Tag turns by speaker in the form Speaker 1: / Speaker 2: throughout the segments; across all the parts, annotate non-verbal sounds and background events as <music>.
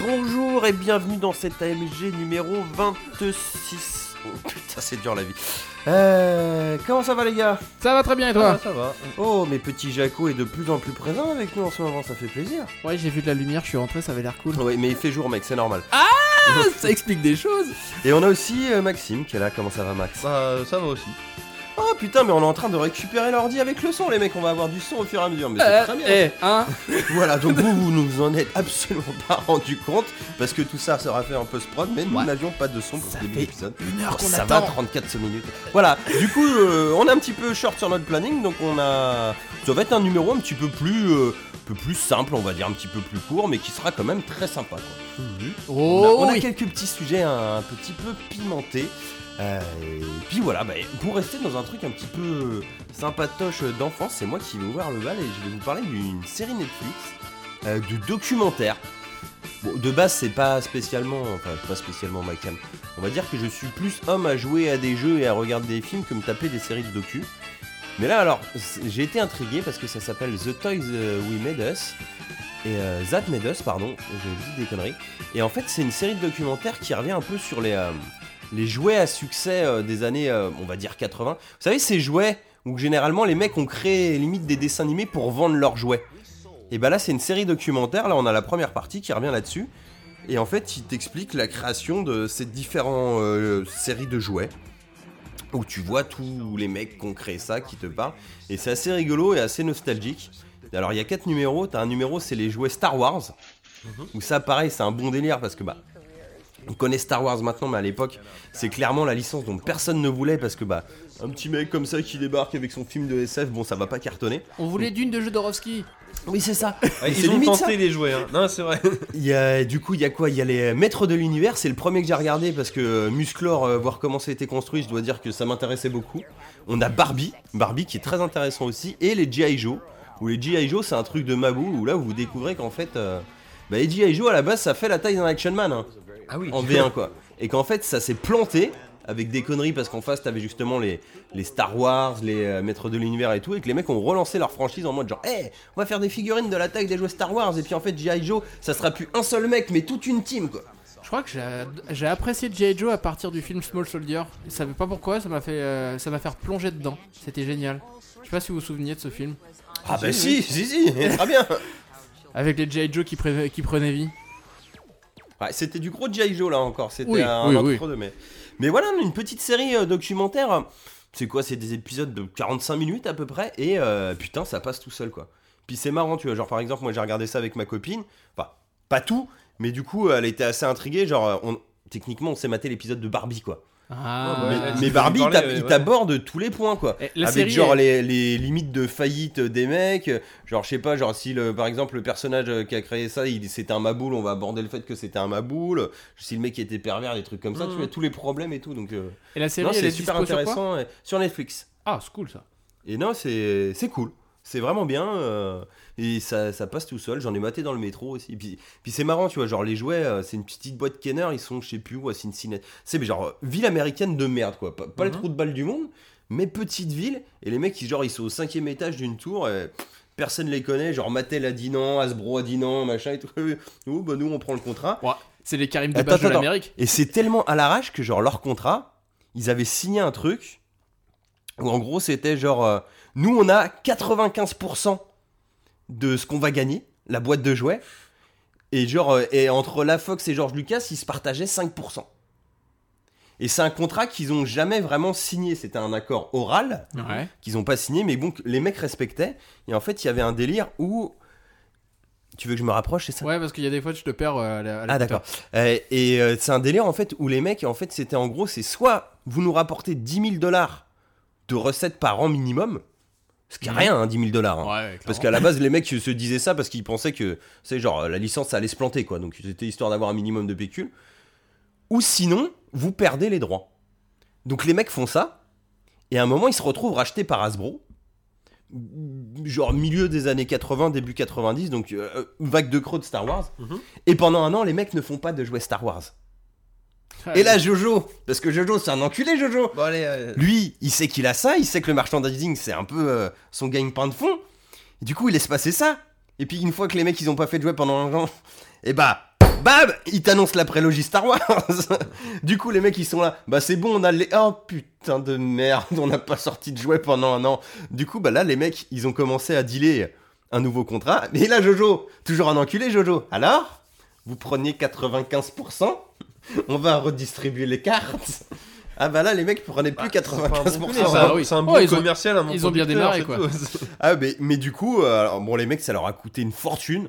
Speaker 1: Bonjour et bienvenue dans cet AMG numéro 26. Oh putain, c'est dur la vie. Euh, comment ça va les gars
Speaker 2: Ah, Ça va très bien et
Speaker 3: Ah,
Speaker 2: toi
Speaker 1: Ça va. Oh, mais petit Jaco est de plus en plus présent avec nous en ce moment, ça fait plaisir.
Speaker 2: Ah, Ouais, j'ai vu de la lumière, je suis rentré, ça avait l'air cool.
Speaker 1: Ouais, mais il fait jour, mec, c'est normal.
Speaker 2: Ah, <laughs> ça explique des choses
Speaker 1: Et on a aussi euh, Maxime qui est là, comment ça va Max
Speaker 3: Bah, ça va aussi.
Speaker 1: Oh putain, mais on est en train de récupérer l'ordi avec le son, les mecs, on va avoir du son au fur et à mesure, mais c'est
Speaker 2: Euh,
Speaker 1: très bien.
Speaker 2: Eh, hein
Speaker 1: <laughs> Voilà, donc vous, vous nous en êtes absolument pas rendu compte, parce que tout ça sera fait en post-prod, mais nous
Speaker 2: Ouais.
Speaker 1: n'avions pas de son pour
Speaker 2: Ça
Speaker 1: ce début
Speaker 2: fait
Speaker 1: d'épisode.
Speaker 2: Une heure qu'on
Speaker 1: Ça
Speaker 2: attend
Speaker 1: va, 34 minutes. Voilà, du coup, euh, on est un petit peu short sur notre planning, donc on a. Ça va être un numéro un petit peu plus. euh, un peu plus simple, on va dire, un petit peu plus court, mais qui sera quand même très sympa. quoi. On a-
Speaker 2: Oh
Speaker 1: on a,
Speaker 2: oui.
Speaker 1: quelques petits sujets hein, un, un petit peu pimentés. Euh, et puis voilà, bah, pour rester dans un truc un petit peu sympatoche d'enfance, c'est moi qui vais ouvrir le bal et je vais vous parler d'une série Netflix euh, de documentaire. Bon, de base, c'est pas spécialement, enfin, pas spécialement ma cam. On va dire que je suis plus homme à jouer à des jeux et à regarder des films que me taper des séries de docu. Mais là, alors, c- j'ai été intrigué parce que ça s'appelle The Toys euh, We Made Us. Et euh, That Made Us, pardon, je dis des conneries. Et en fait, c'est une série de documentaires qui revient un peu sur les, euh, les jouets à succès euh, des années, euh, on va dire 80. Vous savez, ces jouets où généralement les mecs ont créé limite des dessins animés pour vendre leurs jouets. Et bah là, c'est une série documentaire. Là, on a la première partie qui revient là-dessus. Et en fait, il t'explique la création de ces différentes séries de jouets. Où tu vois tous les mecs qui ont créé ça, qui te parlent. Et c'est assez rigolo et assez nostalgique. Alors, il y a quatre numéros. T'as un numéro, c'est les jouets Star Wars. Où ça, pareil, c'est un bon délire parce que bah. On connaît Star Wars maintenant, mais à l'époque, c'est clairement la licence dont personne ne voulait parce que bah, un petit mec comme ça qui débarque avec son film de SF, bon, ça va pas cartonner.
Speaker 2: On voulait d'une de Jodorowsky.
Speaker 1: Oui, c'est <laughs> ça. Et c'est
Speaker 3: ils ont
Speaker 1: limite
Speaker 3: tenté
Speaker 1: ça.
Speaker 3: les jouets, hein. Non, c'est vrai.
Speaker 1: Il y a, du coup, il y a quoi Il y a les maîtres de l'univers. C'est le premier que j'ai regardé parce que euh, Musclor, euh, voir comment ça a été construit, je dois dire que ça m'intéressait beaucoup. On a Barbie, Barbie qui est très intéressant aussi, et les G.I. Joe. Où les G.I. Joe, c'est un truc de Mabou où là, vous découvrez qu'en fait, euh, bah, les G.I. Joe à la base, ça fait la taille d'un Action Man. hein
Speaker 2: Ah oui.
Speaker 1: en V1 quoi. Et qu'en fait ça s'est planté avec des conneries parce qu'en face t'avais justement les, les Star Wars, les euh, maîtres de l'univers et tout, et que les mecs ont relancé leur franchise en mode genre, hey, on va faire des figurines de la taille des jouets Star Wars, et puis en fait G.I. Joe, ça sera plus un seul mec, mais toute une team quoi.
Speaker 2: Je crois que j'ai- j'ai apprécié G.I. Joe à partir du film Small Soldier. Je savais pas pourquoi, ça m'a fait, euh, ça m'a fait plonger dedans. C'était génial. Je sais pas si vous vous souveniez de ce film.
Speaker 1: Ah bah si, si, si, très <laughs> bien.
Speaker 2: Avec les G.I. Joe qui, pré- qui prenaient vie.
Speaker 1: Ouais, c'était du gros G.I. Joe là encore, c'était
Speaker 2: Oui,
Speaker 1: un
Speaker 2: oui,
Speaker 1: entre deux, mais... mais voilà, une petite série euh, documentaire. C'est quoi C'est des épisodes de 45 minutes à peu près, et euh, putain, ça passe tout seul quoi. Puis c'est marrant, tu vois. Genre par exemple, moi j'ai regardé ça avec ma copine, enfin, pas tout, mais du coup, elle était assez intriguée. Genre, euh, on... techniquement, on s'est maté l'épisode de Barbie quoi.
Speaker 2: Ah,
Speaker 3: Ouais,
Speaker 1: mais
Speaker 3: ouais,
Speaker 1: mais
Speaker 3: c'est ce
Speaker 1: Barbie,
Speaker 3: que je
Speaker 1: il t'a-
Speaker 3: parlais,
Speaker 1: il
Speaker 3: ouais.
Speaker 1: t'aborde tous les points quoi
Speaker 2: Eh, la
Speaker 1: avec
Speaker 2: série
Speaker 1: genre
Speaker 2: est-
Speaker 1: les, les limites de faillite des mecs, euh, genre je sais pas, genre si le, par exemple le personnage euh, qui a créé ça, il c'était un maboule, on va aborder le fait que c'était un maboule, si le mec était pervers, des trucs comme ça,
Speaker 2: Mhm.
Speaker 1: tu vois tous les problèmes et tout, donc euh,
Speaker 2: Et la série,
Speaker 1: non,
Speaker 2: elle est
Speaker 1: c'est super
Speaker 2: dispo sur quoi
Speaker 1: intéressant et- sur Netflix.
Speaker 2: Ah, c'est cool ça.
Speaker 1: Et non, c'est c'est cool. C'est vraiment bien euh, et ça, ça passe tout seul. J'en ai maté dans le métro aussi. Puis, puis c'est marrant, tu vois, genre les jouets, euh, c'est une petite boîte Kenner, ils sont je sais plus où à Cincinnati. C'est mais genre euh, ville américaine de merde quoi. Pas, pas les
Speaker 3: Mhm.
Speaker 1: trous de balles du monde, mais petite ville. Et les mecs, ils, genre ils sont au cinquième étage d'une tour. Et... pff, Personne les connaît, genre Mattel à Dinan, Hasbro à Dinan, machin et tout. Nous, bah, nous on prend le contrat.
Speaker 2: Ouais, c'est les Karim
Speaker 1: Attends,
Speaker 2: Debache de
Speaker 1: attends.
Speaker 2: l'Amérique.
Speaker 1: Et c'est tellement à l'arrache que, genre, leur contrat, ils avaient signé un truc où, en gros, c'était genre, euh, nous, on a 95% de ce qu'on va gagner, la boîte de jouets. Et genre, euh, et entre la Fox et George Lucas, ils se partageaient 5%. Et c'est un contrat qu'ils ont jamais vraiment signé. C'était un accord oral
Speaker 2: Ouais.
Speaker 1: qu'ils ont pas signé, mais bon, que les mecs respectaient. Et en fait, il y avait un délire où. Tu veux que je me rapproche, c'est ça
Speaker 2: Ouais, parce qu'il y a des fois, je te perds euh, à la- à la
Speaker 1: ah
Speaker 2: hauteur.
Speaker 1: d'accord. Euh, et euh, c'est un délire en fait où les mecs, en fait, c'était en gros, c'est soit vous nous rapportez 10 000 dollars de recettes par an minimum, ce qui est
Speaker 2: Mhm.
Speaker 1: rien, hein, 10 000 dollars.
Speaker 2: Ouais,
Speaker 1: Parce
Speaker 2: clairement.
Speaker 1: qu'à la base, les mecs se disaient ça parce qu'ils pensaient que, c'est genre, la licence ça allait se planter, quoi. Donc c'était histoire d'avoir un minimum de pécule. Ou sinon, vous perdez les droits. Donc les mecs font ça, et à un moment, ils se retrouvent rachetés par Hasbro. Genre milieu des années 80, début 90, donc euh, vague de creux de Star Wars.
Speaker 3: Mhm.
Speaker 1: Et pendant un an, les mecs ne font pas de jouets Star Wars.
Speaker 2: Ah,
Speaker 1: Et là, Jojo, parce que Jojo, c'est un enculé, Jojo.
Speaker 3: Bon, allez, euh,
Speaker 1: Lui, il sait qu'il a ça, il sait que le merchandising c'est un peu euh, son gagne-pain de fond. <laughs> Et du coup, il laisse passer ça. Et puis une fois que les mecs ils ont pas fait de jouer pendant un an, et bah bam, ils t'annoncent la prélogie Star Wars. <laughs> du coup, les mecs, ils sont là. Bah, c'est bon, on a les. Oh putain de merde, on n'a pas sorti de jouet pendant un an. Du coup, bah là, les mecs, ils ont commencé à dealer un nouveau contrat. Mais là, Jojo, toujours un enculé, Jojo. Alors, vous preniez 95%, on va redistribuer les cartes. Ah bah là les mecs prenaient plus 95%.
Speaker 2: boulet, ça. Ah oui.
Speaker 3: C'est un
Speaker 2: Oh,
Speaker 3: bon
Speaker 2: ils ont-
Speaker 3: commercial à mon
Speaker 2: ils ont bien
Speaker 3: producteur,
Speaker 2: démarré,
Speaker 3: <laughs> c'est
Speaker 2: quoi.
Speaker 3: tout.
Speaker 1: Ah mais, mais du coup, euh, alors, bon les mecs ça leur a coûté une fortune.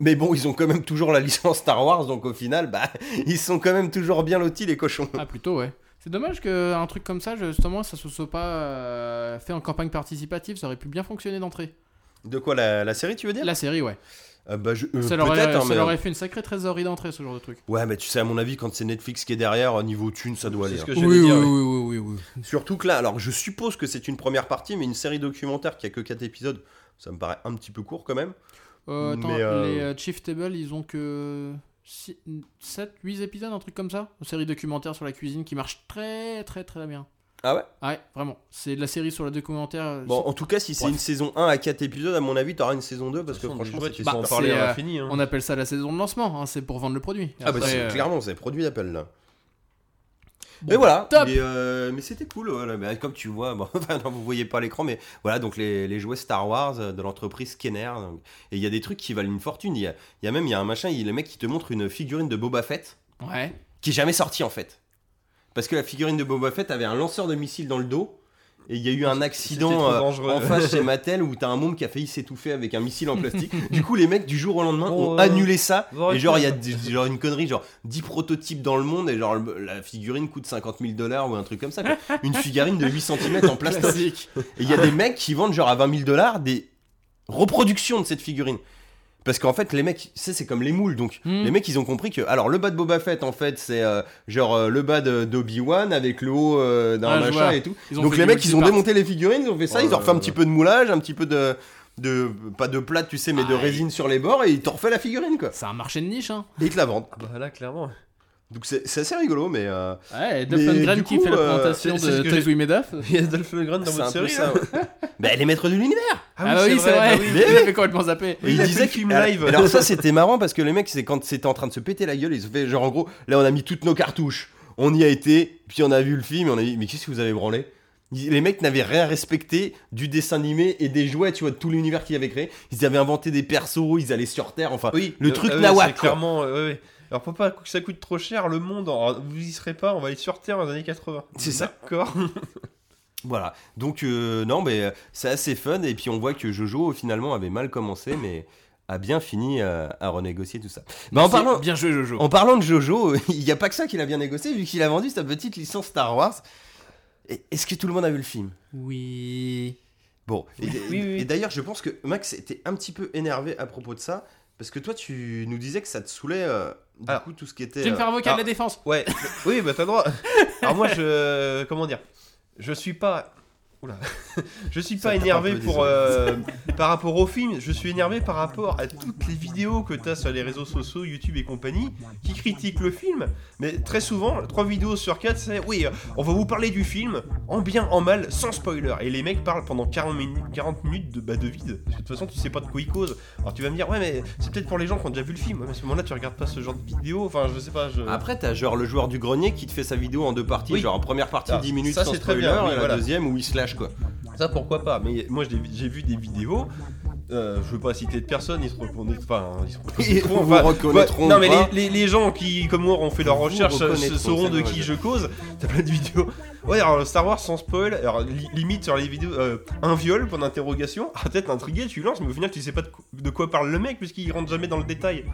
Speaker 1: Mais bon, ils ont quand même toujours la licence Star Wars, donc au final, bah, <laughs> ils sont quand même toujours bien lotis, les cochons.
Speaker 2: Ah, plutôt, ouais. C'est dommage qu'un truc comme ça, justement, ça se soit pas euh, fait en campagne participative, ça aurait pu bien fonctionner d'entrée.
Speaker 1: De quoi, la, la série, tu veux dire
Speaker 2: La série, ouais.
Speaker 1: Euh, bah, je- euh,
Speaker 2: ça leur aurait,
Speaker 1: Peut-être, hein,
Speaker 2: ça
Speaker 1: mais...
Speaker 2: leur aurait fait une sacrée trésorerie d'entrée, ce genre de truc.
Speaker 1: Ouais, mais tu sais, à mon avis, quand c'est Netflix qui est derrière, au niveau thune, ça doit
Speaker 3: C'est
Speaker 1: aller.
Speaker 3: ce
Speaker 1: hein.
Speaker 3: que j'allais dire. oui.
Speaker 2: oui, oui, oui.
Speaker 1: Surtout que là, alors je suppose que c'est une première partie, mais une série documentaire qui a que 4 épisodes, ça me paraît un petit peu court quand même.
Speaker 2: Euh, attends,
Speaker 1: Mais, euh,
Speaker 2: les euh, Chief Table, ils ont que 7, 8 épisodes, un truc comme ça. Une série documentaire sur la cuisine qui marche très, très, très bien.
Speaker 1: Ah ouais
Speaker 2: Ah Ouais, vraiment. C'est de la série sur la documentaire. euh,
Speaker 1: Bon,
Speaker 2: sur-
Speaker 1: en tout cas, si c'est
Speaker 2: Bref.
Speaker 1: une saison 1 à 4 épisodes, à mon avis, t'auras une saison 2 parce que
Speaker 3: De toute façon,
Speaker 1: franchement,
Speaker 3: des jouets,
Speaker 1: c'était-
Speaker 3: tu
Speaker 2: bah,
Speaker 3: peux en
Speaker 2: c'est,
Speaker 3: parler
Speaker 2: euh,
Speaker 3: à l'infini. hein.
Speaker 2: On appelle ça la saison de lancement, hein, c'est pour vendre le produit.
Speaker 1: Ah bah
Speaker 2: Après,
Speaker 1: c'est
Speaker 2: euh,
Speaker 1: clairement, c'est produit d'Apple là.
Speaker 2: bon,
Speaker 1: Mais voilà,
Speaker 2: Top
Speaker 1: il est, euh, mais c'était cool, voilà. Mais comme tu vois, bon, <laughs> enfin, non, vous voyez pas à l'écran, mais voilà, donc les, les jouets Star Wars euh, de l'entreprise Kenner, donc. et il y a des trucs qui valent une fortune, il y a, il y a même, il y a un machin, il, le mec qui te montre une figurine de Boba Fett,
Speaker 2: euh, Ouais.
Speaker 1: qui est jamais sorti en fait. Parce que la figurine de Boba Fett avait un lanceur de missile dans le dos. Et il y a eu un
Speaker 3: C'était
Speaker 1: accident
Speaker 3: trop
Speaker 1: euh,
Speaker 3: dangereux.
Speaker 1: en face
Speaker 3: <laughs>
Speaker 1: chez Mattel où t'as un môme qui a failli s'étouffer avec un missile en plastique. du coup, les mecs, du jour au lendemain, ont
Speaker 3: Bon, euh,
Speaker 1: annulé ça.
Speaker 3: vous aurez
Speaker 1: Et genre,
Speaker 3: tout.
Speaker 1: il y a des- genre une connerie, genre 10 prototypes dans le monde et genre le- la figurine coûte 50 000 dollars ou un truc comme ça. quoi.
Speaker 3: <laughs>
Speaker 1: Une figurine de 8 cm en plastique.
Speaker 2: Classique.
Speaker 1: Et il y a des mecs qui vendent genre à 20 000 dollars des reproductions de cette figurine. Parce qu'en fait, les mecs, tu sais, c'est comme les moules. Donc,
Speaker 2: Mm.
Speaker 1: les mecs, ils ont compris que. Alors, le bas de Boba Fett, en fait, c'est euh, genre euh, le bas de- d'Obi-Wan avec le haut euh, d'un
Speaker 2: Ah, je
Speaker 1: machin
Speaker 2: vois.
Speaker 1: et tout.
Speaker 2: Ils ont
Speaker 1: Donc,
Speaker 2: fait
Speaker 1: les
Speaker 2: des
Speaker 1: mecs, ils ont
Speaker 2: multiparts.
Speaker 1: démonté les figurines, ils ont fait ça,
Speaker 3: Oh
Speaker 1: ils ont
Speaker 3: là
Speaker 1: refait un
Speaker 3: là.
Speaker 1: petit peu de moulage, un petit peu de. de pas de plate, tu sais, mais de
Speaker 2: Ah,
Speaker 1: résine sur les bords, et ils t'ont refait la figurine, quoi.
Speaker 2: C'est un marché de niche, hein.
Speaker 1: Et ils te la vendent.
Speaker 3: Ah bah là, clairement. <laughs>
Speaker 1: Donc, c'est c'est assez rigolo, mais. euh, Mais
Speaker 2: Ouais, Duff Graham
Speaker 1: du
Speaker 2: qui
Speaker 1: coup,
Speaker 2: fait la
Speaker 1: euh,
Speaker 2: présentation
Speaker 3: c'est- c'est ce
Speaker 2: de
Speaker 3: que j'ai-
Speaker 2: Tezui Medaf.
Speaker 3: Il y a Dolph Lundgren dans
Speaker 1: c'est
Speaker 3: votre
Speaker 1: un peu
Speaker 3: série.
Speaker 1: ça.
Speaker 3: là.
Speaker 1: ouais. <laughs> bah, les maîtres de l'univers!
Speaker 2: Ah, bah oui, c'est vrai.
Speaker 3: bah oui.
Speaker 2: <laughs>
Speaker 1: Mais-
Speaker 2: J'avais complètement zappé.
Speaker 1: Et il
Speaker 3: Il a fait
Speaker 1: disait
Speaker 3: le film
Speaker 1: alors-
Speaker 3: live.
Speaker 1: Alors ça c'était marrant parce que les mecs c'est quand c'était en train de se péter la gueule ils ont fait genre en gros là on a mis toutes nos cartouches, on y a été, puis on a vu le film et on a dit mais qu'est-ce que vous avez branlé Ils- Les mecs n'avaient rien respecté du dessin animé et des jouets tu vois de tout l'univers qu'ils avaient créé. Ils avaient inventé des persos, ils allaient sur Terre, enfin
Speaker 3: Oui,
Speaker 1: le
Speaker 3: euh,
Speaker 1: truc
Speaker 3: ah ouais,
Speaker 1: nawak,
Speaker 3: c'est
Speaker 1: quoi.
Speaker 3: Clairement, euh, ouais, ouais. Alors pour pas que ça coûte trop cher, le monde, alors, vous y serez pas, on va aller sur Terre dans les années 80.
Speaker 1: C'est ça.
Speaker 3: D'accord.
Speaker 1: voilà. Donc euh, non mais euh, c'est assez fun et puis on voit que Jojo finalement avait mal commencé mais a bien fini euh, à renégocier tout ça. Bah en
Speaker 2: C'est-
Speaker 1: parlant
Speaker 2: Bien joué, Jojo.
Speaker 1: En parlant de Jojo, <laughs> il n'y a pas que ça qu'il a bien négocié, vu qu'il a vendu sa petite licence Star Wars. Et- Est-ce que tout le monde a vu le film
Speaker 2: Oui.
Speaker 1: Bon, et, et-
Speaker 3: oui, oui.
Speaker 1: et d'ailleurs, je pense que Max était un petit peu énervé à propos de ça, parce que toi, tu nous disais que ça te saoulait, euh, du
Speaker 3: Alors,
Speaker 1: coup, tout ce qui était...
Speaker 2: Je vais me
Speaker 1: euh,
Speaker 2: faire avocat de la
Speaker 3: alors-
Speaker 2: défense.
Speaker 3: Ouais. oui, bah t'as le droit. Alors moi, je. Comment dire Je suis pas. Oula. <laughs> Je suis
Speaker 1: Ça
Speaker 3: pas
Speaker 1: tape un
Speaker 3: énervé
Speaker 1: peu,
Speaker 3: pour euh, par rapport au film, je suis énervé par rapport à toutes les vidéos que tu as sur les réseaux sociaux, YouTube et compagnie, qui critiquent le film. Mais très souvent, trois vidéos sur 4, c'est oui, euh, on va vous parler du film, en bien, en mal, sans spoiler. Et les mecs parlent pendant 40 minutes, 40 minutes de, bah, de vide. Parce que de toute façon, tu sais pas de quoi ils causent. Alors tu vas me dire, ouais, mais c'est peut-être pour les gens qui ont déjà vu le film. Ouais, mais à ce moment-là, tu regardes pas ce genre de vidéo. Enfin, je sais pas. Je...
Speaker 1: Après, t'as genre le joueur du grenier qui te fait sa vidéo en deux parties,
Speaker 3: Oui.
Speaker 1: genre en première partie
Speaker 3: Ah,
Speaker 1: 10 minutes
Speaker 3: ça,
Speaker 1: sans
Speaker 3: c'est très
Speaker 1: spoiler,
Speaker 3: bien, oui,
Speaker 1: et la
Speaker 3: voilà.
Speaker 1: deuxième où il se lâche, quoi.
Speaker 3: Ça pourquoi pas, mais moi j'ai j'ai vu des vidéos, euh, je veux pas citer de personne, ils se reconnaissent pas, hein, <laughs> ils se
Speaker 1: Ils
Speaker 3: reconnaissent
Speaker 1: vous
Speaker 3: enfin,
Speaker 1: reconnaîtront
Speaker 3: ouais, Non mais
Speaker 1: pas.
Speaker 3: les, les- les gens qui, comme moi, ont fait leur
Speaker 1: Vous
Speaker 3: recherche euh,
Speaker 1: reconnaîtront,
Speaker 3: sauront
Speaker 1: c'est
Speaker 3: de
Speaker 1: vrai.
Speaker 3: qui je cause, t'as plein de vidéos. Ouais, alors Star Wars sans spoil, alors li- limite sur les vidéos, euh, un viol, point d'interrogation, ah peut-être intrigué, tu lances, mais au final tu sais pas de, co- de quoi parle le mec, puisqu'il rentre jamais dans le détail.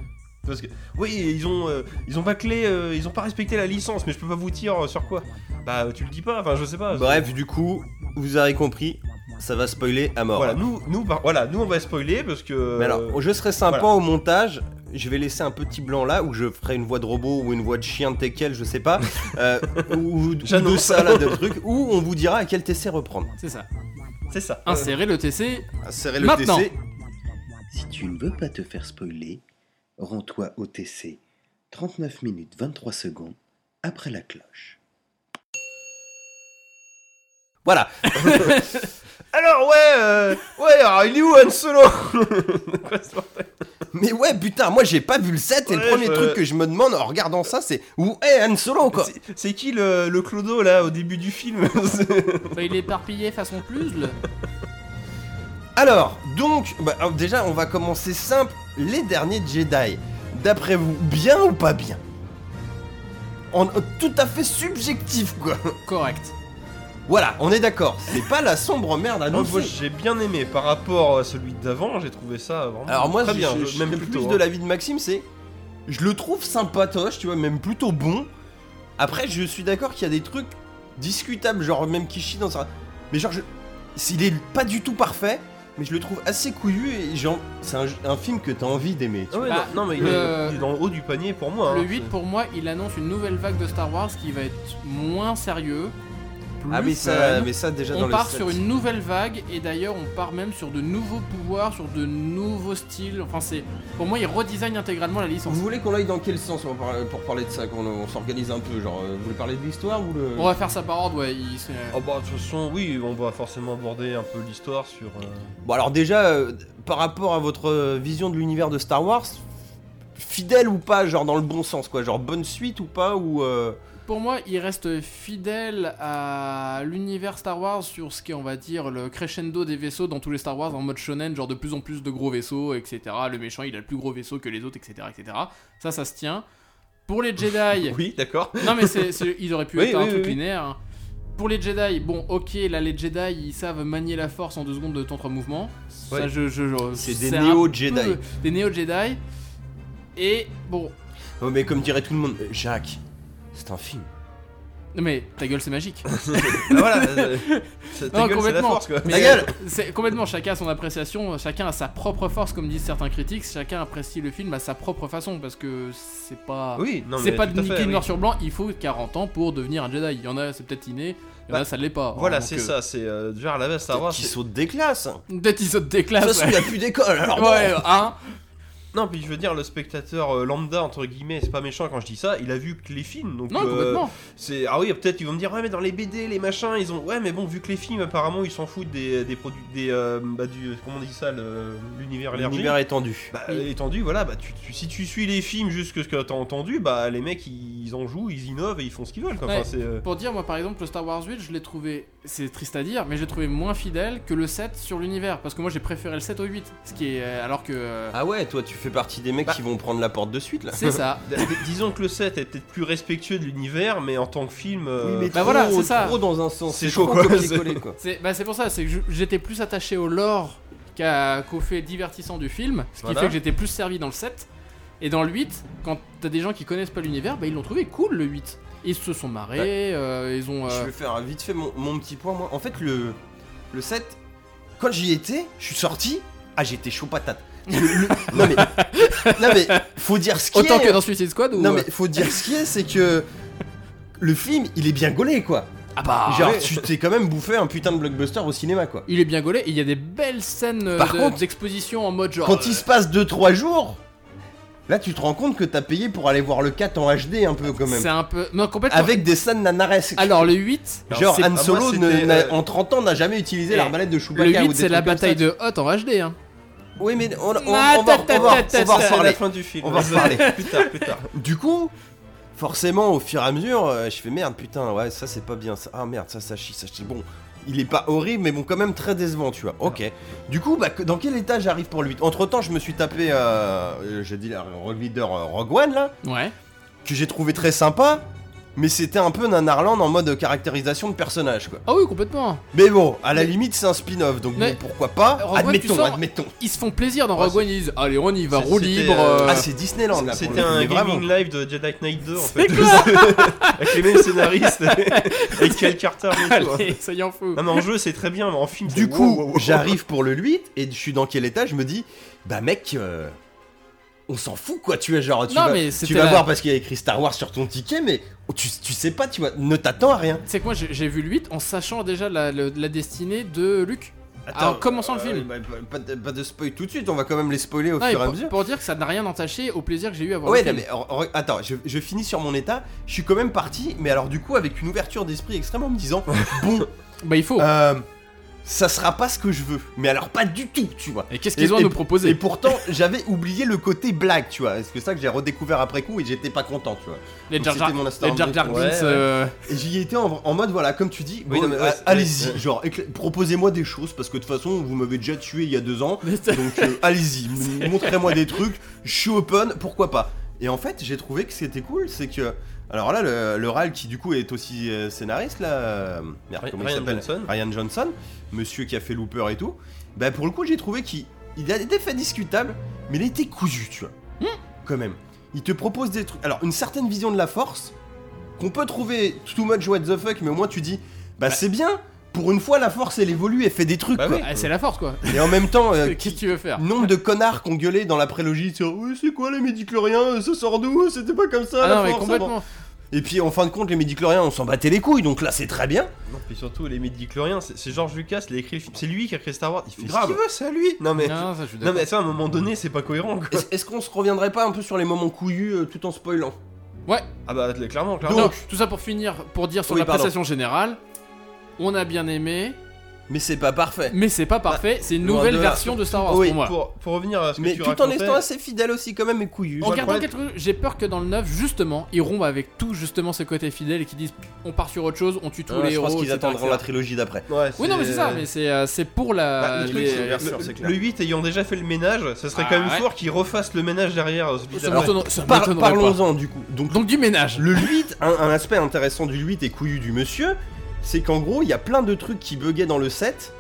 Speaker 3: Parce que, oui, ils ont, euh, ils ont bâclé, euh, ils ont pas respecté la licence, mais je peux pas vous dire euh, sur quoi. Bah, tu le dis pas, enfin, je sais pas.
Speaker 1: Bref, du coup, vous avez compris, ça va spoiler à mort.
Speaker 3: Voilà, nous, nous, par- voilà, nous on va spoiler parce que.
Speaker 1: Mais alors, je serais sympa
Speaker 3: Euh, voilà.
Speaker 1: au montage. Je vais laisser un petit blanc là où je ferai une voix de robot ou une voix de chien de Tekel, je sais
Speaker 3: <laughs>
Speaker 1: pas, euh, ou, ou de
Speaker 3: J'annonce.
Speaker 1: ça là, de truc, où on vous dira à quel TC reprendre.
Speaker 2: C'est ça.
Speaker 3: c'est ça. Euh,
Speaker 2: Insérer le TC.
Speaker 1: Serrez
Speaker 2: le Maintenant. TC.
Speaker 4: Si tu ne veux pas te faire spoiler, rends-toi au TC 39 minutes 23 secondes après la cloche.
Speaker 1: Voilà.
Speaker 3: Alors ouais, euh, ouais, alors il est où Han Solo Quoi, ce bordel
Speaker 1: Mais ouais, putain, moi j'ai pas vu le 7 et le
Speaker 3: Ouais,
Speaker 1: premier
Speaker 3: je-
Speaker 1: truc que je me demande en regardant ça, c'est où est Han Solo quoi
Speaker 3: C'est- C'est qui le, le clodo là au début du film <laughs>
Speaker 2: Bah, il est éparpillé façon puzzle.
Speaker 1: Alors, donc, bah, alors, déjà on va commencer simple, les derniers Jedi. D'après vous, bien ou pas bien en, euh, Tout à fait subjectif quoi.
Speaker 2: Correct.
Speaker 1: Voilà, on est d'accord, c'est pas la sombre merde
Speaker 3: Ah non,
Speaker 1: annoncée.
Speaker 3: moi, j'ai bien aimé par rapport à celui d'avant, j'ai trouvé ça vraiment
Speaker 1: Alors moi,
Speaker 3: très
Speaker 1: je-
Speaker 3: bien,
Speaker 1: je,
Speaker 3: je-
Speaker 1: je
Speaker 3: même
Speaker 1: serais
Speaker 3: plutôt.
Speaker 1: plus
Speaker 3: hein.
Speaker 1: de l'avis de Maxime, c'est, je le trouve sympatoche, tu vois, même plutôt bon. Après, je suis d'accord qu'il y a des trucs discutables, genre même qui chie dans sa, mais genre, je... s'il est pas du tout parfait, mais je le trouve assez couillu et genre, c'est un, un film que t'as envie d'aimer. tu
Speaker 3: Ah ouais,
Speaker 2: Bah,
Speaker 3: non, non, mais il,
Speaker 2: le-
Speaker 3: est, il est dans le haut du panier pour moi. hein.
Speaker 2: Le 8, pour moi, il annonce une nouvelle vague de Star Wars qui va être moins sérieux.
Speaker 1: vois.
Speaker 2: Plus
Speaker 1: ah mais ça,
Speaker 2: fun.
Speaker 1: mais ça déjà dans
Speaker 2: On
Speaker 1: le
Speaker 2: part
Speaker 1: set.
Speaker 2: sur une nouvelle vague et d'ailleurs on part même sur de nouveaux pouvoirs, sur de nouveaux styles. Enfin c'est pour moi ils redesignent intégralement la licence.
Speaker 1: Vous voulez qu'on aille dans quel sens on va parler- pour parler de ça, qu'on on s'organise un peu, genre, euh, vous voulez parler de l'histoire ou le...
Speaker 2: On va faire ça par ordre, ouais. il se-
Speaker 3: Ah bah, de toute façon, oui, on va forcément aborder un peu l'histoire sur. euh,
Speaker 1: Bon alors déjà, euh, par rapport à votre euh, vision de l'univers de Star Wars, fidèle ou pas, genre dans le bon sens quoi, genre bonne suite ou pas ou euh,
Speaker 2: Pour moi il reste fidèle à l'univers Star Wars sur ce qui est on va dire le crescendo des vaisseaux dans tous les Star Wars en mode shonen, genre de plus en plus de gros vaisseaux, etc. Le méchant il a le plus gros vaisseau que les autres, etc. etc. Ça ça se tient. Pour les Jedi...
Speaker 3: <laughs> Oui,
Speaker 1: <laughs>
Speaker 3: d'accord.
Speaker 2: Non mais c'est, c'est- ils auraient pu
Speaker 3: Oui,
Speaker 2: être un
Speaker 3: oui,
Speaker 2: truc
Speaker 3: oui, oui.
Speaker 2: linéaire. hein. Pour les Jedi, bon ok, là les Jedi ils savent manier la force en deux secondes de temps trois mouvements. Ça
Speaker 3: Ouais.
Speaker 2: je, je- je-
Speaker 1: c'est des
Speaker 2: un
Speaker 1: néo
Speaker 2: peu
Speaker 1: Jedi.
Speaker 2: Des néo Jedi. Et bon,
Speaker 1: Oh, mais comme dirait tout le monde, euh, Jacques, c'est un film.
Speaker 2: non, mais ta gueule c'est magique.
Speaker 3: Ah, voilà,
Speaker 1: <laughs>
Speaker 3: euh, ça- ta
Speaker 2: Non,
Speaker 3: gueule, c'est la
Speaker 2: complètement.
Speaker 3: force quoi.
Speaker 2: Mais,
Speaker 1: Ta gueule
Speaker 2: euh, c'est complètement chacun a son appréciation, chacun a sa propre force comme disent certains critiques. Chacun apprécie le film à sa propre façon parce que c'est pas.
Speaker 3: Oui, non,
Speaker 2: c'est
Speaker 3: mais
Speaker 2: pas
Speaker 3: tout
Speaker 2: de
Speaker 3: à fait,
Speaker 2: niquer
Speaker 3: oui.
Speaker 2: noir sur blanc, il faut 40 ans pour devenir un Jedi. Il y en a, c'est peut-être inné, il y en
Speaker 3: Bah,
Speaker 2: a, ça l'est pas.
Speaker 3: Voilà,
Speaker 2: hein,
Speaker 3: c'est
Speaker 2: donc, euh,
Speaker 3: ça, c'est euh, déjà à la base Star
Speaker 1: Peut-être
Speaker 3: Wars.
Speaker 1: Qui
Speaker 3: c'est-
Speaker 1: saute des classes. hein.
Speaker 2: Peut-être ils sautent
Speaker 1: De
Speaker 2: des
Speaker 1: toute
Speaker 2: classes.
Speaker 1: façon, il
Speaker 2: Ah ouais.
Speaker 1: n'y a plus d'école. Alors bon.
Speaker 2: Ouais, hein
Speaker 3: Non, puis je veux dire, le spectateur euh, lambda, entre guillemets, c'est pas méchant quand je dis ça, il a vu que les films. Donc,
Speaker 2: Non,
Speaker 3: euh,
Speaker 2: complètement.
Speaker 3: c'est Ah oui, peut-être ils vont me dire, ouais, mais dans les BD, les machins, ils ont. Ouais, mais bon, vu que les films, apparemment, ils s'en foutent des, des produits. des euh, bah, du. Comment on dit ça le- L'univers élargi.
Speaker 1: L'univers étendu.
Speaker 3: Bah,
Speaker 2: Oui.
Speaker 3: étendu, voilà, bah, tu, tu- si tu suis les films jusque ce que t'as entendu, bah, les mecs, ils, en jouent, ils innovent et ils font ce qu'ils veulent. Quoi. Enfin,
Speaker 2: Ouais.
Speaker 3: c'est, euh,
Speaker 2: Pour dire, moi par exemple, le Star Wars 8, je l'ai trouvé, c'est triste à dire, mais j'ai trouvé moins fidèle que le 7 sur l'univers. Parce que moi j'ai préféré le 7 au 8. Ce qui est. euh, Alors que. euh,
Speaker 1: Ah ouais, toi tu fais partie des mecs
Speaker 3: Bah.
Speaker 1: qui vont prendre la porte de suite là.
Speaker 2: C'est
Speaker 3: <laughs>
Speaker 2: ça.
Speaker 3: d- d- disons que le 7 est peut-être plus respectueux de l'univers, mais en tant que film. euh,
Speaker 2: Bah voilà, c'est ça.
Speaker 1: Trop dans un sens.
Speaker 3: C'est
Speaker 1: trop
Speaker 3: chaud, quoi.
Speaker 1: copier-coller, quoi.
Speaker 2: C'est bah, c'est pour ça, c'est que je- j'étais plus attaché au lore qu'à- qu'au fait divertissant du film. Ce qui
Speaker 3: Voilà.
Speaker 2: fait que j'étais plus servi dans le 7. Et dans le 8, quand t'as des gens qui connaissent pas l'univers, bah ils l'ont trouvé cool le 8. Ils se sont marrés, euh, ils ont. euh,
Speaker 1: Je vais faire vite fait mon, mon petit point. Moi, en fait, le, le 7, quand j'y étais, je suis sorti. Ah, j'étais chaud patate. Le-
Speaker 2: <laughs>
Speaker 1: le- non, mais, non, mais, faut dire ce qui
Speaker 2: Autant
Speaker 1: est.
Speaker 2: que dans Suicide Squad ou.
Speaker 1: Non,
Speaker 2: euh,
Speaker 1: mais faut dire ce qui est, c'est que le film, il est bien gaulé, quoi.
Speaker 2: Ah bah.
Speaker 1: Genre, tu t'es quand même bouffé un putain de blockbuster au cinéma, quoi.
Speaker 2: Il est bien gaulé, et il y a des belles scènes euh,
Speaker 1: Par
Speaker 2: de-
Speaker 1: contre,
Speaker 2: d'exposition en mode genre.
Speaker 1: Quand
Speaker 2: euh,
Speaker 1: il se passe 2-3 jours, là, tu te rends compte que t'as payé pour aller voir le 4 en HD un peu, quand même.
Speaker 2: euh, C'est un Ah, peu. Non, complètement.
Speaker 1: Avec des scènes nanaresques.
Speaker 2: Alors, le 8,
Speaker 1: Genre,
Speaker 2: c'est-
Speaker 1: Han
Speaker 3: moi,
Speaker 1: Solo, ne-
Speaker 3: c'était,
Speaker 1: n'a-
Speaker 3: euh,
Speaker 1: en 30 ans, n'a jamais utilisé
Speaker 2: Eh,
Speaker 1: l'arbalète de
Speaker 2: le
Speaker 1: Chewbacca. ou
Speaker 2: 8,
Speaker 1: des
Speaker 2: c'est la
Speaker 1: trucs comme ça,
Speaker 2: bataille de Hoth en HD. Hein.
Speaker 1: Oui, mais on, on- on
Speaker 2: Ah,
Speaker 1: va, on
Speaker 2: ta,
Speaker 1: va,
Speaker 2: ta,
Speaker 1: on va-
Speaker 2: ta,
Speaker 1: on va
Speaker 2: ta, ta.
Speaker 3: c'est à
Speaker 1: reparler.
Speaker 3: la fin du film.
Speaker 1: On va reparler.
Speaker 3: <laughs> plus tard, plus tard.
Speaker 1: Du coup, forcément, au fur et à mesure, euh, je fais merde, putain, ouais, ça c'est pas bien. ça- Ah merde, ça, ça chie, ça chie. Bon, il est pas horrible, mais bon, quand même très décevant, tu
Speaker 2: Ah.
Speaker 1: vois. Ok. Du coup, bah, que- dans quel état j'arrive pour le 8 Entre temps, je me suis tapé, euh, euh, j'ai dit, la Rogue Leader euh, Rogue One, là,
Speaker 2: Ouais.
Speaker 1: que j'ai trouvé très sympa. Mais c'était un peu Nanarland en mode caractérisation de personnage quoi.
Speaker 2: Ah oui, complètement.
Speaker 1: Mais bon, à la
Speaker 2: Mais-
Speaker 1: limite c'est un spin-off donc
Speaker 2: Mais-
Speaker 1: bon, pourquoi pas
Speaker 2: Rogue One, tu
Speaker 1: Admettons,
Speaker 2: sors-
Speaker 1: admettons.
Speaker 2: Ils se font plaisir dans
Speaker 3: Ouais,
Speaker 2: Rogue One, ils disent Allez, on y va,
Speaker 3: c'est-
Speaker 2: roue
Speaker 3: c'était,
Speaker 2: libre.
Speaker 3: euh,
Speaker 2: euh,
Speaker 1: <laughs> Ah c'est Disneyland là. pour le
Speaker 3: C'était
Speaker 1: coup,
Speaker 3: un
Speaker 1: mais vraiment.
Speaker 3: gaming live de Jedi Knight 2 en fait. <laughs> Avec les mêmes
Speaker 1: <laughs>
Speaker 3: scénaristes. avec Cal Carter et tout.
Speaker 2: <laughs>
Speaker 3: hein.
Speaker 2: Allez, ça y en fout.
Speaker 3: Non, mais en jeu c'est très bien, mais en film
Speaker 1: Du
Speaker 3: c'est-
Speaker 1: coup,
Speaker 3: wow, wow, wow.
Speaker 1: j'arrive pour le 8 et je suis dans quel état Je me dis, bah mec, euh, on s'en fout quoi, tu vois, genre tu
Speaker 2: Non,
Speaker 1: vas,
Speaker 2: mais
Speaker 1: tu
Speaker 2: c'était
Speaker 1: vas
Speaker 2: la-
Speaker 1: voir parce qu'il y a écrit Star Wars sur ton ticket, mais tu, tu sais pas, tu vois, ne t'attends à rien.
Speaker 2: C'est que moi, j'ai j'ai vu le 8 en sachant déjà la, le- la destinée de Luke. en commençant le film.
Speaker 1: bah, pas, de- pas de spoil tout de suite, on va quand même les spoiler au
Speaker 2: Non, et
Speaker 1: fur et à
Speaker 2: pour,
Speaker 1: mesure.
Speaker 2: pour dire que ça n'a rien entaché au plaisir que j'ai eu à voir
Speaker 1: Ouais,
Speaker 2: le
Speaker 1: non,
Speaker 2: film.
Speaker 1: mais re- re- attends, je, je finis sur mon état. Je suis quand même
Speaker 3: Oh.
Speaker 1: parti, mais alors du coup avec une ouverture d'esprit extrême en me disant, bon,
Speaker 2: Bah, il faut.
Speaker 1: euh, ça sera pas ce que je veux. Mais alors pas du tout, tu vois.
Speaker 2: Et qu'est-ce
Speaker 1: Et-
Speaker 2: qu'ils ont à
Speaker 1: et-
Speaker 2: nous proposer
Speaker 1: Et
Speaker 3: <laughs>
Speaker 1: pourtant, j'avais oublié le côté blague, tu vois. C'est que ça que j'ai redécouvert après coup et j'étais pas content, tu vois.
Speaker 2: Les
Speaker 1: Donc,
Speaker 2: Jar Jar,
Speaker 1: c'était mon instant
Speaker 2: les Jar Jar
Speaker 1: de-
Speaker 2: Binks,
Speaker 1: Ouais, ouais.
Speaker 2: euh,
Speaker 1: Et j'y étais en, en mode, voilà, comme tu dis,
Speaker 3: Oui,
Speaker 1: bon,
Speaker 3: non, mais
Speaker 1: euh,
Speaker 3: ouais,
Speaker 1: allez-y,
Speaker 3: ouais.
Speaker 1: genre, écla- proposez-moi des choses parce que de toute façon, vous m'avez déjà tué il y a deux ans. Donc
Speaker 3: <laughs>
Speaker 1: euh, allez-y, m- montrez-moi des trucs, je suis open, pourquoi pas. Et en fait, j'ai trouvé que c'était cool, c'est que. Alors là, le, le RAL qui du coup est aussi euh, scénariste, là. euh, merde,
Speaker 3: Ry-
Speaker 1: comment il
Speaker 3: Ryan
Speaker 1: s'appelle
Speaker 3: Johnson.
Speaker 1: Ryan Johnson, monsieur qui a fait Looper et tout. Bah pour le coup, j'ai trouvé qu'il il a des faits discutables, mais il était cousu, tu vois.
Speaker 3: Hmm.
Speaker 1: Quand même. Il te propose des trucs. Alors, une certaine vision de la force, qu'on peut trouver too much what the fuck, mais au moins tu dis, bah, c'est bien, pour une fois la force elle évolue et fait des trucs,
Speaker 3: Bah
Speaker 1: quoi.
Speaker 3: oui.
Speaker 2: <laughs> ah, c'est la force quoi.
Speaker 1: Et en même temps,
Speaker 3: <laughs>
Speaker 1: euh,
Speaker 2: <laughs> Qu'est-ce que tu veux faire
Speaker 1: Nombre de connards qu'on gueulait dans la prélogie sur Oui, c'est quoi les médicloriens Ça sort d'où C'était pas comme ça
Speaker 2: Ah
Speaker 1: la
Speaker 2: non, mais
Speaker 1: force, avant.
Speaker 2: complètement.
Speaker 1: Et puis en fin de compte, les médicloriens on s'en battait les couilles donc là c'est très bien.
Speaker 3: Non, puis surtout, les médicloriens, c'est c'est George Lucas, il a écrit le film. C'est lui qui a créé Star Wars. Il fait
Speaker 1: Grave.
Speaker 3: ce qu'il veut, c'est à lui. Non, mais. Non,
Speaker 2: Non, ça, je suis d'accord.
Speaker 3: mais ça, à un moment donné, c'est pas cohérent, quoi.
Speaker 1: Est-ce est-ce qu'on se reviendrait pas un peu sur les moments couillus euh, tout en spoilant
Speaker 2: Ouais,
Speaker 3: Ah bah, là, clairement, clairement.
Speaker 2: non, tout ça pour finir, pour dire sur
Speaker 1: Oui,
Speaker 2: la
Speaker 1: pardon.
Speaker 2: prestation générale. On a bien aimé,
Speaker 1: Mais c'est pas parfait.
Speaker 2: mais c'est pas parfait, c'est une
Speaker 1: Bah, loin
Speaker 2: nouvelle
Speaker 1: de là.
Speaker 2: version de Star Wars
Speaker 1: Oui,
Speaker 2: pour moi.
Speaker 3: Pour, pour revenir à ce que
Speaker 1: Mais
Speaker 3: tu
Speaker 1: tout en
Speaker 3: racontais,
Speaker 1: restant assez fidèle aussi quand même et couillu.
Speaker 2: En
Speaker 3: vois le
Speaker 2: gardant
Speaker 3: problème.
Speaker 2: quelques trucs, j'ai peur que dans le 9, justement, ils rompent avec tout justement ce côté fidèle et qu'ils disent on part sur autre chose, on tue tous
Speaker 1: Ouais,
Speaker 2: les
Speaker 1: je
Speaker 2: héros.
Speaker 1: pense qu'ils
Speaker 2: etc.,
Speaker 1: attendront la
Speaker 2: etc.
Speaker 1: trilogie d'après.
Speaker 3: Ouais,
Speaker 2: Oui, non, mais c'est ça, mais c'est euh, c'est pour la.
Speaker 3: Bah, le, truc,
Speaker 2: les- euh,
Speaker 3: c'est-
Speaker 1: les versions,
Speaker 3: le-
Speaker 1: c'est clair.
Speaker 3: le 8 ayant déjà fait le ménage, ça serait
Speaker 2: Ah,
Speaker 3: quand même
Speaker 2: ouais.
Speaker 3: fort qu'il refasse le ménage derrière. euh,
Speaker 2: Ça
Speaker 3: bizarrement.
Speaker 2: m'étonnerait- ça
Speaker 1: Par-
Speaker 2: m'étonnerait pas.
Speaker 1: Parlons-en du coup. Donc,
Speaker 2: Donc du ménage.
Speaker 1: le 8, un, un aspect intéressant du 8 et couillu du monsieur, c'est qu'en gros, il y a plein de trucs qui buguaient dans le 7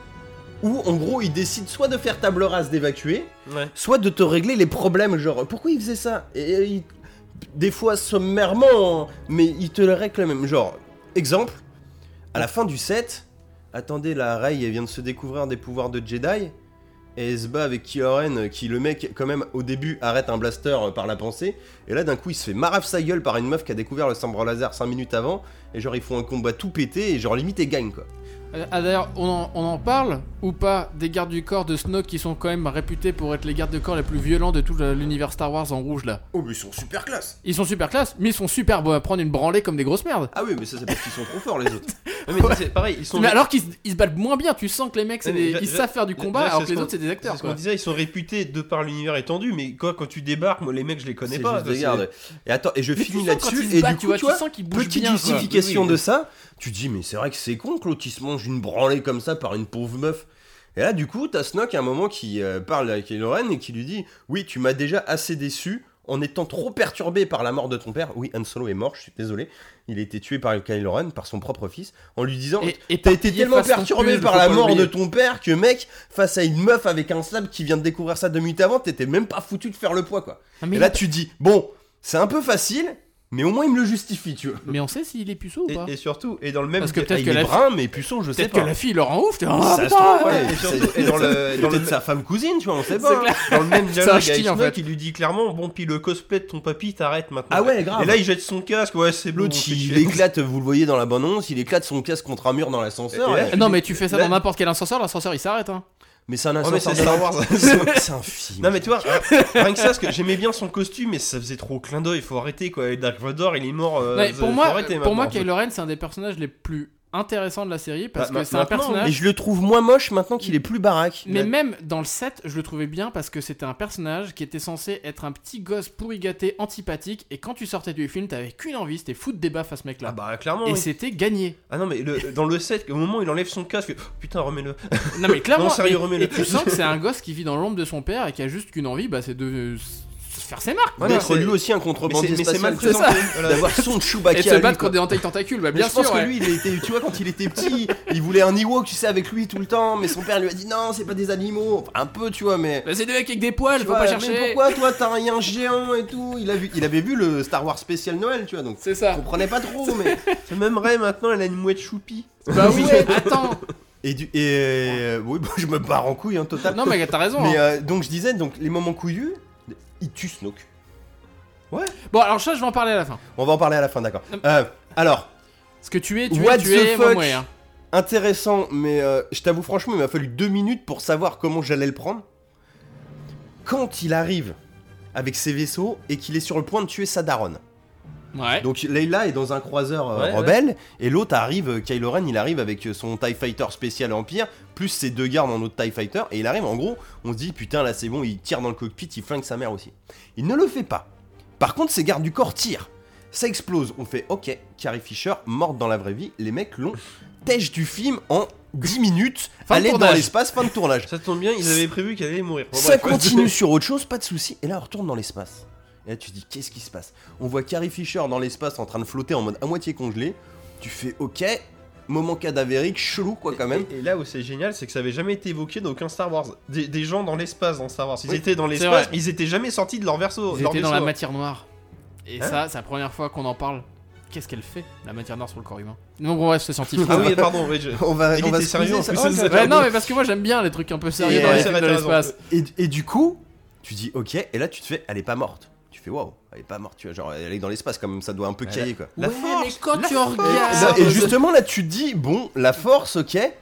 Speaker 1: où en gros, ils décident soit de faire table rase d'évacuer,
Speaker 3: Ouais.
Speaker 1: soit de te régler les problèmes, genre pourquoi il faisait ça Et, et il- des fois sommairement, mais il te le règle quand même. Genre, exemple, à la fin du set, attendez, la Rey elle vient de se découvrir des pouvoirs de Jedi, et elle se bat avec Kylo Ren, euh, qui le mec, quand même, au début, arrête un blaster euh, par la pensée, et là d'un coup, il se fait marave sa gueule par une meuf qui a découvert le sabre laser 5 minutes avant, et genre, ils font un combat tout pété, et genre, limite, ils gagnent quoi.
Speaker 2: Ah d'ailleurs, on en, on en parle ou pas des gardes du corps de Snoke qui sont quand même réputés pour être les gardes du corps les plus violents de tout le- l'univers Star Wars en rouge là.
Speaker 1: Oh, mais ils sont super classe
Speaker 2: Ils sont super classe, mais ils sont super bons à prendre une branlée comme des grosses merdes.
Speaker 1: Ah oui, mais ça, c'est parce qu'ils sont trop forts, les autres.
Speaker 3: Ouais, mais ça, c'est pareil, ils sont.
Speaker 2: Mais alors qu'ils se- ils se battent moins bien, tu sens que les mecs c'est
Speaker 3: Ouais, mais
Speaker 2: des-
Speaker 3: j'a-
Speaker 2: ils
Speaker 3: j'a-
Speaker 2: savent faire du
Speaker 3: j'a-
Speaker 2: combat
Speaker 3: déjà,
Speaker 2: alors
Speaker 3: c'est
Speaker 2: que les
Speaker 3: ce
Speaker 2: autres c'est des acteurs
Speaker 3: C'est ce qu'on
Speaker 2: quoi.
Speaker 3: disait, ils sont réputés de par l'univers étendu, mais quoi, quand tu débarques, moi, les mecs, je les connais
Speaker 1: C'est
Speaker 3: pas.
Speaker 1: juste
Speaker 3: ça,
Speaker 1: des
Speaker 3: c'est-
Speaker 1: gardes. Et attends, et je
Speaker 2: Mais tu
Speaker 1: finis
Speaker 2: sens quand
Speaker 1: là-dessus,
Speaker 2: ils se
Speaker 1: et
Speaker 2: battent,
Speaker 1: du coup,
Speaker 2: tu vois,
Speaker 1: tu vois,
Speaker 2: tu sens qu'ils bougent
Speaker 1: petite
Speaker 2: bien, quoi.
Speaker 1: justification
Speaker 3: Oui, oui.
Speaker 1: de ça, tu te dis, mais c'est vrai que c'est con que l'autre il se mange une branlée comme ça par une pauvre meuf. Et là, du coup, t'as Snoke à un moment qui euh, parle avec Lauren et qui lui dit, oui, tu m'as déjà assez déçu en étant trop perturbé par la mort de ton père. Oui, Han Solo est mort, je suis désolé. Il a été tué par Kylo Ren, par son propre fils, en lui disant,
Speaker 2: Et- et
Speaker 1: T'as
Speaker 2: par
Speaker 1: été
Speaker 2: pitié,
Speaker 1: tellement
Speaker 2: façon
Speaker 1: perturbé
Speaker 2: puzzle,
Speaker 1: par
Speaker 2: faut
Speaker 1: la
Speaker 2: pas
Speaker 1: mort de
Speaker 2: l'oublier.
Speaker 1: ton père que mec, face à une meuf avec un slab qui vient de découvrir ça deux minutes avant, t'étais même pas foutu de faire le poids quoi.
Speaker 2: Ah,
Speaker 1: Et
Speaker 2: mais il
Speaker 1: là
Speaker 2: a-
Speaker 1: tu dis, bon, c'est un peu facile, mais au moins il me le justifie, tu vois.
Speaker 2: Mais on sait s'il est puceau ou pas
Speaker 3: Et, et surtout, et dans le même.
Speaker 2: Parce que
Speaker 1: Ah,
Speaker 2: peut-être
Speaker 1: il
Speaker 2: que
Speaker 1: est
Speaker 2: la
Speaker 1: brun, mais puceau, je sais
Speaker 2: peut-être que
Speaker 1: pas.
Speaker 2: la fille il leur en ouf, t'es, ah,
Speaker 1: Ça se
Speaker 2: putain,
Speaker 1: trouve,
Speaker 3: ouais,
Speaker 1: ouais.
Speaker 3: et surtout, et dans le. Dans le
Speaker 1: Peut-être sa femme cousine, tu vois, on sait
Speaker 2: C'est
Speaker 1: pas.
Speaker 2: clair.
Speaker 3: hein. Dans le
Speaker 2: <laughs>
Speaker 3: même
Speaker 2: C'est
Speaker 3: dialogue
Speaker 2: un
Speaker 3: avec
Speaker 2: ch'ti, en
Speaker 3: Snoke,
Speaker 2: fait.
Speaker 3: il lui dit clairement Bon, puis le cosplay de ton papy, t'arrêtes maintenant.
Speaker 1: Ah ouais, grave.
Speaker 3: Et là, il jette son casque, ouais, c'est bon.
Speaker 1: L'autre,
Speaker 3: on fait
Speaker 1: il
Speaker 3: chier.
Speaker 1: éclate, vous le voyez dans la bande-annonce, il éclate son casque contre un mur dans l'ascenseur.
Speaker 3: Et là,
Speaker 1: et-
Speaker 3: tu
Speaker 2: Non
Speaker 3: dis-
Speaker 2: mais tu fais ça
Speaker 3: là-
Speaker 2: dans n'importe quel ascenseur, l'ascenseur il s'arrête hein.
Speaker 1: Mais c'est un
Speaker 3: Oh, mais c'est
Speaker 1: ascenseur.
Speaker 3: Star Wars. <laughs>
Speaker 1: C'est c'est un film.
Speaker 3: Non mais tu vois, euh, rien que ça, parce que j'aimais bien son costume, mais ça faisait trop clin d'œil, faut arrêter quoi. Et Dark Vador, il est mort. euh,
Speaker 2: Ouais,
Speaker 3: faut
Speaker 2: pour moi,
Speaker 3: arrêter
Speaker 2: pour moi
Speaker 3: maintenant.
Speaker 1: hein.
Speaker 2: Kylo Ren c'est un des personnages les plus intéressants de la série parce
Speaker 3: Bah,
Speaker 2: que c'est un
Speaker 3: maintenant,
Speaker 2: personnage
Speaker 1: Et je le trouve moins moche maintenant qu'il est plus baraque.
Speaker 2: Mais même dans le 7, je le trouvais bien parce que c'était un personnage qui était censé être un petit gosse pourri gâté, antipathique, et quand tu sortais du film, t'avais qu'une envie, c'était foutre des baffes à ce mec-là.
Speaker 3: Ah bah clairement.
Speaker 2: et
Speaker 3: oui.
Speaker 2: c'était gagné.
Speaker 3: Ah non mais le- dans le set, au moment où il enlève son casque, oh, putain remets-le.
Speaker 2: Non mais clairement,
Speaker 3: Non, sérieux,
Speaker 2: et-
Speaker 3: remets-le.
Speaker 2: et tu sens que c'est un gosse qui vit dans l'ombre de son père et qui a juste qu'une envie, bah c'est de euh, s- faire ses marques.
Speaker 3: Ouais,
Speaker 1: D'être
Speaker 3: mais
Speaker 1: lui
Speaker 3: c'est-
Speaker 1: aussi un
Speaker 3: Mais c'est-
Speaker 1: contrebandier
Speaker 3: mais c'est mal
Speaker 1: spatial.
Speaker 2: c'est
Speaker 3: présenté. Voilà.
Speaker 1: D'avoir son Chewbacca.
Speaker 2: Et de
Speaker 1: à
Speaker 2: se
Speaker 1: lui,
Speaker 2: battre
Speaker 1: quoi.
Speaker 2: contre des antennes tentacules, bah
Speaker 1: Mais
Speaker 2: bien
Speaker 1: je pense
Speaker 2: sûr. ouais.
Speaker 1: que lui, il était, tu vois, quand il était petit, il voulait un Ewok, tu sais, avec lui tout le temps, mais son père lui a dit non, c'est pas des animaux, Enfin, un peu, tu vois, mais.
Speaker 2: Bah, c'est des mecs avec des poils,
Speaker 1: tu
Speaker 2: faut
Speaker 1: vois,
Speaker 2: pas
Speaker 1: mais
Speaker 2: chercher.
Speaker 1: pourquoi toi t'as un lien géant et tout il, a vu, il avait vu le Star Wars spécial Noël, tu vois, donc <laughs>
Speaker 2: C'est
Speaker 1: on
Speaker 2: ça.
Speaker 1: comprenait pas trop, mais.
Speaker 3: C'est même vrai maintenant, elle a une mouette choupie.
Speaker 2: Bah oui, attends.
Speaker 1: Et, du, et euh, oui, bah, je me barre en couille, hein, total.
Speaker 2: Non mais t'as raison.
Speaker 1: mais
Speaker 2: hein.
Speaker 1: euh, donc je disais, donc les moments couillus, ils tuent Snoke. euh,
Speaker 2: Bon alors ça, je vais en parler à la fin.
Speaker 1: On va en parler à la fin, d'accord.
Speaker 2: Non.
Speaker 1: Euh, alors,
Speaker 2: Parce que tu es, tu
Speaker 1: What
Speaker 2: es, tu
Speaker 1: the
Speaker 2: es,
Speaker 1: fuck
Speaker 2: moi, moi, hein.
Speaker 1: intéressant, mais euh, je t'avoue franchement, il m'a fallu deux minutes pour savoir comment j'allais le prendre. Quand il arrive avec ses vaisseaux et qu'il est sur le point de tuer sa daronne,
Speaker 2: Ouais.
Speaker 1: Donc Leila est dans un croiseur euh,
Speaker 3: Ouais, ouais.
Speaker 1: rebelle et l'autre arrive, euh, Kylo Ren, il arrive avec euh, son Tie Fighter spécial Empire plus ses deux gardes en autre Tie Fighter et il arrive en gros, on se dit putain là c'est bon, il tire dans le cockpit, il flingue sa mère aussi. Il ne le fait pas. Par contre, ses gardes du corps tirent. Ça explose, on fait ok, Carrie Fisher morte dans la vraie vie, les mecs l'ont tèche du film en 10 minutes,
Speaker 2: Fin de
Speaker 1: aller dans
Speaker 2: tournage.
Speaker 1: l'espace, fin de tournage.
Speaker 3: Ça tombe bien, ils avaient prévu qu'elle allait mourir. Bon,
Speaker 1: Ça
Speaker 3: bref. <laughs>
Speaker 1: continue sur autre chose, pas de souci. Et là, on retourne dans l'espace. Et là, tu te dis, qu'est-ce qui se passe On voit Carrie Fisher dans l'espace en train de flotter en mode à moitié congelé. Tu fais, ok, moment cadavérique, chelou quoi quand même.
Speaker 3: Et, et là où c'est génial, c'est que ça avait jamais été évoqué dans aucun Star Wars. Des, des gens dans l'espace dans Star Wars. Ils
Speaker 2: Oui,
Speaker 3: étaient dans
Speaker 2: c'est
Speaker 3: l'espace,
Speaker 2: vrai.
Speaker 3: mais ils étaient jamais sortis de leur verso.
Speaker 2: Ils
Speaker 3: leur
Speaker 2: étaient dans la
Speaker 3: vaisseau.
Speaker 2: matière noire. Et
Speaker 3: Hein
Speaker 2: ça, c'est la première fois qu'on en parle. Qu'est-ce qu'elle fait, la matière noire sur le corps humain Non, bon, ouais, c'est
Speaker 1: <laughs>
Speaker 2: scientifique.
Speaker 3: Ah oui, pardon, oui, je-
Speaker 1: On va,
Speaker 3: Il
Speaker 1: on va
Speaker 3: était sérieux,
Speaker 1: squeezer
Speaker 3: en
Speaker 1: ça.
Speaker 3: plus,
Speaker 1: Oh,
Speaker 3: ça,
Speaker 1: ça-
Speaker 3: ça-
Speaker 2: Ouais, non, mais parce que moi j'aime bien les trucs un peu sérieux
Speaker 1: Et,
Speaker 2: dans
Speaker 1: euh,
Speaker 2: les
Speaker 1: c'est
Speaker 2: films de
Speaker 3: vrai, t'as
Speaker 2: l'espace.
Speaker 1: et, et du coup, tu dis, ok, et là, tu te fais, elle est pas morte. Tu fais, waouh, elle est pas morte. Tu vois, genre, elle est dans l'espace quand même, ça doit un peu
Speaker 3: Ouais,
Speaker 1: cailler quoi.
Speaker 3: La force.
Speaker 2: quand
Speaker 3: la
Speaker 2: tu
Speaker 3: force.
Speaker 1: Et-
Speaker 3: ça-
Speaker 2: regardes.
Speaker 1: et justement, là, tu te dis, bon, la force, ok. Et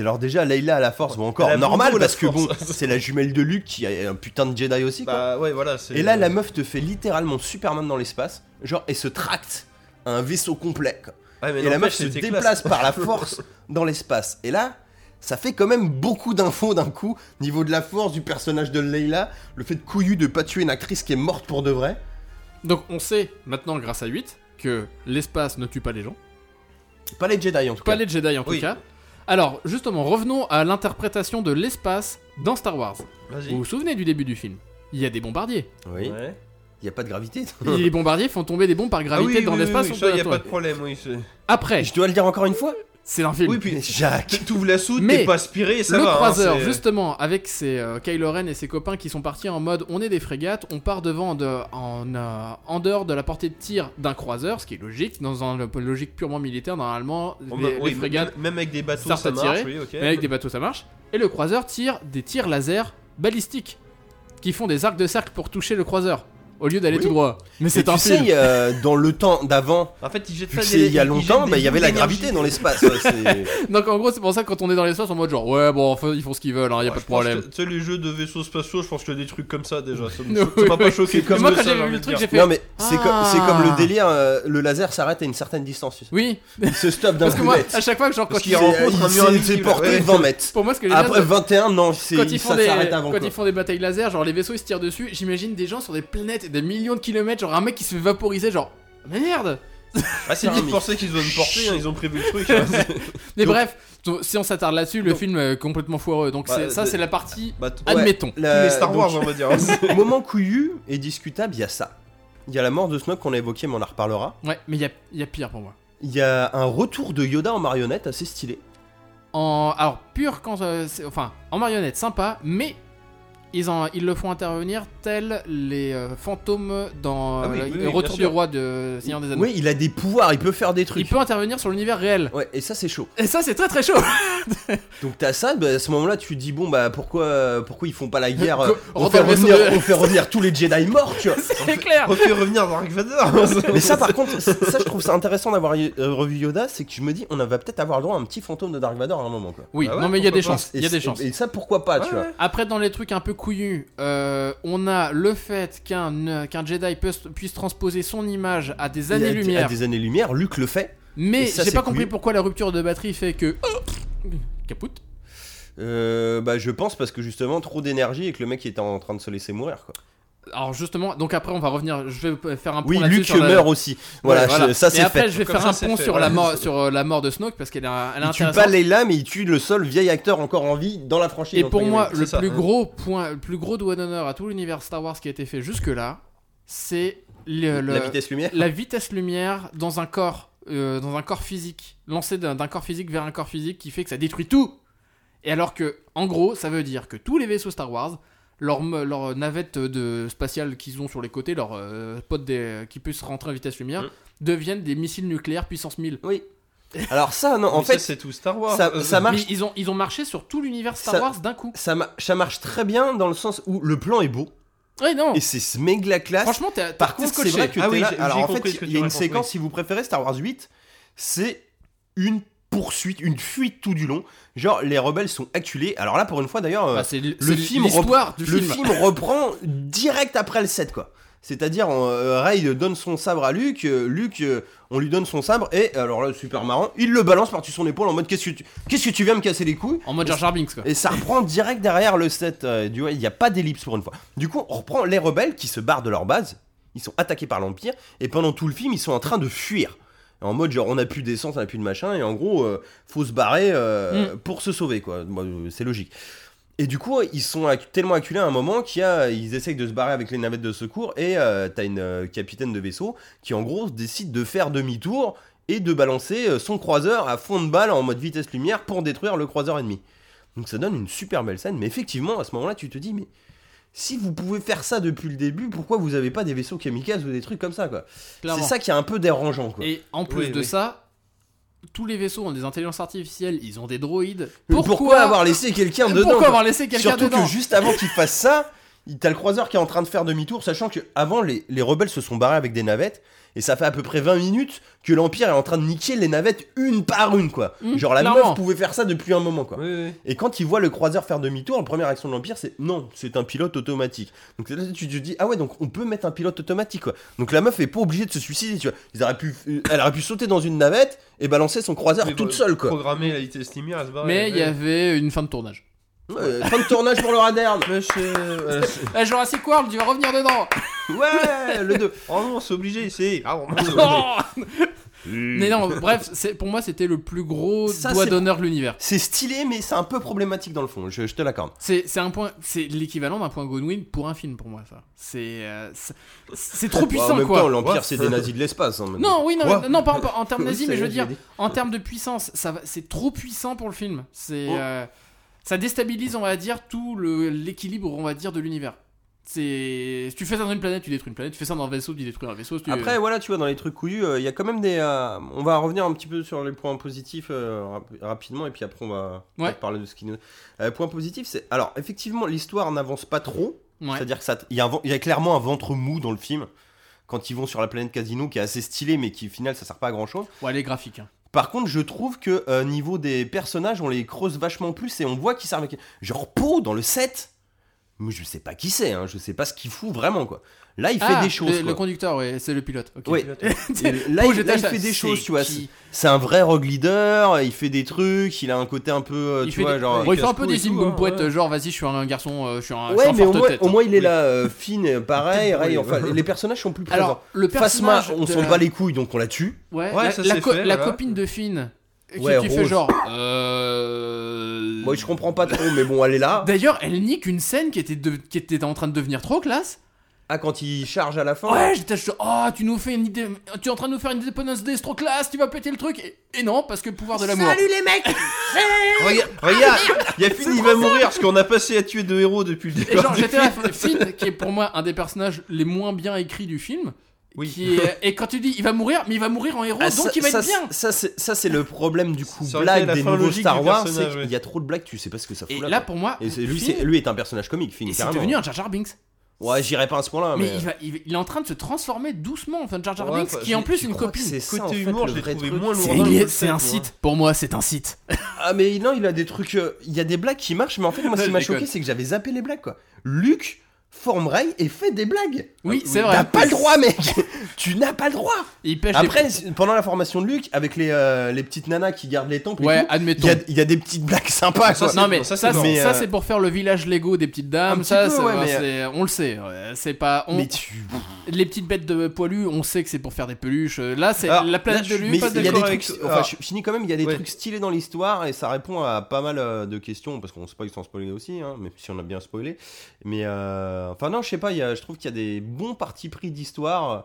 Speaker 1: alors, déjà, Leila à la force, bon,
Speaker 3: Elle
Speaker 1: encore
Speaker 3: a
Speaker 1: normal,
Speaker 3: beaucoup la
Speaker 1: parce que bon,
Speaker 3: force.
Speaker 1: c'est la jumelle de Luke qui est un putain de Jedi aussi, quoi.
Speaker 3: Bah ouais, voilà. c'est-
Speaker 1: Et là, la meuf te fait littéralement Superman dans l'espace, genre, et se tracte à un vaisseau complet. quoi.
Speaker 3: Ouais, mais
Speaker 1: Et la
Speaker 3: n'empêche,
Speaker 1: meuf se
Speaker 3: c'était
Speaker 1: déplace
Speaker 3: classe.
Speaker 1: par la
Speaker 3: <laughs>
Speaker 1: force dans l'espace. Et là, ça fait quand même beaucoup d'infos d'un coup, niveau de la force du personnage de Leila, le fait de couillu de pas tuer une actrice qui est morte pour de vrai.
Speaker 2: Donc on sait maintenant, grâce à 8, que l'espace ne tue pas les gens.
Speaker 1: Pas les Jedi en tout
Speaker 2: Pas
Speaker 1: cas.
Speaker 2: les Jedi en tout
Speaker 3: Oui.
Speaker 2: cas. Alors, justement, revenons à l'interprétation de l'espace dans Star Wars.
Speaker 3: Vas-y.
Speaker 2: Vous vous souvenez du début du film Il y a des
Speaker 3: <laughs>
Speaker 2: bombardiers.
Speaker 1: Oui, il
Speaker 3: Ouais.
Speaker 1: y a pas de gravité.
Speaker 2: Et les bombardiers font tomber des bombes par
Speaker 3: Ah oui,
Speaker 2: gravité
Speaker 3: oui,
Speaker 2: dans
Speaker 3: oui,
Speaker 2: l'espace.
Speaker 3: oui,
Speaker 2: on
Speaker 3: ça,
Speaker 2: peut
Speaker 3: y
Speaker 2: la
Speaker 3: a pas de
Speaker 2: tourner.
Speaker 3: problème, oui. c'est-
Speaker 2: Après,
Speaker 1: Je dois le dire encore une fois
Speaker 2: c'est un film.
Speaker 3: Oui, puis
Speaker 1: Mais
Speaker 3: <laughs>
Speaker 1: Jacques
Speaker 3: tu ouvres la soute,
Speaker 2: Mais
Speaker 3: t'es pas aspiré, ça
Speaker 2: le
Speaker 3: va. hein,
Speaker 2: croiseur,
Speaker 3: c'est-
Speaker 2: justement, avec ses, euh, Kylo Ren et ses copains qui sont partis en mode on est des frégates, on part devant de- en, euh, en dehors de la portée de tir d'un croiseur, ce qui est logique, dans une logique purement militaire, normalement,
Speaker 3: On
Speaker 2: les,
Speaker 3: va- oui,
Speaker 2: les frégates,
Speaker 3: même- Même avec des bateaux,
Speaker 2: startent
Speaker 3: ça
Speaker 2: à
Speaker 3: marche.
Speaker 2: tirer,
Speaker 3: oui, ok.
Speaker 2: mais avec des bateaux ça marche, et le croiseur tire des tirs laser balistiques, qui font des arcs de cercle pour toucher le croiseur, au lieu d'aller
Speaker 1: Oui.
Speaker 2: tout droit. Mais
Speaker 1: Et
Speaker 2: c'est un
Speaker 1: tu sais,
Speaker 2: film.
Speaker 1: euh, dans le temps d'avant,
Speaker 3: En fait, ils jettent
Speaker 1: vu
Speaker 3: ça
Speaker 1: que
Speaker 3: des-
Speaker 1: c'est il y a
Speaker 3: ils jettent
Speaker 1: longtemps,
Speaker 3: des
Speaker 1: bah, il y avait la
Speaker 3: boules d'énergie.
Speaker 1: gravité dans l'espace. ouais, c'est-
Speaker 2: Donc en gros, c'est pour ça que quand on est dans l'espace, en mode genre ouais, bon, enfin, ils font ce qu'ils veulent, hein, y a
Speaker 3: Ouais,
Speaker 2: pas
Speaker 3: je
Speaker 2: de
Speaker 3: pense
Speaker 2: problème.
Speaker 3: que, Tu sais, les jeux de vaisseaux spatiaux, je pense que des trucs comme ça déjà.
Speaker 1: <laughs>
Speaker 3: Ça
Speaker 2: Oui,
Speaker 3: me- ça m'a
Speaker 2: oui.
Speaker 3: pas choqué
Speaker 2: Mais
Speaker 3: comme
Speaker 2: moi
Speaker 3: ça,
Speaker 2: quand j'ai vu
Speaker 3: envie
Speaker 2: le
Speaker 3: de
Speaker 2: truc,
Speaker 3: dire.
Speaker 2: j'ai fait.
Speaker 1: Non mais c'est comme, c'est comme
Speaker 2: Ah.
Speaker 1: le délire, euh, le laser s'arrête à une certaine distance. tu sais.
Speaker 2: Oui,
Speaker 1: Il se stoppe d'un
Speaker 2: parce que
Speaker 1: coup
Speaker 2: moi,
Speaker 1: net.
Speaker 2: à chaque fois que genre quand
Speaker 3: Parce
Speaker 2: ils-
Speaker 3: Ah, bah, qu'il y a- rencontre un
Speaker 1: il
Speaker 3: mur
Speaker 1: s'est-
Speaker 3: invisible,
Speaker 1: s'est porté
Speaker 3: ouais.
Speaker 1: 20 mètres.
Speaker 2: Pour moi, ce que j'ai
Speaker 1: Après 21, non, c'est-
Speaker 2: quand ils font
Speaker 1: ça
Speaker 2: des
Speaker 1: s'arrête avant.
Speaker 2: quand
Speaker 1: quoi.
Speaker 2: ils font des batailles laser, genre les vaisseaux ils se tirent dessus, j'imagine des gens sur des planètes et des millions de kilomètres, genre un mec qui se fait vaporiser genre merde.
Speaker 3: Ah, c'est vite pensé qu'ils ont une portée, hein, ils ont prévu le truc. hein,
Speaker 1: <laughs>
Speaker 3: c'est-
Speaker 2: Mais
Speaker 3: Donc-
Speaker 2: bref, donc, si on s'attarde là-dessus, le
Speaker 3: Donc-
Speaker 2: film est complètement foireux. Donc
Speaker 3: Bah,
Speaker 2: c'est- ça
Speaker 3: de-
Speaker 2: c'est la partie
Speaker 3: Bah, t-
Speaker 1: Ah,
Speaker 2: admettons.
Speaker 1: La-
Speaker 3: tous les Star
Speaker 1: donc,
Speaker 3: Wars, on
Speaker 1: <laughs>
Speaker 3: va dire. hein, c'est-
Speaker 1: moment couillu et discutable, il y a ça. Il y a la mort de Snoke qu'on a évoqué, mais on en reparlera.
Speaker 2: Ouais, mais il y a, y a pire pour moi.
Speaker 1: Il y a un retour de Yoda en marionnette assez stylé.
Speaker 2: En alors pur quand euh, c'est- enfin en marionnette sympa, mais ils, en, ils le font intervenir tels les euh, fantômes dans
Speaker 3: Ah oui,
Speaker 2: euh,
Speaker 3: oui, oui,
Speaker 2: le
Speaker 3: bien
Speaker 2: Retour du
Speaker 3: sûr.
Speaker 2: roi de Seigneur des Anneaux.
Speaker 1: Oui, il a des pouvoirs, il peut faire des
Speaker 2: il
Speaker 1: trucs.
Speaker 2: peut intervenir sur l'univers réel.
Speaker 1: Ouais, et ça c'est chaud.
Speaker 2: Et ça c'est très très chaud.
Speaker 1: Donc t'as ça, bah, à ce moment-là tu te dis bon bah pourquoi euh, pourquoi ils font
Speaker 2: <laughs>
Speaker 1: pas la guerre euh,
Speaker 2: Go-
Speaker 1: on,
Speaker 2: rentre
Speaker 1: fait
Speaker 2: dans le vaisseau
Speaker 1: revenir,
Speaker 2: de-
Speaker 1: on fait revenir tous les Jedi morts, tu vois.
Speaker 2: <laughs> c'est clair.
Speaker 3: On fait revenir Dark Vader.
Speaker 1: Mais ça, par
Speaker 2: <laughs>
Speaker 1: contre, ça, ça, je trouve ça intéressant d'avoir y- euh, revu Yoda, c'est que je me dis, on va peut-être avoir le droit à un petit fantôme de Dark Vador à un moment, quoi.
Speaker 2: Oui,
Speaker 3: Ah ouais,
Speaker 2: non mais il y a des
Speaker 3: pourquoi pas.
Speaker 2: chances, il y a des
Speaker 1: c'est-
Speaker 2: chances.
Speaker 1: Et ça, pourquoi pas, tu vois.
Speaker 2: Après, dans les trucs un peu couillus, euh, on a le fait qu'un euh, qu'un Jedi peut- puisse transposer son image à des
Speaker 1: Il y a-
Speaker 2: années-lumière.
Speaker 1: À des années-lumière, Luke le fait.
Speaker 2: Mais
Speaker 1: Et ça,
Speaker 2: j'ai
Speaker 1: c'est
Speaker 2: pas compris
Speaker 1: couillu.
Speaker 2: pourquoi la rupture de batterie fait que. Oh, Capoute.
Speaker 1: Euh, bah, je pense parce que justement, trop d'énergie et que le mec était en train de se laisser mourir, quoi.
Speaker 2: Alors justement, donc après on va revenir, je vais faire un point
Speaker 1: Oui,
Speaker 2: là-dessus
Speaker 1: Luke
Speaker 2: sur la-
Speaker 1: meurt aussi. Voilà,
Speaker 2: Ouais,
Speaker 1: je- ça
Speaker 2: Et
Speaker 1: c'est
Speaker 2: après
Speaker 1: fait.
Speaker 2: je vais
Speaker 3: Comme
Speaker 2: faire
Speaker 3: ça,
Speaker 2: un
Speaker 3: c'est
Speaker 2: pont
Speaker 3: fait,
Speaker 2: sur,
Speaker 3: voilà.
Speaker 2: la mort, sur euh, la mort de Snoke parce qu'elle est, un- elle est
Speaker 1: Il tue
Speaker 2: intéressante.
Speaker 1: pas Leila, mais il tue le seul vieil acteur encore en vie dans la franchise.
Speaker 2: Et
Speaker 1: entre
Speaker 2: pour moi,
Speaker 1: guillemets.
Speaker 2: le
Speaker 3: ça,
Speaker 2: plus
Speaker 3: hein.
Speaker 2: gros point, le plus gros doigt d'honneur à tout l'univers Star Wars qui a été fait jusque-là, c'est le- le-
Speaker 1: la vitesse
Speaker 2: <laughs>
Speaker 1: lumière.
Speaker 2: la vitesse lumière dans un corps, euh, dans un corps physique, lancé d'un d'un corps physique vers un corps physique qui fait que ça détruit tout. Et alors que, en gros, ça veut dire que tous les vaisseaux Star Wars, leurs me- leurs navettes de spatiales qu'ils ont sur les côtés, leurs euh, potes des- qui puissent rentrer à vitesse lumière,
Speaker 3: Mm.
Speaker 2: deviennent des missiles nucléaires puissance 1000.
Speaker 1: Oui. Alors ça, non, en
Speaker 3: Mais ça,
Speaker 1: fait,
Speaker 3: c'est tout Star Wars.
Speaker 1: ça-
Speaker 3: Euh,
Speaker 1: ça marche.
Speaker 2: Mais ils ont, ils ont marché sur tout l'univers Star
Speaker 1: Ça-
Speaker 2: Wars d'un coup.
Speaker 1: ça, ma- ça marche très bien dans le sens où le plan est beau
Speaker 2: Ouais, non.
Speaker 1: et c'est méga classe.
Speaker 2: Franchement, t'es t'es
Speaker 1: Par contre,
Speaker 2: scotché.
Speaker 1: c'est vrai que
Speaker 3: Ah
Speaker 1: t'es
Speaker 3: oui,
Speaker 1: là-
Speaker 3: j'ai-
Speaker 1: Alors
Speaker 3: j'ai
Speaker 1: en
Speaker 3: compris
Speaker 1: fait,
Speaker 3: ce que
Speaker 1: il
Speaker 3: tu
Speaker 1: y a une
Speaker 3: racontes,
Speaker 1: séquence, si vous préférez Star Wars 8, c'est une poursuite, une fuite tout du long. Genre les rebelles sont acculés. Alors là, pour une fois d'ailleurs, euh,
Speaker 2: Bah, c'est le
Speaker 1: film
Speaker 2: l'histoire du
Speaker 1: le
Speaker 2: film.
Speaker 1: film reprend direct après le 7 quoi. C'est-à-dire, en, euh, Rey donne son sabre à Luke, euh, Luke, euh, on lui donne son sabre, et alors là, super marrant, il le balance par-dessus son épaule en mode Qu'est-ce que tu, qu'est-ce que tu viens me casser les couilles
Speaker 2: En mode Jar Jar Binks, quoi.
Speaker 1: Et ça reprend direct derrière le set. euh, du il n'y a pas d'ellipse pour une fois. Du coup, on reprend les rebelles qui se barrent de leur base. Ils sont attaqués par l'Empire. Et pendant tout le film, ils sont en train de fuir. En mode, genre, on n'a plus d'essence, on n'a plus de machin. Et en gros, euh, faut se barrer euh, pour se sauver, quoi. Moi, euh, C'est logique. Et du coup, ils sont acc- tellement acculés à un moment qu'il y a, ils essayent de se barrer avec les navettes de secours. Et euh, t'as une euh, capitaine de vaisseau qui, en gros, décide de faire demi-tour et de balancer euh, son croiseur à fond de balle en mode vitesse lumière pour détruire le croiseur ennemi. Donc ça donne une super belle scène, mais effectivement, à ce moment-là, tu te dis, mais si vous pouvez faire ça depuis le début, pourquoi vous avez pas des vaisseaux kamikazes ou des trucs comme ça, quoi C'est
Speaker 2: Clairement.
Speaker 1: ça qui est un peu dérangeant, quoi.
Speaker 2: Et en plus
Speaker 3: Oui,
Speaker 2: de
Speaker 3: oui.
Speaker 2: ça, tous les vaisseaux ont des intelligences artificielles, ils ont des droïdes.
Speaker 1: Pourquoi, avoir laissé quelqu'un dedans
Speaker 2: Pourquoi
Speaker 1: quoi
Speaker 2: avoir laissé quelqu'un
Speaker 1: Surtout
Speaker 2: dedans
Speaker 1: que juste avant qu'il fasse ça, il- t'as le croiseur qui est en train de faire demi-tour, sachant que avant les, les rebelles se sont barrés avec des navettes, et ça fait à peu près 20 minutes que l'Empire est en train de niquer les navettes une par une, quoi.
Speaker 2: Mm,
Speaker 1: Genre la
Speaker 2: clairement.
Speaker 1: meuf pouvait faire ça depuis un moment, quoi.
Speaker 3: Oui, oui.
Speaker 1: Et quand il voit le croiseur faire demi-tour, la première action de l'Empire, c'est non, c'est un pilote automatique. Donc là, tu te dis, ah ouais, donc on peut mettre un pilote automatique, quoi. Donc la meuf est pas obligée de se suicider, tu vois. Ils auraient pu, euh, elle aurait pu sauter dans une navette et balancer son croiseur
Speaker 3: Mais
Speaker 1: toute
Speaker 3: bon,
Speaker 2: bah,
Speaker 1: seule, quoi.
Speaker 3: Programmer la vitesse lumière, elle se barre.
Speaker 2: Mais il y avait une fin de tournage.
Speaker 1: Euh, fin de tournage pour le
Speaker 2: <laughs>
Speaker 1: radar.
Speaker 2: Eh, Jurassic World, tu vas revenir dedans
Speaker 3: Ouais, le 2. Oh non, c'est obligé, c'est.
Speaker 1: <laughs>
Speaker 3: Ah bon, c'est obligé.
Speaker 2: Oh Mais non, bref, c'est- pour moi, c'était le plus gros
Speaker 1: Mmh. Ça,
Speaker 2: doigt
Speaker 1: c'est-
Speaker 2: d'honneur de l'univers.
Speaker 1: C'est stylé, mais c'est un peu problématique dans le fond, je, je te l'accorde.
Speaker 2: C'est c'est un point, c'est l'équivalent d'un point Godwin pour un film pour moi ça. C'est euh, c'est- c'est trop
Speaker 1: Bah, en
Speaker 2: puissant
Speaker 1: même
Speaker 2: quoi.
Speaker 1: temps, l'Empire,
Speaker 3: Quoi
Speaker 1: c'est des nazis de l'espace. hein, maintenant.
Speaker 2: Non, oui, non,
Speaker 3: Quoi
Speaker 2: mais- non, pas
Speaker 1: <laughs>
Speaker 2: en, en termes nazis,
Speaker 1: Ça
Speaker 2: mais
Speaker 1: y
Speaker 2: je
Speaker 1: est,
Speaker 2: veux dire,
Speaker 1: j'ai dit.
Speaker 2: en termes de puissance, ça va, c'est trop puissant pour le film. C'est,
Speaker 1: Oh.
Speaker 2: euh, ça déstabilise, on va dire, tout le- l'équilibre, on va dire, de l'univers. C'est, si tu fais ça dans une planète, tu détruis une planète. Tu fais ça dans un vaisseau, tu détruis un vaisseau. si tu-
Speaker 1: Après, voilà, tu vois, dans les trucs couillus, il y a quand même des. euh, on va revenir un petit peu sur les points positifs euh, rap- rapidement, et puis après, on va
Speaker 2: Ouais.
Speaker 1: peut-être parler de ce qui nous. Euh, point positif, c'est. Alors, effectivement, l'histoire n'avance pas trop.
Speaker 2: Ouais.
Speaker 1: C'est-à-dire qu'il y, a un vent- il y a clairement un ventre mou dans le film, quand ils vont sur la planète Casino, qui est assez stylé, mais qui, au final, ça sert pas à grand-chose.
Speaker 2: ouais, les graphiques. hein.
Speaker 1: Par contre, je trouve que euh, niveau des personnages, on les creuse vachement plus et on voit qu'ils servent à quelque- Genre Poe dans le 7 mais je sais pas qui c'est, hein, je sais pas ce qu'il fout vraiment quoi. Là, il fait
Speaker 2: Ah,
Speaker 1: des choses.
Speaker 2: Le, le
Speaker 1: quoi.
Speaker 2: conducteur, ouais, c'est le pilote. ok. <laughs>
Speaker 1: Ouais. Et Là,
Speaker 2: Oh,
Speaker 1: il,
Speaker 2: j'étais
Speaker 1: là, il
Speaker 2: à ça.
Speaker 1: fait des
Speaker 2: C'est
Speaker 1: choses, tu vois.
Speaker 2: qui
Speaker 1: C'est un vrai rogue leader, il fait des trucs, il a un côté un peu, euh,
Speaker 2: Il
Speaker 1: tu
Speaker 2: fait
Speaker 1: vois,
Speaker 2: des-
Speaker 1: genre.
Speaker 2: Bon, il fait un
Speaker 3: casse-cou
Speaker 2: peu des
Speaker 3: et tout,
Speaker 2: zingoules poètes,
Speaker 3: hein, ouais.
Speaker 2: genre vas-y, je suis un garçon, euh, je suis un, je suis
Speaker 1: Ouais,
Speaker 2: un
Speaker 1: mais au
Speaker 2: forte
Speaker 1: moins,
Speaker 2: tête.
Speaker 1: au moins, il est
Speaker 2: Oui.
Speaker 1: là, euh, Finn, pareil,
Speaker 3: Tête brûlée.
Speaker 1: Ray, enfin, les personnages sont plus présents.
Speaker 2: Alors, le
Speaker 1: Phasma,
Speaker 2: personnage.
Speaker 1: on
Speaker 2: de
Speaker 1: s'en
Speaker 2: la-
Speaker 1: bat les couilles, donc on la tue.
Speaker 2: Ouais,
Speaker 3: Ouais,
Speaker 2: la,
Speaker 3: ça,
Speaker 2: la
Speaker 3: c'est
Speaker 2: co-
Speaker 3: fait,
Speaker 2: la
Speaker 3: voilà.
Speaker 2: copine de Finn qui,
Speaker 1: Ouais,
Speaker 2: qui
Speaker 1: Rose.
Speaker 2: fait genre. euh,
Speaker 1: Moi, je comprends pas trop, mais bon, elle est là.
Speaker 2: D'ailleurs, elle nique une scène qui était, de- qui était en train de devenir trop classe.
Speaker 1: Ah, quand il charge à la fin.
Speaker 2: Ouais, j'étais genre, oh, tu nous fais une idée, tu es en train de nous faire une Independence Day, c'est trop classe, tu vas péter le truc. Et, et non, parce que le
Speaker 1: Ah,
Speaker 2: pouvoir de l'amour.
Speaker 1: les mecs
Speaker 3: Regarde, regarde, il y a Finn, il va mourir parce qu'on a passé à tuer deux héros depuis le
Speaker 2: Et
Speaker 3: départ.
Speaker 2: genre,
Speaker 3: du
Speaker 2: j'étais
Speaker 1: <laughs>
Speaker 2: là,
Speaker 3: film.
Speaker 2: Finn, qui est pour moi un des personnages les moins bien écrits du film.
Speaker 3: Oui.
Speaker 1: <laughs>
Speaker 2: Qui est- et quand tu dis, il va mourir, mais il va mourir en héros,
Speaker 1: Ah,
Speaker 2: donc
Speaker 1: ça-
Speaker 2: il va
Speaker 1: ça,
Speaker 2: être bien.
Speaker 1: Ça, c'est- ça, c'est le problème du coup
Speaker 3: Ça aurait été
Speaker 1: blague
Speaker 3: la
Speaker 1: des
Speaker 3: fin
Speaker 1: nouveaux
Speaker 3: logique
Speaker 1: Star
Speaker 3: du
Speaker 1: Wars, c'est
Speaker 3: personnage,
Speaker 1: qu'il
Speaker 3: ouais.
Speaker 1: y a trop de blagues, tu sais pas ce que ça fout
Speaker 2: Et
Speaker 1: là.
Speaker 2: là,
Speaker 1: quoi.
Speaker 2: pour moi,
Speaker 1: Et c'est- lui,
Speaker 2: Finn,
Speaker 1: c'est- lui est un personnage comique, Finn,
Speaker 2: et c'est
Speaker 1: carrément.
Speaker 2: devenu un Jar Jar Binks.
Speaker 1: Ouais, j'irai pas à ce point-là,
Speaker 2: Mais,
Speaker 1: mais. euh,
Speaker 2: il, va- il va- il est en train de se transformer doucement, enfin Jar Jar
Speaker 3: Ouais,
Speaker 2: Binks,
Speaker 3: enfin,
Speaker 2: qui est en
Speaker 3: je-
Speaker 2: plus
Speaker 1: Tu
Speaker 2: une
Speaker 1: crois que
Speaker 2: copine.
Speaker 1: C'est ça,
Speaker 3: Côté
Speaker 1: en fait,
Speaker 3: humour,
Speaker 1: le
Speaker 3: je l'ai
Speaker 1: vrai
Speaker 3: trouvé
Speaker 1: truc.
Speaker 3: moins lourd.
Speaker 2: C'est
Speaker 3: Non,
Speaker 2: lié-
Speaker 3: je le
Speaker 2: c'est
Speaker 3: sais,
Speaker 2: un
Speaker 3: moi.
Speaker 2: site. Pour moi, c'est un site.
Speaker 1: Ah, mais non, il a des trucs. euh, Il y a des blagues qui marchent, mais en fait,
Speaker 2: <laughs>
Speaker 1: moi, ce
Speaker 2: Je
Speaker 1: qui m'a
Speaker 2: déconne.
Speaker 1: choqué, c'est que j'avais zappé les blagues, quoi. Luke forme Ray et fait des blagues. Ah,
Speaker 2: Oui, c'est vrai.
Speaker 1: T'as pas le
Speaker 2: <laughs>
Speaker 1: droit, mec Tu n'as pas le droit
Speaker 2: Il pêche. des-
Speaker 1: Après, c'est- pendant la formation de Luke, avec les, euh, les petites nanas qui gardent les temples, et
Speaker 2: ouais,
Speaker 1: tout, il
Speaker 2: admettons.
Speaker 1: y a- il y, a des petites blagues sympas,
Speaker 3: Ça,
Speaker 1: quoi.
Speaker 3: c'est-
Speaker 2: Non mais
Speaker 3: bon,
Speaker 2: ça, ça,
Speaker 3: ça, c'est bon.
Speaker 1: Mais, euh,
Speaker 2: c'est pour faire le village Lego des petites
Speaker 1: un
Speaker 2: dames.
Speaker 1: petit
Speaker 2: Ça,
Speaker 1: peu,
Speaker 2: c'est-
Speaker 1: ouais, mais, euh,
Speaker 2: c'est- on le sait. ouais, C'est pas. on-
Speaker 1: Mais tu.
Speaker 2: Les petites bêtes de poilu, on sait que c'est pour faire des peluches. Euh, Là, c'est
Speaker 3: Alors,
Speaker 2: la planète
Speaker 3: là,
Speaker 2: de
Speaker 3: je-
Speaker 2: lui.
Speaker 1: Mais
Speaker 2: pas
Speaker 1: il y a des
Speaker 2: d'accord.
Speaker 1: trucs,
Speaker 3: avec-
Speaker 1: enfin,
Speaker 3: alors-
Speaker 1: je finis quand même, il y a des
Speaker 3: Ouais.
Speaker 1: trucs stylés dans l'histoire et ça répond à pas mal euh, de questions parce qu'on sait pas qu'ils sont spoilés aussi, hein, même si on a bien spoilé. Mais euh, enfin, non, je sais pas, il y a- je trouve qu'il y a des bons partis pris d'histoire euh,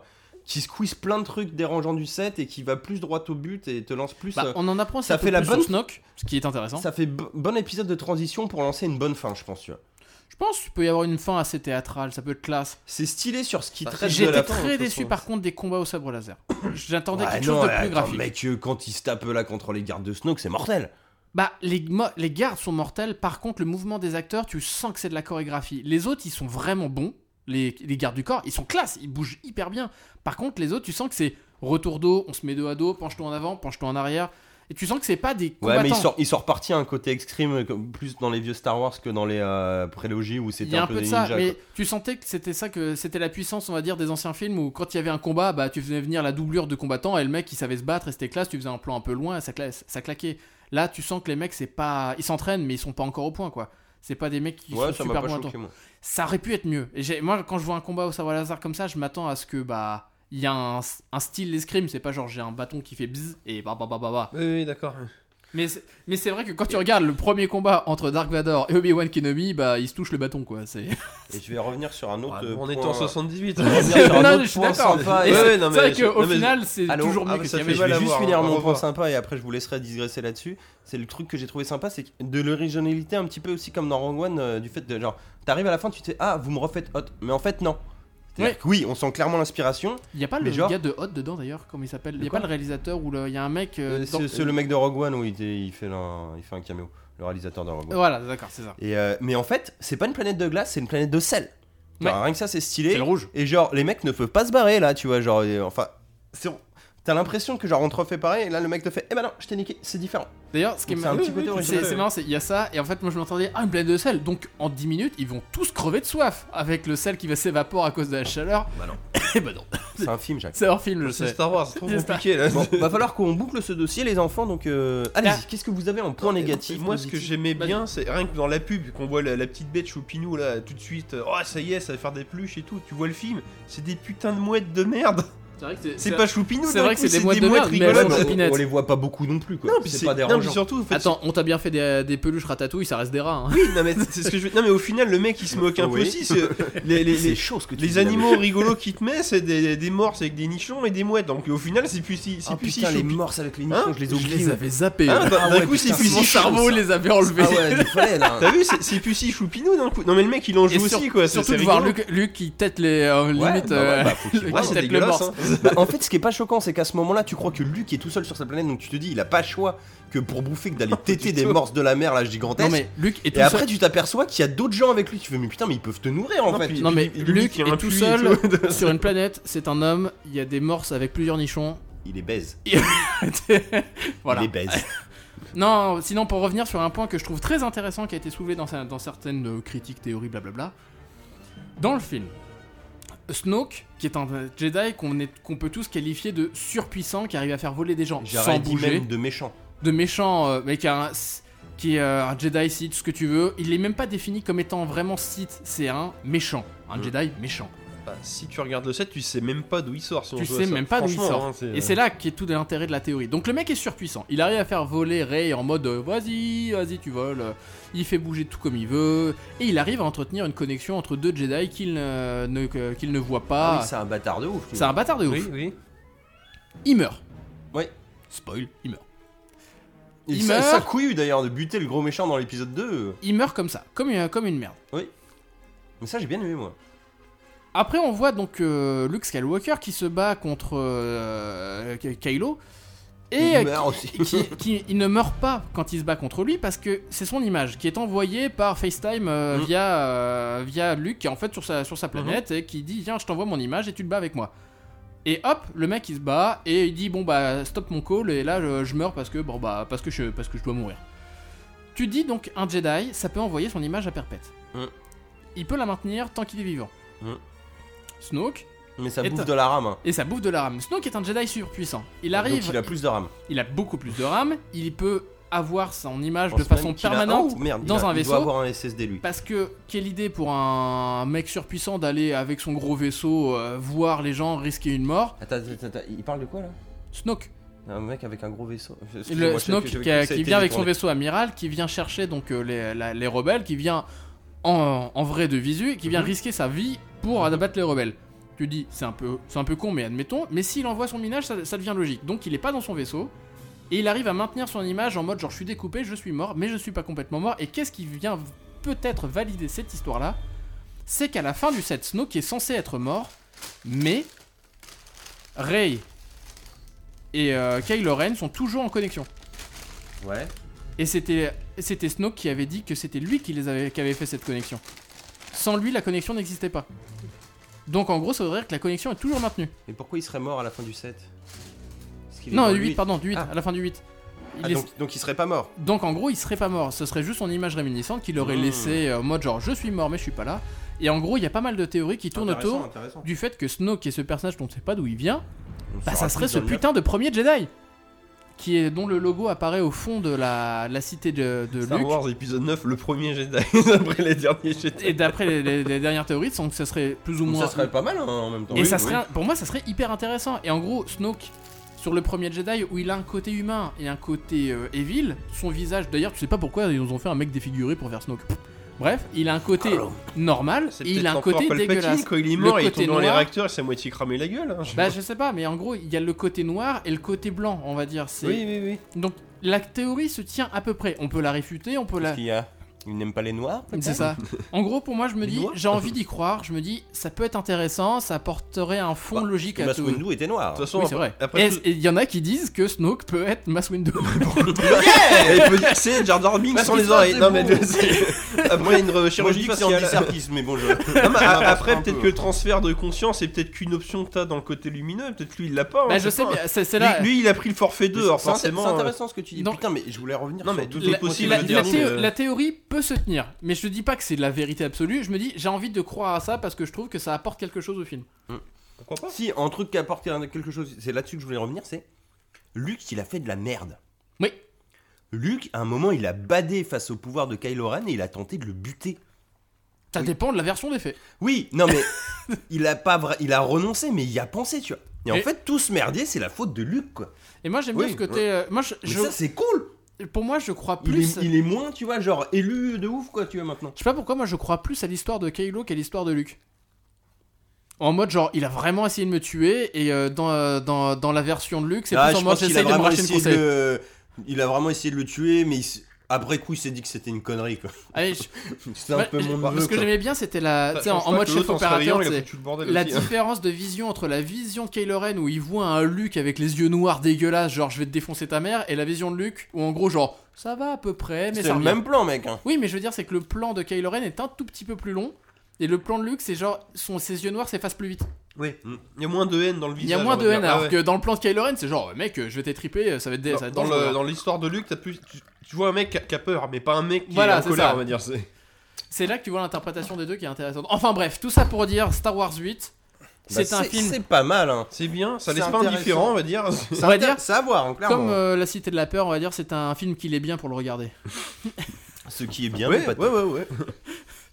Speaker 1: qui squeeze plein de trucs dérangeants du set et qui va plus droit au but et te lance plus.
Speaker 2: Bah,
Speaker 1: euh,
Speaker 2: on en apprend.
Speaker 1: ça
Speaker 2: un peu
Speaker 1: fait la
Speaker 2: plus
Speaker 1: bonne-
Speaker 2: sur Snoke, ce qui est intéressant.
Speaker 1: ça fait bo- bon épisode de transition pour lancer une bonne fin, je pense. tu vois.
Speaker 2: Je pense qu'il peut y avoir une fin assez théâtrale. Ça peut être classe.
Speaker 1: C'est stylé sur ce qui
Speaker 3: Bah,
Speaker 1: traite de
Speaker 2: J'étais
Speaker 1: la fin, de
Speaker 2: très
Speaker 1: toute
Speaker 2: déçu
Speaker 1: façon.
Speaker 2: par contre des combats au sabre
Speaker 1: <coughs>
Speaker 2: laser. J'attendais
Speaker 1: Ouais,
Speaker 2: quelque
Speaker 1: non,
Speaker 2: chose de
Speaker 1: ouais,
Speaker 2: plus
Speaker 1: attends,
Speaker 2: graphique.
Speaker 1: Mec, euh, quand il se tape là contre les gardes de Snoke, c'est mortel.
Speaker 2: Bah, les, mo- les gardes sont mortels. Par contre, le mouvement des acteurs, tu sens que c'est de la chorégraphie. Les autres, ils sont vraiment bons. Les, les gardes du corps, ils sont classe, ils bougent hyper bien. Par contre, les autres, tu sens que c'est retour d'eau, on se met dos à dos, penche-toi en avant, penche-toi en arrière. Et tu sens que c'est pas des
Speaker 1: Ouais,
Speaker 2: combattants.
Speaker 1: mais ils sont, ils sont repartis à un côté extrême, euh, comme- plus dans les vieux Star Wars que dans les euh, prélogies où
Speaker 2: Il
Speaker 1: c'était
Speaker 2: y a un peu de
Speaker 1: des
Speaker 2: ça,
Speaker 1: ninjas.
Speaker 2: mais
Speaker 1: quoi.
Speaker 2: tu sentais que c'était ça que c'était la puissance, on va dire, des anciens films où quand il y avait un combat, bah tu faisais venir la doublure de combattant et le mec il savait se battre et c'était classe, tu faisais un plan un peu loin, ça, cla- ça claquait. Là, tu sens que les mecs c'est pas, ils s'entraînent mais ils sont pas encore au point quoi. C'est pas des mecs qui
Speaker 1: Ouais,
Speaker 2: sont
Speaker 1: ça m'a
Speaker 2: super
Speaker 1: pas
Speaker 2: bons à tour.
Speaker 1: choqué, moi.
Speaker 2: Ça aurait pu être mieux. Et j'ai- moi, quand je vois un combat au savoir laser comme ça, je m'attends à ce que bah il y a un, un style d'escrime, c'est pas genre j'ai un bâton qui fait bzzz et bah bah bah bah bah.
Speaker 3: Oui, oui, d'accord.
Speaker 2: Mais c'est- mais c'est vrai que quand tu regardes le premier combat entre Dark Vador et Obi Wan Kenobi, bah ils se touchent le bâton quoi. C'est
Speaker 1: Et je vais revenir sur un autre.
Speaker 3: Ah,
Speaker 1: euh,
Speaker 3: on
Speaker 1: point,
Speaker 3: est en 78.
Speaker 1: euh, <laughs> revenir sur un
Speaker 2: Non,
Speaker 1: autre
Speaker 2: je suis
Speaker 1: point
Speaker 2: d'accord.
Speaker 1: sympa.
Speaker 2: Et
Speaker 1: Et-
Speaker 3: Ouais, ouais,
Speaker 2: c'est
Speaker 3: non,
Speaker 2: c'est vrai
Speaker 3: mais-
Speaker 2: qu'au
Speaker 3: non, mais-
Speaker 2: final, c'est
Speaker 1: Allô
Speaker 2: toujours mieux
Speaker 3: Ah,
Speaker 2: que
Speaker 3: mais
Speaker 2: si
Speaker 3: ça
Speaker 2: y
Speaker 1: Mais
Speaker 2: avait-
Speaker 3: fait
Speaker 1: je
Speaker 3: mal
Speaker 1: vais
Speaker 3: à
Speaker 1: juste
Speaker 3: voir,
Speaker 1: finir
Speaker 2: hein.
Speaker 3: on va
Speaker 1: mon point
Speaker 3: revoir.
Speaker 1: sympa et après je vous laisserai digresser là-dessus. C'est le truc que j'ai trouvé sympa, c'est que de l'originalité un petit peu aussi comme dans Rogue One, euh, du fait de genre, t'arrives à la fin, tu te dis ah vous me refaites hot, mais en fait non. C'est-à-dire que oui, on sent clairement l'inspiration.
Speaker 2: Il y a pas le
Speaker 1: Mais genre-
Speaker 2: gars de Hot dedans d'ailleurs, comment il s'appelle Il y a
Speaker 1: quoi
Speaker 2: pas le réalisateur ou le- il y a un mec. euh,
Speaker 1: Euh,
Speaker 2: dans-
Speaker 1: C'est c'est le mec de Rogue One où il, était- il fait un, il fait un caméo, le réalisateur de Rogue One.
Speaker 2: Euh, Voilà, d'accord, c'est ça.
Speaker 1: Et euh, mais en fait, c'est pas une planète de glace, c'est une planète de sel. Genre,
Speaker 2: Ouais.
Speaker 1: Rien que ça, c'est stylé.
Speaker 2: C'est le rouge.
Speaker 1: Et genre, les mecs ne peuvent pas se barrer là, tu vois. Genre, et, enfin, c'est- t'as l'impression que genre on te refait pareil, et là le mec te fait, eh ben non, je t'ai niqué, c'est différent.
Speaker 2: D'ailleurs, ce qui est
Speaker 1: Donc, c'est un petit côté
Speaker 2: <laughs> c'est-
Speaker 1: original.
Speaker 2: c'est marrant, c'est- il y a ça et en fait, moi je m'entendais ah une plaine de sel. Donc en 10 minutes, ils vont tous crever de soif avec le sel qui va s'évaporer à cause de la chaleur.
Speaker 1: Bah
Speaker 2: <laughs>
Speaker 1: non.
Speaker 2: Et bah non.
Speaker 1: C'est un film,
Speaker 2: <laughs>
Speaker 1: Jacques.
Speaker 2: C'est hors film, je
Speaker 3: C'est
Speaker 2: sais.
Speaker 3: Star Wars, c'est trop
Speaker 2: C'est Star-
Speaker 3: compliqué là.
Speaker 1: Bon, va falloir qu'on boucle ce dossier, les enfants. Donc, euh, allez-y. Qu'est-ce que vous avez en point négatif
Speaker 3: Moi, ce que
Speaker 1: positif
Speaker 3: j'aimais bien, c'est rien que dans la pub, qu'on voit la, la petite bête choupinou là, tout de suite, euh, oh ça y est, ça va faire des pluches et tout. Tu vois le film, c'est des putains de mouettes de merde.
Speaker 2: C'est vrai que c'est-
Speaker 3: C'est
Speaker 2: c'est-
Speaker 3: pas choupinou,
Speaker 2: c'est
Speaker 3: d'un
Speaker 2: vrai
Speaker 3: coup,
Speaker 2: que c'est des mouettes de merde, mais elles
Speaker 1: Ouais,
Speaker 3: rigolotes.
Speaker 2: sont
Speaker 1: mais on-
Speaker 2: Choupinette.
Speaker 1: on, les voit pas beaucoup non plus, quoi.
Speaker 3: Non, puis
Speaker 1: c'est pas
Speaker 3: non, mais
Speaker 1: dérangeant.
Speaker 3: surtout, en fait,
Speaker 2: Attends, on t'a bien fait des, des peluches ratatouille, ça reste des rats.
Speaker 3: <laughs>
Speaker 2: hein.
Speaker 3: Oui, non mais c'est ce que je veux- Non mais au final, le mec il se moque un peu
Speaker 1: Oui.
Speaker 3: aussi. c'est- euh,
Speaker 1: <laughs>
Speaker 3: Les, les- les-
Speaker 1: c'est chaud ce que tu dis,
Speaker 3: les
Speaker 1: là,
Speaker 3: animaux rigolos qu'il te met, c'est des, des morses avec des nichons et des mouettes. Donc au final, c'est plus
Speaker 1: mais-
Speaker 3: si, c'est
Speaker 1: Ah,
Speaker 3: plus si
Speaker 1: putain, les
Speaker 3: choupi-
Speaker 1: morses avec les
Speaker 3: Hein
Speaker 1: nichons, je les
Speaker 2: Je
Speaker 1: oublie.
Speaker 2: les
Speaker 1: ouais.
Speaker 2: avais zappés.
Speaker 3: Hein,
Speaker 2: ouais.
Speaker 3: d'un-
Speaker 1: ouais,
Speaker 3: d'un coup, c'est
Speaker 1: putain,
Speaker 3: plus
Speaker 1: c'est
Speaker 2: Mon
Speaker 3: si
Speaker 2: cerveau
Speaker 3: chou-
Speaker 2: les avait enlevés.
Speaker 1: Ah <laughs> ouais, il fallait là.
Speaker 3: T'as vu, c'est c'est plus si choupinou d'un coup. Non mais le mec il en
Speaker 2: Et
Speaker 3: joue
Speaker 2: sur-
Speaker 3: aussi quoi. c'est-
Speaker 2: Surtout
Speaker 3: c'est
Speaker 2: de voir
Speaker 3: rigolo.
Speaker 2: Luc, Luc qui tête les
Speaker 1: <laughs>
Speaker 2: euh,
Speaker 1: Ouais,
Speaker 2: limite.
Speaker 1: bah ouais,
Speaker 2: euh,
Speaker 1: bah, faut qu'il-
Speaker 2: le-
Speaker 3: Ouais,
Speaker 2: qui
Speaker 3: c'est
Speaker 2: tête le
Speaker 3: dégueulasse.
Speaker 2: morse.
Speaker 3: hein.
Speaker 1: Bah, en fait, ce qui est pas choquant, c'est qu'à ce moment-là, tu crois que Luc est tout seul sur sa planète, donc tu te dis, il a pas le choix que pour bouffer que
Speaker 2: <laughs>
Speaker 1: d'aller téter des
Speaker 3: tout.
Speaker 1: morses de la mer, là, gigantesque.
Speaker 2: Non mais Luc est tout
Speaker 1: Et après,
Speaker 2: seul.
Speaker 1: tu t'aperçois qu'il y a d'autres gens avec lui. Tu fais, mais putain, mais ils peuvent te nourrir en
Speaker 3: Non,
Speaker 1: fait.
Speaker 3: puis-
Speaker 2: Non mais
Speaker 3: Luc,
Speaker 2: Luc
Speaker 3: il y a un
Speaker 2: est tout
Speaker 3: puits et
Speaker 2: seul <laughs>
Speaker 3: tout.
Speaker 2: sur une planète. C'est un homme. Il y a des morses avec plusieurs nichons. <laughs>
Speaker 1: Il les baise.
Speaker 2: voilà.
Speaker 1: Il les
Speaker 2: <laughs>
Speaker 1: baise.
Speaker 2: Non, sinon pour revenir sur un point que je trouve très intéressant qui a été soulevé dans, sa- dans certaines euh, critiques, théories, blablabla. Dans le film, Snoke, qui est un euh, Jedi qu'on est- qu'on peut tous qualifier de surpuissant, qui arrive à faire voler des gens sans
Speaker 1: J'aurais dit
Speaker 2: bouger.
Speaker 1: même de méchant.
Speaker 2: de méchant, euh, mais qui, a un, qui est euh, un Jedi Sith, ce que tu veux. Il est même pas défini comme étant vraiment Sith, c'est un méchant. Un
Speaker 3: Mm.
Speaker 2: Jedi méchant.
Speaker 3: Bah, si tu regardes le set, tu sais même pas d'où il sort. Si on
Speaker 2: Tu
Speaker 3: joue à
Speaker 2: sais
Speaker 3: ça.
Speaker 2: même pas d'où il
Speaker 3: Franchement,
Speaker 2: sort.
Speaker 3: hein, c'est-
Speaker 2: Et c'est là qu'est tout l'intérêt de la théorie. Donc le mec est surpuissant. Il arrive à faire voler Rey en mode euh, vas-y, vas-y, tu voles. Il fait bouger tout comme il veut. Et il arrive à entretenir une connexion entre deux Jedi qu'il ne, ne- que- qu'il ne voit
Speaker 1: Ah,
Speaker 2: pas.
Speaker 1: oui, c'est un bâtard de ouf. lui.
Speaker 2: c'est un bâtard de ouf.
Speaker 3: Oui, oui.
Speaker 2: Il meurt.
Speaker 1: Ouais.
Speaker 2: Spoil, il meurt.
Speaker 1: Il,
Speaker 2: Il
Speaker 1: ça,
Speaker 2: meurt.
Speaker 1: ça couille d'ailleurs de buter le gros méchant dans l'épisode 2.
Speaker 2: Il meurt comme ça, comme, une- comme une merde.
Speaker 1: Mais ça j'ai bien aimé moi.
Speaker 2: Après, on voit donc euh, Luke Skywalker qui se bat contre euh, Ky- Kylo. Et euh,
Speaker 1: il meurt aussi.
Speaker 2: qui, qui- qui- il ne meurt pas quand il se bat contre lui parce que c'est son image qui est envoyée par FaceTime euh,
Speaker 1: Mm. Mm-hmm.
Speaker 2: via, euh, via Luke qui est en fait sur sa, sur sa planète et qui dit Viens, je t'envoie mon image et tu te bats avec moi. Et hop, le mec il se bat et il dit Bon bah stop mon call et là je, je meurs parce que, bon, bah, parce, que je, parce que je dois mourir. Tu dis donc un Jedi, ça peut envoyer son image à perpète.
Speaker 1: Mm.
Speaker 2: Il peut la maintenir tant qu'il est vivant.
Speaker 1: Mm.
Speaker 2: Snoke,
Speaker 1: Mais <laughs> ça
Speaker 2: Et
Speaker 1: bouffe
Speaker 2: t'as-
Speaker 1: de la rame. hein.
Speaker 2: et ça bouffe de la rame. Snoke est un Jedi surpuissant. Il arrive,
Speaker 1: Donc, il a plus de rame.
Speaker 2: il a beaucoup plus de RAM, il peut avoir son image
Speaker 1: Je
Speaker 2: de
Speaker 1: pense même
Speaker 2: façon
Speaker 1: qu'il a-
Speaker 2: permanente.
Speaker 1: Oh, merde, il
Speaker 2: dans
Speaker 1: a-
Speaker 2: un
Speaker 1: Il
Speaker 2: vaisseau.
Speaker 1: doit avoir un SSD lui.
Speaker 2: Parce que, quelle idée pour un mec surpuissant d'aller avec son gros vaisseau euh, voir les gens risquer une mort
Speaker 1: Attends, attends, attends, il parle de quoi là
Speaker 2: Snoke,
Speaker 1: Un mec avec un gros vaisseau. Excusez-moi,
Speaker 2: le
Speaker 1: je-
Speaker 2: Snoke
Speaker 1: je- je-
Speaker 2: qui, a-
Speaker 1: ça a été
Speaker 2: qui vient avec son
Speaker 1: détourné.
Speaker 2: vaisseau amiral, qui vient chercher donc euh, les, la- les rebelles, qui vient en, en vrai de visu, et qui vient
Speaker 1: Mhm.
Speaker 2: risquer sa vie pour abattre les rebelles. Tu dis, c'est un, peu, c'est un peu con, mais admettons, mais s'il envoie son minage, ça, ça devient logique. Donc il est pas dans son vaisseau, et il arrive à maintenir son image en mode genre je suis découpé, je suis mort, mais je suis pas complètement mort. Et qu'est-ce qui vient v- peut-être valider cette histoire-là C'est qu'à la fin du set, Snoke est censé être mort, mais Rey et euh, Kylo Ren sont toujours en connexion.
Speaker 1: Ouais.
Speaker 2: Et c'était c'était Snoke qui avait dit que c'était lui qui les avait qui avait fait cette connexion. Sans lui, la connexion n'existait pas. Donc en gros, ça veut dire que la connexion est toujours maintenue.
Speaker 1: Mais pourquoi il serait mort à la fin du 7 Parce qu'il est
Speaker 2: non,
Speaker 1: dans
Speaker 2: du
Speaker 1: le
Speaker 2: 8,
Speaker 1: huit.
Speaker 2: pardon, du 8,
Speaker 1: Ah.
Speaker 2: à la fin du 8. il
Speaker 3: Ah,
Speaker 2: est-
Speaker 3: donc, donc il serait pas mort.
Speaker 2: Donc en gros, il serait pas mort. Ce serait juste son image réminiscente qu'il aurait
Speaker 3: Hmm.
Speaker 2: laissé en mode genre je suis mort mais je suis pas là. Et en gros, il y a pas mal de théories qui tournent
Speaker 3: Intéressant,
Speaker 2: autour
Speaker 3: intéressant.
Speaker 2: du fait que Snoke est ce personnage dont on sait pas d'où il vient.
Speaker 1: On
Speaker 2: Bah
Speaker 1: saura
Speaker 2: ça serait
Speaker 1: plus
Speaker 2: ce
Speaker 1: dans le neuf.
Speaker 2: putain de premier Jedi qui est dont le logo apparaît au fond de la, la cité de, de
Speaker 3: Star
Speaker 2: Luke.
Speaker 3: Wars épisode 9, le premier Jedi <laughs> après les derniers Jedi.
Speaker 2: Et d'après les, les- les dernières théories, donc ça serait plus ou
Speaker 1: Donc
Speaker 2: moins.
Speaker 1: Ça serait pas mal hein, en même temps.
Speaker 2: Et
Speaker 1: Oui,
Speaker 2: ça
Speaker 1: oui.
Speaker 2: serait, pour moi, ça serait hyper intéressant. Et en gros, Snoke sur le premier Jedi où il a un côté humain et un côté euh, evil, son visage. D'ailleurs, tu sais pas pourquoi ils nous ont fait un mec défiguré pour faire Snoke. Bref, il a un côté normal
Speaker 3: C'est
Speaker 2: et il
Speaker 3: peut-être
Speaker 2: a un
Speaker 3: encore
Speaker 2: côté
Speaker 3: Palpatine,
Speaker 2: dégueulasse.
Speaker 3: Quand il est
Speaker 2: Le
Speaker 3: mort, il est
Speaker 2: côté
Speaker 3: tombé dans les
Speaker 2: noir.
Speaker 3: réacteurs, il s'est à moitié cramé la gueule. hein, je sais
Speaker 2: Bah
Speaker 3: pas.
Speaker 2: je sais pas, mais en gros, il y a le côté noir et le côté blanc, on va dire. C'est
Speaker 1: Oui, oui, oui.
Speaker 2: donc la théorie se tient à peu près. On peut la réfuter, on peut
Speaker 1: Parce
Speaker 2: la.
Speaker 1: qu'il y a. Il n'aime pas les noirs peut-être
Speaker 2: C'est ça. En gros, pour moi, je me
Speaker 1: Les
Speaker 2: dis,
Speaker 1: noirs
Speaker 2: j'ai envie d'y croire. Je me dis, ça peut être intéressant, ça apporterait un fond
Speaker 1: Bah,
Speaker 2: logique à
Speaker 1: Mass hein.
Speaker 2: tout.
Speaker 1: Windu était
Speaker 3: De
Speaker 1: noir.
Speaker 3: toute façon,
Speaker 2: Oui, c'est vrai.
Speaker 3: après
Speaker 2: Et
Speaker 3: tout-
Speaker 2: il y en a qui disent que Snoke peut être Mass Windu. <laughs>
Speaker 3: il peut dire c'est Jar Jar Binks
Speaker 1: Parce
Speaker 3: sans
Speaker 1: qu'il
Speaker 3: les
Speaker 1: soit
Speaker 3: oreilles. Non,
Speaker 1: assez
Speaker 3: mais
Speaker 1: beau.
Speaker 3: c'est- après, il y a une re-
Speaker 1: Moi je
Speaker 3: chirurgie
Speaker 1: dis que c'est un
Speaker 3: faciale.
Speaker 1: dessertisme, mais bon, je.
Speaker 3: <laughs> Non, mais
Speaker 1: Ça m'avance
Speaker 3: a-
Speaker 1: un
Speaker 3: Après,
Speaker 1: peu,
Speaker 3: peut-être
Speaker 1: hein.
Speaker 3: que le transfert de conscience est peut-être qu'une option que t'as dans le côté lumineux. Peut-être lui, il l'a pas. hein,
Speaker 2: Bah,
Speaker 3: on
Speaker 2: je
Speaker 3: sait
Speaker 2: sais,
Speaker 3: pas.
Speaker 2: bien, c'est c'est
Speaker 3: Lui-
Speaker 2: là.
Speaker 3: Lui, il a pris le forfait 2, alors
Speaker 1: C'est inté-
Speaker 3: forcément.
Speaker 1: C'est
Speaker 3: euh,
Speaker 1: intéressant ce que tu dis.
Speaker 2: donc-
Speaker 1: Putain, mais je voulais revenir.
Speaker 3: Non,
Speaker 1: sur
Speaker 3: mais
Speaker 1: deux
Speaker 3: tout
Speaker 1: points
Speaker 3: est possible.
Speaker 2: la,
Speaker 3: je veux
Speaker 2: la
Speaker 3: dire,
Speaker 2: théo-
Speaker 3: c'est-
Speaker 1: euh,
Speaker 2: la théorie peut se tenir, mais je dis pas que c'est de la vérité absolue. Je me dis, j'ai envie de croire à ça parce que je trouve que ça apporte quelque chose au film.
Speaker 3: Pourquoi pas
Speaker 1: <laughs> Si, un truc qui apporte quelque chose, c'est là-dessus que je voulais revenir, c'est Luke, il a fait de la merde.
Speaker 2: Oui.
Speaker 1: Luke, à un moment, il a badé face au pouvoir de Kylo Ren et il a tenté de le buter.
Speaker 2: Ça
Speaker 1: Oui.
Speaker 2: dépend de la version des faits.
Speaker 1: Oui, non mais
Speaker 2: <laughs>
Speaker 1: il a pas vra- il a renoncé mais il y a pensé, tu vois. Et,
Speaker 2: Et-
Speaker 1: en fait, tout ce merdier, c'est la faute de Luke quoi.
Speaker 2: Et moi, j'aime
Speaker 1: Oui,
Speaker 2: bien ce côté. euh, moi, je,
Speaker 1: Mais
Speaker 2: je-
Speaker 1: ça c'est cool.
Speaker 2: pour moi, je crois
Speaker 1: Il
Speaker 2: plus.
Speaker 1: est, il est moins, tu vois, genre élu de ouf quoi, tu vois maintenant.
Speaker 2: Je sais pas pourquoi, moi, je crois plus à l'histoire de Kylo qu'à l'histoire de Luke. En mode genre, il a vraiment essayé de me tuer et euh, dans, euh, dans, dans la version de Luke, c'est
Speaker 1: Ah,
Speaker 2: plus en
Speaker 1: je
Speaker 2: mode
Speaker 1: pense qu'il
Speaker 2: j'essaye
Speaker 1: a
Speaker 2: de me
Speaker 1: vraiment
Speaker 2: racheter
Speaker 1: essayé
Speaker 2: une conseil.
Speaker 1: de il a vraiment essayé de le tuer mais il s- après coup, il s'est dit que c'était une connerie quoi. <laughs>
Speaker 2: Allez, je-
Speaker 1: C'était un
Speaker 2: bah,
Speaker 1: peu
Speaker 2: je-
Speaker 1: mon
Speaker 2: ce
Speaker 1: neveu.
Speaker 2: que
Speaker 1: quoi.
Speaker 2: j'aimais bien, c'était la, tu sais, en, en mode chef opérateur, tu sais. La
Speaker 3: hein.
Speaker 2: différence de vision entre la vision de Kylo Ren où il voit un Luke avec les yeux noirs dégueulasses, genre je vais te défoncer ta mère, et la vision de Luke où en gros genre ça va à peu près, mais
Speaker 1: C'est
Speaker 2: ça
Speaker 1: le
Speaker 2: revient.
Speaker 1: même plan mec hein.
Speaker 2: Oui, mais je veux dire c'est que le plan de Kylo Ren est un tout petit peu plus long. Et le plan de Luke, c'est genre son, ses yeux noirs s'effacent plus vite.
Speaker 3: Oui. Il y a moins de haine dans le
Speaker 2: Il
Speaker 3: visage.
Speaker 2: y a moins
Speaker 3: on va
Speaker 2: de
Speaker 3: dire.
Speaker 2: haine,
Speaker 3: Ah
Speaker 2: alors
Speaker 3: ouais.
Speaker 2: que dans le plan de Kylo Ren, c'est genre mec, euh, je vais t'étriper, ça va être, dé- ça va être
Speaker 3: Dans, dans
Speaker 2: dangereux. hein.
Speaker 3: le- dans l'histoire de Luke, t'as plus, tu, tu vois un mec qui a- qui a peur, mais pas un mec qui
Speaker 2: Voilà,
Speaker 3: est en
Speaker 2: c'est
Speaker 3: colère,
Speaker 2: ça.
Speaker 3: on va dire. c'est-
Speaker 2: C'est là que tu vois l'interprétation des deux qui est intéressante. Enfin bref, tout ça pour dire Star Wars 8,
Speaker 1: Bah,
Speaker 2: c'est un film.
Speaker 1: C'est pas mal hein.
Speaker 3: C'est bien, ça
Speaker 1: C'est
Speaker 3: laisse pas
Speaker 1: intéressant.
Speaker 3: indifférent, on va dire.
Speaker 2: On va dire,
Speaker 1: C'est à voir, hein, clairement.
Speaker 2: comme euh, La Cité de la Peur, on va dire c'est un film qu'il est bien pour le regarder.
Speaker 1: Ce qui est bien,
Speaker 3: ouais,
Speaker 1: mais pas
Speaker 3: ouais, ouais, ouais.
Speaker 1: <laughs>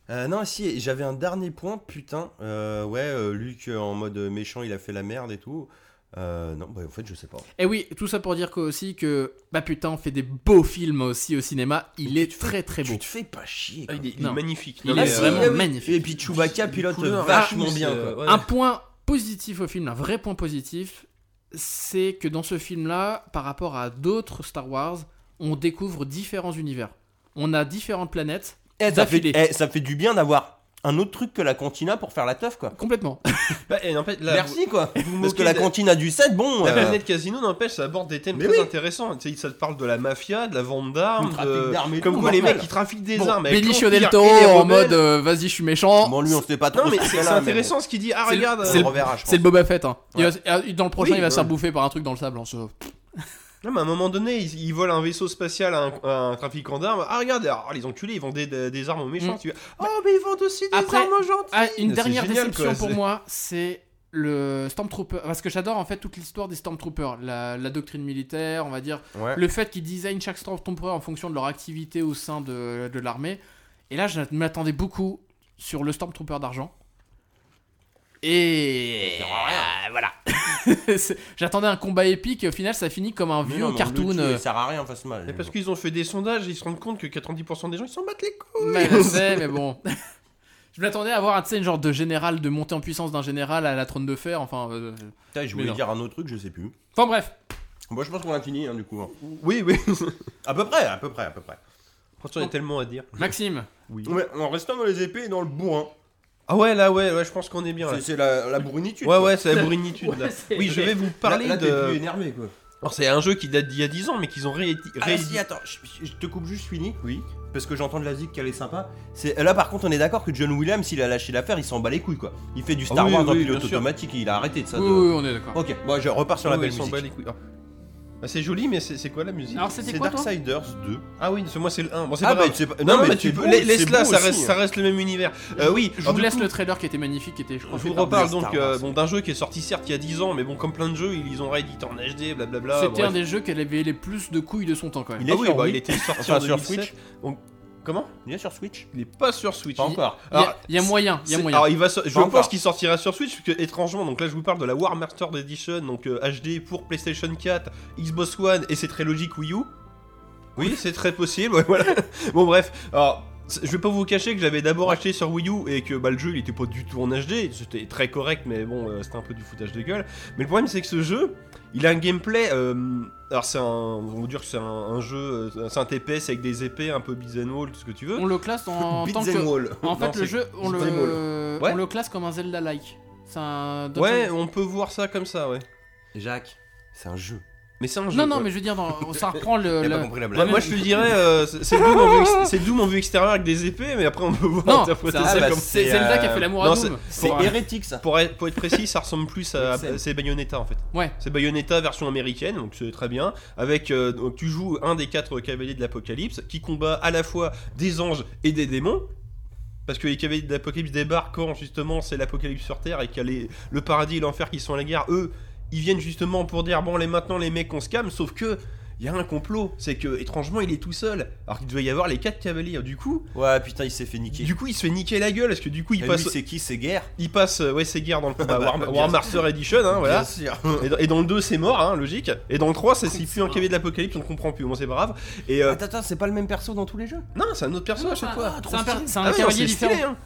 Speaker 1: Euh, non, si, et j'avais un dernier point, putain. Euh, ouais, euh, Luc euh, en mode méchant, il a fait la merde et tout. Euh, non, bah en fait, je sais pas.
Speaker 2: Et oui, tout ça pour dire que aussi que bah putain, on fait des beaux films aussi au cinéma. Il est très très beau.
Speaker 1: Tu te fais pas chier.
Speaker 3: Ah,
Speaker 1: quoi.
Speaker 3: il est, il est
Speaker 2: Non.
Speaker 3: magnifique.
Speaker 2: Il
Speaker 3: Non,
Speaker 2: est
Speaker 3: mais,
Speaker 2: vraiment
Speaker 1: ouais, ouais.
Speaker 2: magnifique.
Speaker 1: Et puis Chewbacca
Speaker 3: les
Speaker 1: pilote
Speaker 3: couleurs,
Speaker 1: vachement
Speaker 3: Argus,
Speaker 1: bien.
Speaker 3: euh,
Speaker 1: quoi.
Speaker 3: ouais.
Speaker 2: Un point positif au film, un vrai point positif, c'est que dans ce film-là, par rapport à d'autres Star Wars, on découvre différents univers. On a différentes planètes
Speaker 1: Eh, ça, fait,
Speaker 2: d'affilée.
Speaker 1: eh, ça fait du bien d'avoir un autre truc que la cantina pour faire la teuf, quoi.
Speaker 2: complètement.
Speaker 3: Bah, et n'empêche, là,
Speaker 1: Merci, quoi.
Speaker 3: vous- vous
Speaker 1: Parce
Speaker 3: moquez
Speaker 1: que la
Speaker 3: de-
Speaker 1: cantina du 7, bon.
Speaker 3: La
Speaker 1: euh,
Speaker 3: planète Casino, n'empêche, ça aborde des thèmes
Speaker 1: Mais
Speaker 3: très
Speaker 1: oui.
Speaker 3: intéressants. Tu sais, ça te parle de la mafia, de la vente
Speaker 1: Du
Speaker 3: d'armes,
Speaker 1: trafic
Speaker 3: de-
Speaker 1: d'armes et
Speaker 3: comme
Speaker 1: tout,
Speaker 3: quoi les
Speaker 1: normal.
Speaker 3: mecs ils trafiquent des
Speaker 2: Bon,
Speaker 3: armes. avec
Speaker 2: Benicio
Speaker 3: l'Empire
Speaker 2: del
Speaker 3: et
Speaker 2: Toro
Speaker 3: les
Speaker 2: en
Speaker 3: rebelles.
Speaker 2: mode euh, vas-y je suis méchant.
Speaker 1: bon, lui, on sait pas trop.
Speaker 3: Non, mais
Speaker 1: ce qu'il
Speaker 3: c'est
Speaker 1: a
Speaker 3: c'est
Speaker 1: là, mais
Speaker 3: intéressant ce qu'il dit. Ah,
Speaker 2: C'est le-
Speaker 3: regarde.
Speaker 1: bon.
Speaker 2: c'est
Speaker 1: On
Speaker 2: le-
Speaker 3: euh,
Speaker 1: reverra, je pense.
Speaker 2: C'est le Boba Fett. Hein. Il
Speaker 1: Ouais.
Speaker 2: va- dans le prochain,
Speaker 3: Oui,
Speaker 2: il va se faire
Speaker 3: ouais.
Speaker 2: bouffer par un truc dans le sable. hein, ce-
Speaker 3: Non, mais à un moment donné, ils, ils volent un vaisseau spatial à un, à un trafiquant d'armes. Ah, regarde, ah, les enculés, ils vendent des, des- des armes aux méchants.
Speaker 2: Mm.
Speaker 3: Tu... Oh, mais ils vendent aussi des
Speaker 2: Après-
Speaker 3: armes aux gentils.
Speaker 2: Ah, une
Speaker 3: C'est
Speaker 2: dernière
Speaker 3: génial,
Speaker 2: déception
Speaker 3: quoi,
Speaker 2: pour
Speaker 3: c'est-
Speaker 2: moi, c'est le Stormtrooper. Parce que j'adore en fait toute l'histoire des Stormtroopers, la, la doctrine militaire, on va dire,
Speaker 1: Ouais.
Speaker 2: le fait qu'ils designent chaque Stormtrooper en fonction de leur activité au sein de, de l'armée. Et là, je m'attendais beaucoup sur le Stormtrooper d'argent. Et Ah, voilà. <laughs> C'est- J'attendais un combat épique et au final, ça finit comme un
Speaker 1: Mais
Speaker 2: vieux
Speaker 1: non, mais on le
Speaker 2: cartoon.
Speaker 1: tue,
Speaker 2: euh,
Speaker 1: Ça sert à rien, face mal.
Speaker 3: Mais parce qu'ils ont fait des sondages, ils se rendent compte que 90% des gens ils s'en battent les couilles.
Speaker 2: Mais je sais, mais bon. <laughs> Je m'attendais à voir tu sais, une genre de général, de montée en puissance d'un général à la trône de fer. Enfin, euh,
Speaker 1: Putain, je
Speaker 2: Mais
Speaker 1: voulais
Speaker 2: non.
Speaker 1: dire un autre truc, je sais plus.
Speaker 2: enfin bref.
Speaker 1: Bon, je pense qu'on a fini, hein, du coup. hein.
Speaker 3: Oui, oui.
Speaker 1: À peu près, à peu près, à peu près.
Speaker 3: Pourtant, il y a tellement à dire.
Speaker 2: Maxime,
Speaker 1: Ouais, en restant dans les épées et dans le bourrin.
Speaker 3: Ah, ouais, là, ouais, ouais je pense qu'on est bien. Là.
Speaker 1: C'est- C'est la, la brunitude.
Speaker 3: Ouais,
Speaker 1: quoi.
Speaker 3: ouais, c'est la bourrinitude. là.
Speaker 2: Ouais, c'est
Speaker 3: Oui, je
Speaker 2: vrai.
Speaker 3: vais vous parler
Speaker 1: là, là, t'es
Speaker 3: de.
Speaker 1: plus énervé, quoi.
Speaker 3: Alors, c'est un jeu qui date d'il y a 10 ans, mais qu'ils ont réédité.
Speaker 1: Ah, si, attends, je, je te coupe juste fini. Oui. Parce que j'entends de la zik qu'elle est sympa. C'est là par contre on est d'accord que John Williams s'il a lâché l'affaire il s'en bat les couilles quoi. Il fait du Star
Speaker 3: Ah oui,
Speaker 1: Wars en
Speaker 3: oui,
Speaker 1: pilote
Speaker 3: bien sûr.
Speaker 1: automatique et il a arrêté de ça.
Speaker 2: oui,
Speaker 1: de-
Speaker 2: oui, on est d'accord.
Speaker 1: Ok, bon je repars sur la belle musique.
Speaker 3: les couilles. Ah. Bah, c'est joli, mais c'est c'est quoi la musique
Speaker 2: Alors, c'était
Speaker 1: C'est
Speaker 2: quoi, toi
Speaker 1: Darksiders 2.
Speaker 3: Ah oui, moi c'est le 1. Bon, c'est
Speaker 1: Ah,
Speaker 3: pas
Speaker 1: bah,
Speaker 3: grave.
Speaker 1: c'est pas-
Speaker 3: Non, mais,
Speaker 1: c'est
Speaker 3: tu peux.
Speaker 1: beau,
Speaker 3: la- Laisse-la,
Speaker 1: c'est
Speaker 3: ça
Speaker 1: beau
Speaker 3: reste,
Speaker 1: aussi,
Speaker 3: ça
Speaker 1: hein.
Speaker 3: reste le même univers. Euh, oui,
Speaker 2: Je
Speaker 3: alors,
Speaker 2: vous
Speaker 3: du
Speaker 2: laisse
Speaker 3: coup,
Speaker 2: le trailer qui était magnifique, qui était, je crois,
Speaker 3: Je vous
Speaker 2: fait par-
Speaker 3: reparle
Speaker 1: Star
Speaker 3: donc
Speaker 1: Wars.
Speaker 3: euh, bon, d'un jeu qui est sorti certes il y a 10 ans, mais bon, comme plein de jeux, ils ils ont réédité en HD, blablabla.
Speaker 2: C'était
Speaker 3: euh, bref.
Speaker 2: un des jeux qui avait les plus de couilles de son temps quand même.
Speaker 3: Il est
Speaker 1: Ah oui,
Speaker 3: sur
Speaker 1: bah,
Speaker 3: Wii.
Speaker 1: il était sorti
Speaker 3: Enfin,
Speaker 1: en
Speaker 3: sur
Speaker 1: 2007.
Speaker 3: Switch. On- Comment
Speaker 1: Il est sur Switch
Speaker 3: Il est pas sur Switch.
Speaker 1: Pas encore.
Speaker 2: Il y
Speaker 3: Alors,
Speaker 2: a- il y, a moyen, il y a
Speaker 3: c'est-
Speaker 2: moyen.
Speaker 3: Alors, il va, so- je pense
Speaker 1: encore.
Speaker 3: qu'il sortira sur Switch, parce que étrangement, donc là je vous parle de la War Master Edition, donc euh, HD pour PlayStation 4, Xbox One, et c'est très logique Wii U. Oui, c'est très possible, <laughs> ouais, voilà. Bon, bref, alors. c'est- Je vais pas vous cacher que j'avais d'abord acheté sur Wii U et que bah, le jeu il était pas du tout en HD, c'était très correct mais bon euh, c'était un peu du foutage de gueule. Mais le problème c'est que ce jeu, il a un gameplay. euh, alors c'est un, on va dire que c'est un, un jeu, euh, c'est un TPS avec des épées un peu Bizenwall, tout ce que tu veux.
Speaker 2: On le classe en
Speaker 1: Beat
Speaker 2: tant
Speaker 1: them
Speaker 2: que.
Speaker 1: all.
Speaker 2: En fait,
Speaker 3: <laughs> Non,
Speaker 2: le
Speaker 3: c'est
Speaker 2: jeu, on
Speaker 1: Beat them all.
Speaker 2: le,
Speaker 3: Ouais.
Speaker 2: on le classe comme un Zelda-like. C'est un. Dungeon-
Speaker 3: Ouais, on peut voir ça comme ça, ouais.
Speaker 1: Jacques, c'est un jeu.
Speaker 3: Mais c'est un jeu.
Speaker 2: Non,
Speaker 3: quoi.
Speaker 2: non, mais je veux dire,
Speaker 3: <laughs>
Speaker 2: dans- ça reprend le.
Speaker 3: Eh
Speaker 1: T'as
Speaker 2: le-
Speaker 1: pas compris la
Speaker 3: Moi,
Speaker 1: blague
Speaker 3: moi, je te dirais, euh, c'est c'est Doom, en vue ex- c'est Doom en vue extérieure avec des épées, mais après on peut voir
Speaker 2: Non,
Speaker 3: interpréter
Speaker 2: c'est-
Speaker 3: ça
Speaker 1: ah, bah,
Speaker 3: comme.
Speaker 2: C'est
Speaker 1: C'est,
Speaker 2: Zelda
Speaker 1: euh,
Speaker 2: qui a fait l'amour à
Speaker 3: non,
Speaker 2: Doom.
Speaker 1: C'est
Speaker 2: Pour-
Speaker 1: hérétique ça.
Speaker 3: Pour être, pour être précis, ça ressemble plus à.
Speaker 1: Excel.
Speaker 3: C'est Bayonetta en fait.
Speaker 2: Ouais.
Speaker 3: C'est Bayonetta version américaine, donc c'est très bien. Avec, euh, donc tu joues un des quatre cavaliers de l'Apocalypse qui combat à la fois des anges et des démons. Parce que les cavaliers de l'Apocalypse débarquent quand justement c'est l'Apocalypse sur Terre et qu'il y a les- le paradis et l'enfer qui sont à la guerre. Eux, ils viennent justement pour dire bon, les maintenant les mecs on se calme, sauf que. Il y a un complot, c'est que étrangement il est tout seul, alors qu'il devait y avoir les quatre cavaliers. Du coup,
Speaker 1: Ouais, putain, il s'est fait niquer.
Speaker 3: du coup il se fait niquer la gueule parce que du coup il
Speaker 1: Et
Speaker 3: passe,
Speaker 1: lui, c'est qui C'est guerre
Speaker 3: il passe, euh, ouais c'est guerre dans le
Speaker 1: <laughs>
Speaker 3: combat
Speaker 1: bah,
Speaker 3: War,
Speaker 1: bien
Speaker 3: War
Speaker 1: sûr.
Speaker 3: Master Edition, hein, voilà.
Speaker 1: Bien sûr.
Speaker 3: Et dans, et dans le 2 c'est mort, hein, logique. Et dans le 3 ça c'est plus un cavalier de l'apocalypse, on comprend plus, bon c'est pas grave. Et euh,
Speaker 1: Attends, attends, c'est pas le même perso dans tous les jeux
Speaker 3: non, c'est un autre perso à chaque fois.
Speaker 2: C'est un, per- c'est un
Speaker 3: Ah ouais, non,
Speaker 2: cavalier
Speaker 3: c'est stylé,
Speaker 2: différent.
Speaker 3: hein.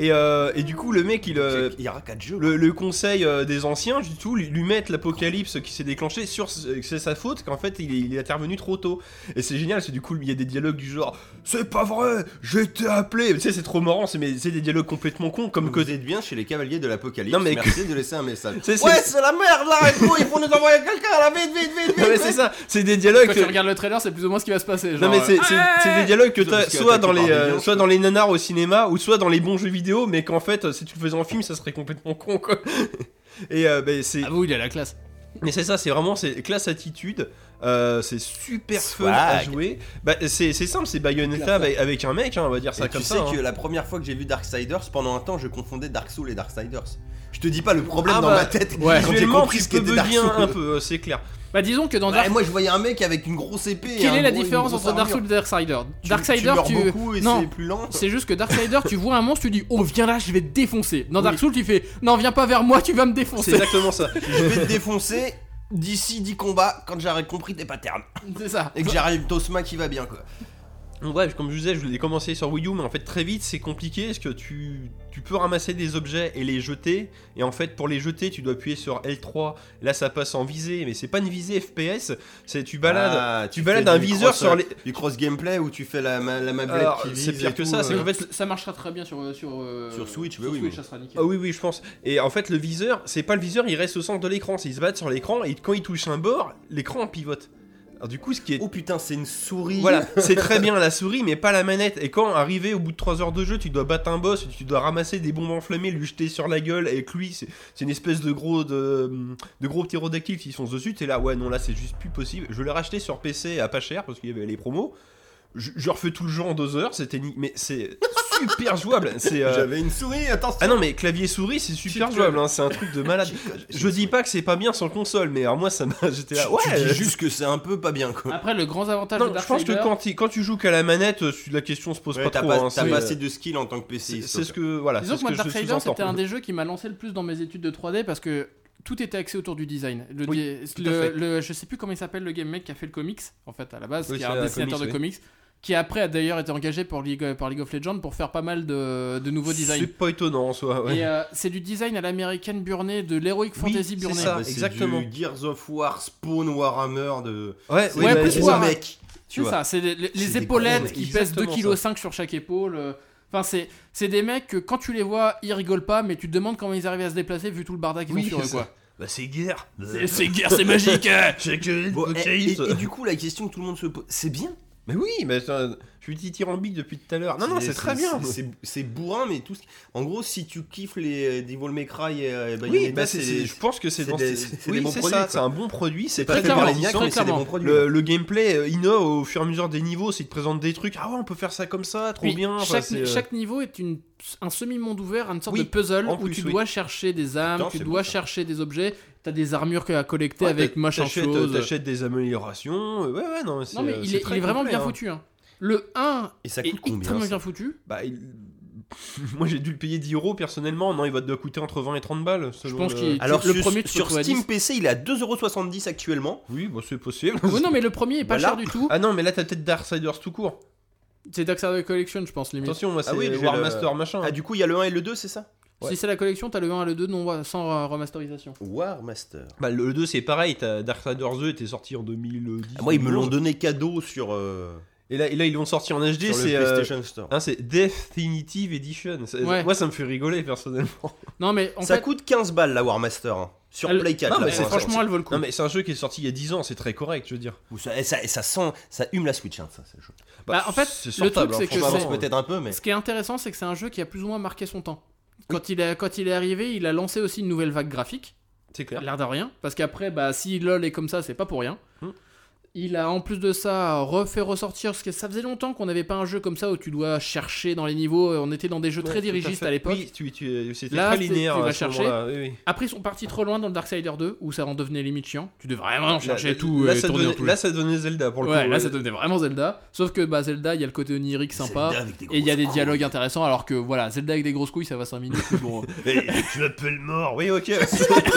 Speaker 3: Et, euh, et du coup le mec il... euh,
Speaker 1: Il y aura 4 jeux.
Speaker 3: le, le conseil euh, des anciens, du tout, lui, lui mettre l'apocalypse qui s'est déclenché sur ce- que c'est sa faute, qu'en fait il est, il est intervenu trop tôt. Et c'est génial, c'est du coup, il y a des dialogues du genre C'est pas vrai, j'ai été appelé. Tu sais, c'est trop marrant, c'est mais c'est des dialogues complètement cons,
Speaker 1: <laughs>
Speaker 3: comme que.
Speaker 1: Vous êtes bien chez les cavaliers de l'apocalypse.
Speaker 3: Mmh. Non, mais-
Speaker 1: Merci de laisser un message.
Speaker 3: C'est- c'est-
Speaker 1: ouais, c'est la merde là, il faut, il faut nous envoyer quelqu'un là, vite, vite, vite, vite.
Speaker 3: Non, mais c'est ça, c'est des dialogues.
Speaker 2: Quand tu
Speaker 3: que-
Speaker 2: regardes le trailer, c'est plus ou moins ce qui va se passer.
Speaker 3: euh,
Speaker 2: genre,
Speaker 3: Non mais
Speaker 2: euh,
Speaker 3: c'est c'est- c'est des dialogues que
Speaker 1: Ils ont
Speaker 3: t'as
Speaker 1: parce qu'ils
Speaker 3: soit dans
Speaker 1: attaquent
Speaker 3: les
Speaker 1: par des
Speaker 3: euh,
Speaker 1: lions,
Speaker 3: soit
Speaker 1: je
Speaker 3: dans les nanars au cinéma ou soit dans les bons jeux vidéo mais qu'en fait euh, si tu le faisais en film ça serait complètement con quoi. <laughs> Et euh, bah, c'est
Speaker 2: Ah, vous, il a la classe.
Speaker 3: mais c'est ça c'est vraiment c'est classe attitude euh, c'est super fun à
Speaker 1: Swag.
Speaker 3: jouer. Bah, c'est c'est simple c'est Bayonetta avec, avec un mec hein, on va dire ça
Speaker 1: Et
Speaker 3: comme
Speaker 1: tu
Speaker 3: ça.
Speaker 1: sais
Speaker 3: hein.
Speaker 1: que la première fois que j'ai vu Darksiders, pendant un temps, je confondais Dark Souls et Darksiders. Je te dis pas le problème
Speaker 3: Ah
Speaker 1: dans
Speaker 3: bah,
Speaker 1: ma tête
Speaker 2: ouais.
Speaker 1: quand j'ai
Speaker 3: Visuellement,
Speaker 1: compris
Speaker 3: tu
Speaker 1: ce qu'était
Speaker 3: peux
Speaker 1: Dark
Speaker 3: bien
Speaker 1: Souls.
Speaker 3: un peu euh, c'est clair.
Speaker 2: Bah, disons que dans
Speaker 1: Bah,
Speaker 2: Dark
Speaker 1: moi je voyais un mec avec une grosse épée. et
Speaker 2: Quelle est
Speaker 1: un
Speaker 2: la
Speaker 1: gros- une
Speaker 2: différence
Speaker 1: grosse
Speaker 2: entre Dark Souls
Speaker 1: armure.
Speaker 2: et Darksider
Speaker 1: Tu-
Speaker 2: Darksider,
Speaker 1: tu meurs beaucoup et
Speaker 2: Non.
Speaker 1: c'est plus lent.
Speaker 2: C'est juste que Darksider, tu vois un monstre, tu dis Oh, viens là, je vais te défoncer. Dans Dark Souls, tu fais Non, viens pas vers moi, tu vas me
Speaker 3: C'est
Speaker 2: défoncer.
Speaker 3: exactement ça.
Speaker 1: Je vais te défoncer d'ici 10 combats quand j'aurai compris tes patterns
Speaker 2: <laughs> C'est ça.
Speaker 1: et que j'arrive Tosma qui va bien quoi.
Speaker 3: Donc bref, comme je vous disais, je l'ai commencé sur Wii U, mais en fait très vite c'est compliqué parce que tu, tu peux ramasser des objets et les jeter, et en fait pour les jeter tu dois appuyer sur L3, là ça passe en visée, mais c'est pas une visée FPS, c'est tu balades...
Speaker 1: Ah,
Speaker 3: tu balades
Speaker 1: fais
Speaker 3: un
Speaker 1: du
Speaker 3: viseur
Speaker 1: cross- euh,
Speaker 3: sur les-
Speaker 1: du cross gameplay où tu fais la ma- la mablette
Speaker 3: Alors,
Speaker 1: qui vise.
Speaker 3: c'est pire
Speaker 1: et
Speaker 3: que
Speaker 1: tout,
Speaker 3: ça, c'est
Speaker 1: euh.
Speaker 3: qu'en fait-
Speaker 2: Ça marchera très bien sur. euh, Sur, euh,
Speaker 1: Sur Switch, bah oui,
Speaker 2: Switch,
Speaker 1: mais-
Speaker 2: ça sera nickel.
Speaker 3: Ah oui oui je pense. Et en fait le viseur, c'est pas le viseur, il reste au centre de l'écran, c'est ils se battent sur l'écran, et quand ils touchent un bord, l'écran pivote. Alors du coup ce qui est...
Speaker 1: Oh putain, c'est une souris.
Speaker 3: Voilà, c'est très bien la souris, mais pas la manette. Et quand arrivé au bout de 3 heures de jeu, tu dois battre un boss, tu dois ramasser des bombes enflammées, lui jeter sur la gueule avec lui, c'est c'est une espèce de gros de, de gros pterodactyles qui se foncent dessus. T'es là, ouais, non, là c'est juste plus possible. Je l'ai racheté sur PC à pas cher parce qu'il y avait les promos. Je, je refais tout le jeu en 2 heures, c'était ni... mais c'est super jouable. C'est euh,
Speaker 1: J'avais une souris, attends.
Speaker 3: ah non, mais clavier souris, c'est super
Speaker 2: Cheat
Speaker 3: jouable, hein, c'est un truc
Speaker 1: <laughs>
Speaker 3: de malade. Je dis pas que c'est pas bien sans console, mais alors moi ça m'a, j'étais là, ouais.
Speaker 1: Tu dis juste que c'est un peu pas bien quoi.
Speaker 2: Après, le grand avantage de
Speaker 3: Non, je pense
Speaker 2: Darksider.
Speaker 3: que quand, il- quand tu joues qu'à la manette, euh, la question se pose
Speaker 1: Ouais,
Speaker 3: pas
Speaker 1: T'as
Speaker 3: trop.
Speaker 1: pas,
Speaker 3: hein,
Speaker 1: t'as
Speaker 3: c'est-
Speaker 1: pas assez de skill en tant euh, que PC.
Speaker 3: c'est c'est ce que voilà.
Speaker 2: Disons
Speaker 3: Ah, c'est
Speaker 2: que
Speaker 3: ce
Speaker 2: moi,
Speaker 3: que je
Speaker 2: Darksider,
Speaker 3: sous-entends.
Speaker 2: c'était un des jeux qui m'a lancé le plus dans mes études de 3D parce que tout était axé autour du design. Le,
Speaker 3: Oui,
Speaker 2: dé-
Speaker 3: tout à
Speaker 2: le-
Speaker 3: fait.
Speaker 2: le- je sais plus comment il s'appelle le game mec qui a fait le comics, en fait, à la base,
Speaker 3: Oui,
Speaker 2: qui est
Speaker 3: c'est
Speaker 2: un
Speaker 3: un
Speaker 2: dessinateur de
Speaker 3: comics,
Speaker 2: comics, qui après a d'ailleurs été engagé pour League, par League of Legends pour faire pas mal de, de nouveaux
Speaker 3: C'est
Speaker 2: designs.
Speaker 3: pas étonnant en soi. ouais.
Speaker 2: Et euh, c'est du design à l'américaine burné, de l'heroic fantasy
Speaker 3: c'est
Speaker 2: burné.
Speaker 3: ça.
Speaker 1: Bah, c'est
Speaker 3: exactement.
Speaker 1: Du Gears of War, Spawn, Warhammer de.
Speaker 3: Ouais,
Speaker 1: C'est
Speaker 3: oui,
Speaker 2: Ouais,
Speaker 3: bah,
Speaker 2: plus
Speaker 3: c'est
Speaker 1: des
Speaker 2: War-
Speaker 3: ça.
Speaker 1: mecs. Tu
Speaker 2: C'est
Speaker 1: vois.
Speaker 2: ça, c'est les, les- les
Speaker 1: C'est des
Speaker 2: épaulettes
Speaker 1: gros,
Speaker 2: qui
Speaker 3: mais
Speaker 2: pèsent 2,5
Speaker 3: exactement
Speaker 2: kg sur chaque épaule. euh, Enfin, c'est c'est des mecs que quand tu les vois, ils rigolent pas, mais tu te demandes comment ils arrivent à se déplacer vu tout le barda qu'ils
Speaker 3: Oui,
Speaker 2: ont sur eux,
Speaker 3: c'est
Speaker 2: quoi.
Speaker 3: Bah, c'est guerre.
Speaker 2: C'est guerre, c'est magique
Speaker 3: C'est que-
Speaker 1: Bon, et,
Speaker 3: ok,
Speaker 1: et-
Speaker 3: euh,
Speaker 1: et du coup, la question que tout le monde se pose, c'est bien
Speaker 3: Mais oui, mais attends, je suis dithyrambique depuis tout à l'heure. Non, non, c'est très bien.
Speaker 1: c'est- c'est- C'est bourrin, mais tout ce qui- En gros, si tu kiffes les euh, Devil May Cry et euh, Bayonetta,
Speaker 3: Oui, bah, c'est-
Speaker 1: c'est-
Speaker 3: c'est- je pense que c'est
Speaker 1: c'est
Speaker 3: dans
Speaker 1: des-
Speaker 3: ces-
Speaker 1: c'est des
Speaker 3: Oui,
Speaker 1: bons
Speaker 3: c'est
Speaker 1: produits,
Speaker 3: ça,
Speaker 1: quoi.
Speaker 3: c'est un bon produit, c'est
Speaker 1: c'est
Speaker 3: pas
Speaker 1: pas
Speaker 2: très
Speaker 1: des
Speaker 2: clairement,
Speaker 1: Marleniacs,
Speaker 2: très
Speaker 1: mais c'est des
Speaker 2: clairement.
Speaker 1: bons produits.
Speaker 3: Le, le gameplay euh, innove au fur et à mesure des niveaux, c'est de présente des trucs. Ah ouais, on peut faire ça comme ça, trop
Speaker 2: Oui,
Speaker 3: bien. enfin,
Speaker 2: chaque,
Speaker 3: c'est, euh,
Speaker 2: chaque niveau est une, un semi-monde ouvert, une sorte
Speaker 3: Oui,
Speaker 2: de puzzle
Speaker 3: en
Speaker 2: où
Speaker 3: plus,
Speaker 2: tu
Speaker 3: oui.
Speaker 2: dois chercher des âmes,
Speaker 1: Putain,
Speaker 2: tu
Speaker 1: c'est
Speaker 2: dois
Speaker 1: bon, ça.
Speaker 2: chercher des objets, t'as des armures que- à collecter
Speaker 3: ouais,
Speaker 2: avec
Speaker 3: t'a-
Speaker 2: machin
Speaker 3: t'achètes,
Speaker 2: chose.
Speaker 3: euh, T'achètes des améliorations. euh, Ouais, ouais, non, mais c'est
Speaker 2: Non mais
Speaker 3: euh,
Speaker 2: il
Speaker 3: c'est
Speaker 2: est,
Speaker 3: très
Speaker 2: il est vraiment
Speaker 3: complet,
Speaker 2: bien
Speaker 3: hein.
Speaker 2: foutu. hein. Le 1
Speaker 1: Et ça
Speaker 2: est
Speaker 1: coûte combien
Speaker 2: extrêmement
Speaker 1: ça
Speaker 2: bien
Speaker 3: <laughs>
Speaker 2: foutu.
Speaker 3: Bah, il- Moi, j'ai dû le payer 10 euros personnellement. Non, il va doit coûter entre 20 et 30 balles.
Speaker 2: Je
Speaker 3: selon
Speaker 2: pense
Speaker 3: le-
Speaker 2: qu'il
Speaker 1: Alors,
Speaker 2: le
Speaker 1: sur,
Speaker 2: premier tu te
Speaker 1: sur
Speaker 2: retrouves à
Speaker 1: Steam
Speaker 2: 10.
Speaker 1: PC, il est à 2,70€ actuellement.
Speaker 3: Oui, bah, c'est possible. <laughs>
Speaker 2: Ouais, non mais le premier est pas
Speaker 1: Voilà.
Speaker 2: cher du tout.
Speaker 3: Ah non, mais là, t'as peut-être Darksiders tout court.
Speaker 2: C'est Darksiders Collection je pense limite.
Speaker 3: Attention, moi, c'est
Speaker 1: Ah oui, j'ai
Speaker 3: War
Speaker 1: le-
Speaker 3: Master machin. hein.
Speaker 1: Ah, du coup, il y a le 1 et le 2, c'est ça ouais.
Speaker 2: Si c'est la collection t'as le 1 et le 2 non sans euh, remasterisation.
Speaker 1: War Master.
Speaker 3: Bah, le 2, c'est pareil. t'as Darksiders 2 était sorti en 2010.
Speaker 1: Ah, moi, ils me l'ont
Speaker 3: 2011.
Speaker 1: donné cadeau sur, euh,
Speaker 3: Et là, et là, ils l'ont sorti en
Speaker 1: sur
Speaker 3: HD.
Speaker 1: le
Speaker 3: C'est euh,
Speaker 1: PlayStation Store.
Speaker 3: hein, c'est Definitive Edition. C'est-
Speaker 2: Ouais.
Speaker 3: Moi, ça me fait rigoler personnellement.
Speaker 2: Non mais en
Speaker 1: ça
Speaker 2: fait
Speaker 1: coûte 15 balles la War Master hein, sur
Speaker 2: Elle-
Speaker 1: Play 4.
Speaker 3: Non,
Speaker 1: là,
Speaker 2: elle-
Speaker 3: mais
Speaker 1: pour
Speaker 3: c'est
Speaker 1: l'instant.
Speaker 2: franchement elle vaut le coup.
Speaker 3: Non, mais c'est un jeu qui est sorti il y a 10 ans. C'est très correct, je veux dire.
Speaker 1: Ou ça, et ça, et ça sent, ça hume la Switch, hein, ça, c'est chaud.
Speaker 2: Bah, en fait,
Speaker 3: c'est
Speaker 2: le
Speaker 3: sortable,
Speaker 2: truc,
Speaker 3: hein,
Speaker 2: c'est que
Speaker 1: On
Speaker 3: franchement,
Speaker 1: avance
Speaker 2: c'est-
Speaker 1: peut-être un peu, mais.
Speaker 2: Ce qui est intéressant, c'est que c'est un jeu qui a plus ou moins marqué son temps. Quand il, est, quand il est arrivé, il a lancé aussi une nouvelle vague graphique,
Speaker 3: C'est clair.
Speaker 2: l'air de rien, parce qu'après, bah, si LoL est comme ça, c'est pas pour rien.
Speaker 3: Hmm.
Speaker 2: Il a en plus de ça refait ressortir, parce que ça faisait longtemps qu'on n'avait pas un jeu comme ça où tu dois chercher dans les niveaux, on était dans des jeux
Speaker 3: Ouais,
Speaker 2: très
Speaker 3: tout à
Speaker 2: dirigistes
Speaker 3: fait.
Speaker 2: à l'époque.
Speaker 3: Oui, tu- tu- c'était
Speaker 2: Là,
Speaker 3: très
Speaker 2: c'est-
Speaker 3: linéaire.
Speaker 2: tu vas
Speaker 3: à ce
Speaker 2: chercher.
Speaker 3: moment-là, oui, oui.
Speaker 2: Après, ils sont partis trop loin dans le Darksider 2, où ça en devenait limite chiant. Tu devais vraiment chercher
Speaker 3: Là-
Speaker 2: tout
Speaker 3: Là,
Speaker 2: et
Speaker 3: ça
Speaker 2: tourner dans
Speaker 3: donnait,
Speaker 2: tous les-
Speaker 3: là, ça donnait Zelda pour le
Speaker 2: Ouais,
Speaker 3: coup. euh,
Speaker 2: là
Speaker 3: ouais.
Speaker 2: ça devenait vraiment Zelda. Sauf que bah, Zelda, il y a le côté onirique sympa.
Speaker 1: Zelda avec des
Speaker 2: Et il y a des
Speaker 1: grosses
Speaker 2: dialogues intéressants, alors que voilà, Zelda avec des grosses couilles, ça va 5
Speaker 3: <laughs>
Speaker 2: minutes. mais bon.
Speaker 3: Eh, tu m'appelles mort, oui, ok.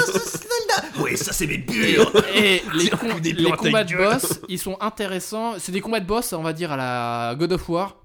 Speaker 1: couilles. Ouais, ça c'est mes bures
Speaker 2: Et les,
Speaker 3: Tiens,
Speaker 2: com-
Speaker 3: coup des
Speaker 2: les
Speaker 3: plans à ta
Speaker 2: combats de
Speaker 3: gueule.
Speaker 2: boss, ils sont intéressants. C'est des combats de boss, on va dire, à la God of War.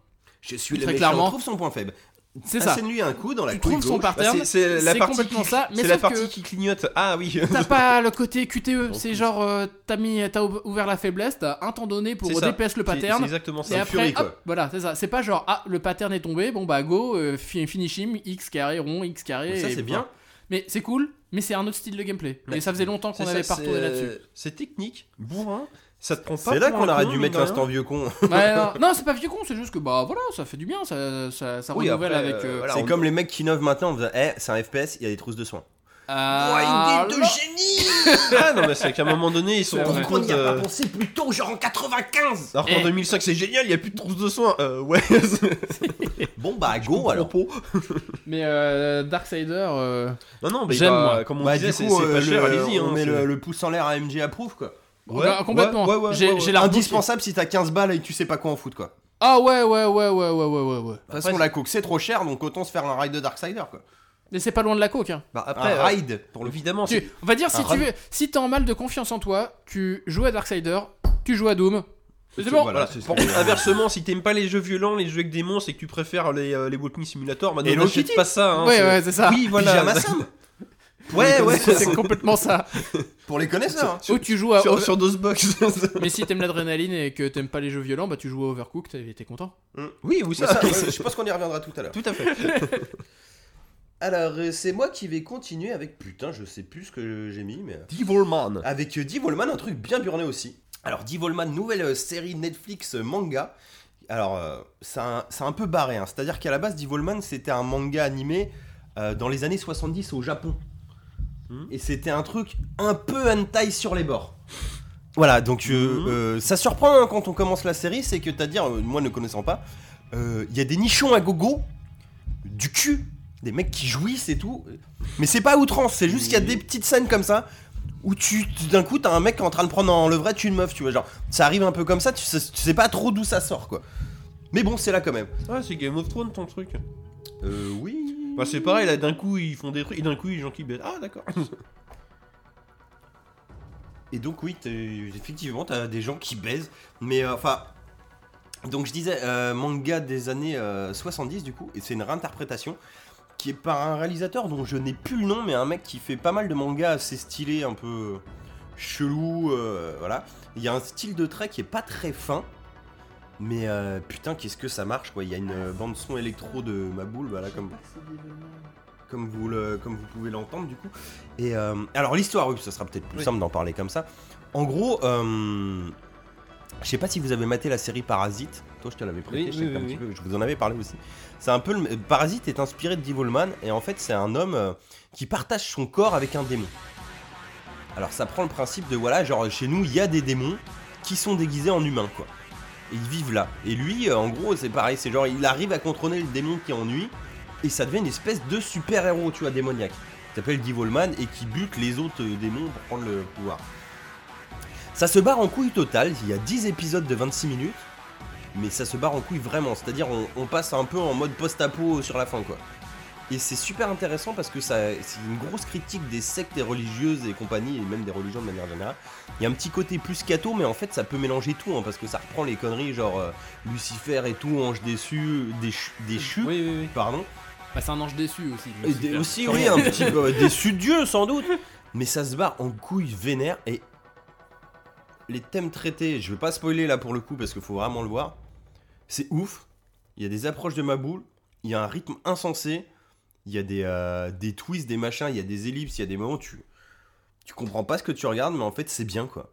Speaker 1: Je suis
Speaker 2: Très
Speaker 1: le méchant,
Speaker 2: clairement.
Speaker 1: on trouve son point faible.
Speaker 3: Ah,
Speaker 2: C'est ça.
Speaker 1: lui un coup dans la
Speaker 2: Tu
Speaker 1: couille
Speaker 2: trouves son
Speaker 1: gauche.
Speaker 3: Bah,
Speaker 2: pattern.
Speaker 3: c'est- c'est la
Speaker 2: c'est
Speaker 3: partie
Speaker 2: complètement
Speaker 3: qui-
Speaker 2: ça, mais
Speaker 3: C'est la
Speaker 2: sauf
Speaker 3: partie
Speaker 2: que-
Speaker 3: qui clignote. Ah oui.
Speaker 2: T'as pas le côté QTE,
Speaker 1: Non
Speaker 2: c'est
Speaker 1: plus.
Speaker 2: genre euh, t'as mis t'as ou- ouvert la faiblesse, t'as un temps donné pour
Speaker 3: C'est ça.
Speaker 2: DPS le
Speaker 3: C'est- C'est
Speaker 2: pattern.
Speaker 3: exactement
Speaker 2: Et
Speaker 3: ça.
Speaker 2: après,
Speaker 1: furie, quoi.
Speaker 2: hop, voilà, c'est ça. C'est pas genre ah le pattern est tombé, bon bah go, euh, fi- finish him, x carré rond, x carré.
Speaker 1: Mais ça
Speaker 2: et
Speaker 1: c'est
Speaker 2: voilà.
Speaker 1: bien.
Speaker 2: Mais c'est cool, mais c'est un autre style de gameplay.
Speaker 3: Mais
Speaker 2: et ça faisait longtemps qu'on
Speaker 3: C'est
Speaker 2: avait
Speaker 3: ça,
Speaker 2: pas retourné
Speaker 3: c'est- <laughs>
Speaker 2: là-dessus.
Speaker 3: C'est technique, bourrin. Ça te prend pas.
Speaker 1: C'est là
Speaker 3: pour
Speaker 1: qu'on
Speaker 3: un
Speaker 1: aurait
Speaker 3: con,
Speaker 1: dû
Speaker 3: mine
Speaker 1: mettre
Speaker 3: de rien.
Speaker 1: l'instant vieux con.
Speaker 2: Ouais, non, non, c'est pas vieux con, c'est juste que bah voilà, ça fait du bien, ça, ça, ça
Speaker 3: Oui,
Speaker 2: renouvelle
Speaker 3: après,
Speaker 2: avec.
Speaker 3: euh,
Speaker 2: euh,
Speaker 3: voilà,
Speaker 1: C'est
Speaker 3: on-
Speaker 1: comme les mecs qui innovent maintenant en faisant Eh, c'est un FPS, il y a des trousses de soins.
Speaker 2: ah,
Speaker 1: Oh,
Speaker 2: là.
Speaker 1: génie
Speaker 3: Ah non, mais c'est qu'à un moment donné, ils sont
Speaker 2: C'est vrai.
Speaker 3: rendus
Speaker 1: Pourquoi on
Speaker 3: compte.
Speaker 1: n'y a pas
Speaker 3: euh,
Speaker 1: pensé plus tôt, genre en 95
Speaker 3: Alors
Speaker 2: Eh.
Speaker 3: qu'en 2005, c'est génial, il n'y a plus de trousse de soins. Euh, ouais.
Speaker 1: Bon bah go alors.
Speaker 3: Propos.
Speaker 2: Mais euh, Darksider, euh,
Speaker 3: Non, non, mais
Speaker 2: J'aime,
Speaker 3: bah,
Speaker 2: moi.
Speaker 3: comme on
Speaker 1: Bah
Speaker 3: disait,
Speaker 1: du
Speaker 3: c'est
Speaker 1: coup,
Speaker 3: c'est pas
Speaker 1: euh,
Speaker 3: cher,
Speaker 1: le-
Speaker 3: allez-y.
Speaker 1: on
Speaker 3: hein,
Speaker 1: met
Speaker 3: c'est-
Speaker 1: le, le pouce en l'air à MG approuve quoi.
Speaker 3: Ouais,
Speaker 2: bah, complètement.
Speaker 3: ouais, ouais, ouais,
Speaker 2: j'ai
Speaker 3: ouais,
Speaker 2: j'ai
Speaker 3: ouais.
Speaker 2: la
Speaker 1: Indispensable si t'as 15 balles et que tu sais pas quoi en foutre quoi.
Speaker 2: Ah ouais, ouais, ouais, ouais, ouais, ouais, ouais, ouais.
Speaker 1: De toute façon, la coke c'est trop cher donc autant se faire un ride de Darksider quoi.
Speaker 2: Mais c'est pas loin de la coke. Hein.
Speaker 3: Bah,
Speaker 1: Après,
Speaker 3: après,
Speaker 1: un
Speaker 3: euh,
Speaker 1: ride pour <laughs> le
Speaker 3: évidemment, c'est-
Speaker 2: Tu- on va dire si
Speaker 1: Un
Speaker 2: tu
Speaker 1: run.
Speaker 2: veux, si t'es en mal de confiance en toi, tu joues à Darksider, tu joues à Doom. Mais C'est bon.
Speaker 1: Voilà.
Speaker 3: Voilà.
Speaker 1: c'est ce
Speaker 3: Par
Speaker 1: que-
Speaker 3: contre, inversement, si t'aimes pas les jeux violents, les jeux avec des monstres et que tu préfères les, euh, les walking simulator, bah ne
Speaker 1: Hello
Speaker 3: n'achète
Speaker 1: Kitty.
Speaker 3: pas ça. Hein,
Speaker 2: ouais,
Speaker 3: c'est-
Speaker 2: ouais, c'est ça.
Speaker 3: Oui, voilà.
Speaker 1: Pyjama <laughs>
Speaker 3: <laughs>
Speaker 1: Sam
Speaker 3: Ouais, ouais.
Speaker 2: c'est complètement
Speaker 1: <laughs>
Speaker 2: ça.
Speaker 1: Pour les connaisseurs. hein.
Speaker 2: Ou tu joues à.
Speaker 3: Sur, sur DOSBox.
Speaker 2: Mais si t'aimes l'adrénaline et que t'aimes pas les jeux violents, bah tu joues à Overcooked et t'es content.
Speaker 3: <laughs> oui, oui,
Speaker 1: Mais
Speaker 3: ça.
Speaker 1: <laughs> ça, je pense qu'on y reviendra tout à l'heure.
Speaker 3: Tout à fait.
Speaker 1: Alors, euh, c'est moi qui vais continuer avec. Putain, je sais plus ce que j'ai mis, mais.
Speaker 3: Devilman.
Speaker 1: Avec euh, Devilman, un truc bien burné aussi. Alors, Devilman, nouvelle euh, série Netflix euh, manga. Alors, euh, c'est un, c'est un peu barré. hein. C'est-à-dire qu'à la base, Devilman, c'était un manga animé euh, dans les années 70 au Japon.
Speaker 3: Hmm.
Speaker 1: Et c'était un truc un peu hentai sur les bords. Voilà, donc euh,
Speaker 3: Mhm.
Speaker 1: euh, ça surprend hein, quand on commence la série, c'est que t'as dire, euh, moi ne connaissant pas, euh, il y a des nichons à gogo, du cul, des mecs qui jouissent et tout. Mais c'est pas à outrance, c'est juste qu'il y a des petites scènes comme ça où tu d'un coup t'as un mec qui est en train de prendre en levrette une meuf, tu vois, genre ça arrive un peu comme ça, tu sais, tu sais pas trop d'où ça sort quoi. Mais bon, c'est là quand même.
Speaker 3: Ah, c'est Game of Thrones ton truc.
Speaker 1: Euh, oui.
Speaker 3: Bah, c'est pareil, là, d'un coup, ils font des trucs et d'un coup, ils gens qui bêtent. Ah, d'accord.
Speaker 1: Et donc oui, t'es- effectivement, t'as des gens qui baisent, mais euh, enfin. donc je disais euh, manga des années euh, 70 du coup, et c'est une réinterprétation qui est par un réalisateur dont je n'ai plus le nom, mais un mec qui fait pas mal de mangas assez stylés, un peu chelou, euh, voilà. Il y a un style de trait qui est pas très fin, mais euh, putain qu'est-ce que ça marche quoi. Il y a une euh, bande son électro de ma boule, voilà comme comme vous, le, comme vous pouvez l'entendre du coup. Et euh, alors l'histoire, oui, ça sera peut-être plus
Speaker 3: Oui.
Speaker 1: simple d'en parler comme ça. En gros, euh, Je sais pas si vous avez maté la série Parasite. Toi, je te l'avais prêté,
Speaker 3: Oui,
Speaker 1: je, sais
Speaker 3: oui,
Speaker 1: que t'as un
Speaker 3: oui,
Speaker 1: petit peu- je vous en avais parlé aussi. C'est un peu le... m- Parasite est inspiré de Devilman et en fait, c'est un homme euh, qui partage son corps avec un démon. Alors, ça prend le principe de voilà, genre chez nous, il y a des démons qui sont déguisés en humains, quoi. Et ils vivent là. Et lui, euh, en gros, c'est pareil, c'est genre il arrive à contrôler le démon qui ennuie et ça devient une espèce de super-héros, tu vois, démoniaque. Qui s'appelle Devilman et qui bute les autres euh, démons pour prendre le pouvoir. Ça se barre en couille totale, il y a 10 épisodes de 26 minutes, mais ça se barre en couille vraiment, c'est-à-dire on, on passe un peu en mode post-apo sur la fin quoi. Et c'est super intéressant parce que ça, c'est une grosse critique des sectes et religieuses et compagnie, et même des religions de manière générale. Il y a un petit côté plus catho, mais en fait ça peut mélanger tout, hein, parce que ça reprend les conneries genre euh, Lucifer et tout, ange déçu, déchu, déchu
Speaker 2: Oui, oui, oui.
Speaker 1: pardon.
Speaker 2: Bah, c'est un ange déçu aussi.
Speaker 1: Et des- aussi, oui, un petit <laughs> peu déçu de Dieu, sans doute. Mais ça se barre en couille vénère et les thèmes traités, je vais pas spoiler là pour le coup parce qu'il faut vraiment le voir. C'est ouf. Il y a des approches de ma boule, il y a un rythme insensé, il y a des, euh, des twists, des machins, il y a des ellipses, il y a des moments où tu tu comprends pas ce que tu regardes, mais en fait c'est bien quoi.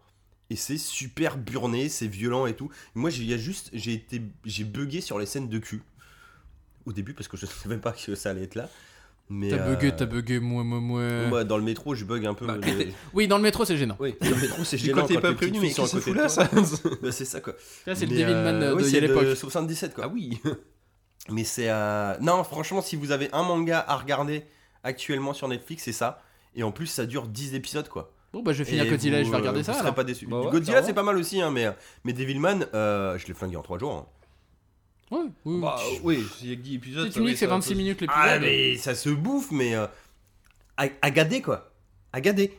Speaker 1: Et c'est super burné, c'est violent et tout. Moi j'ai il y a juste j'ai été j'ai bugué sur les scènes de cul au début parce que je <laughs> savais pas que ça allait être là. Mais
Speaker 2: T'as
Speaker 1: euh,
Speaker 2: bugué, t'as bugué, moi, moi, moi.
Speaker 1: moi, dans le métro, je bug un peu.
Speaker 2: Bah,
Speaker 3: <laughs>
Speaker 1: Je-
Speaker 2: Oui, dans le métro, c'est gênant.
Speaker 1: Oui, dans le métro, c'est
Speaker 3: Et
Speaker 1: gênant.
Speaker 3: quand t'es pas
Speaker 1: les petites
Speaker 3: prévenu,
Speaker 1: filles sont à
Speaker 3: mais qu'est-ce que c'est
Speaker 1: côté
Speaker 3: fou
Speaker 1: de
Speaker 3: là
Speaker 1: toi.
Speaker 3: ça
Speaker 1: Bah, C'est ça quoi.
Speaker 2: Ça, c'est le
Speaker 1: Mais,
Speaker 2: Devilman
Speaker 1: euh,
Speaker 2: euh,
Speaker 1: oui,
Speaker 2: de
Speaker 1: c'est
Speaker 2: l'époque. Ah
Speaker 1: le 77 quoi.
Speaker 3: oui
Speaker 1: <laughs> Mais c'est. euh, Non, franchement, si vous avez un manga à regarder actuellement sur Netflix, c'est ça. Et en plus, ça dure 10 épisodes quoi.
Speaker 2: Bon, bah, je finis
Speaker 1: Et
Speaker 2: à Cotilla
Speaker 1: vous,
Speaker 2: je vais
Speaker 1: euh,
Speaker 2: regarder
Speaker 1: vous
Speaker 2: ça.
Speaker 1: serez
Speaker 2: alors.
Speaker 1: pas déçus.
Speaker 3: Bah ouais,
Speaker 1: Godzilla,
Speaker 3: clairement.
Speaker 1: c'est pas mal aussi, hein, mais, mais Devilman, euh, je l'ai flingué en 3 jours. hein.
Speaker 2: Ouais, oui,
Speaker 3: Bah,
Speaker 2: oui.
Speaker 3: oui, il y a que 10 épisodes.
Speaker 2: Si
Speaker 3: ça
Speaker 2: tu me dis
Speaker 3: va
Speaker 2: que c'est
Speaker 3: être un
Speaker 2: 26
Speaker 3: peu-
Speaker 2: minutes l'épisode.
Speaker 1: Ah, mais ça se bouffe, mais. Euh... À, à gader quoi. À gader.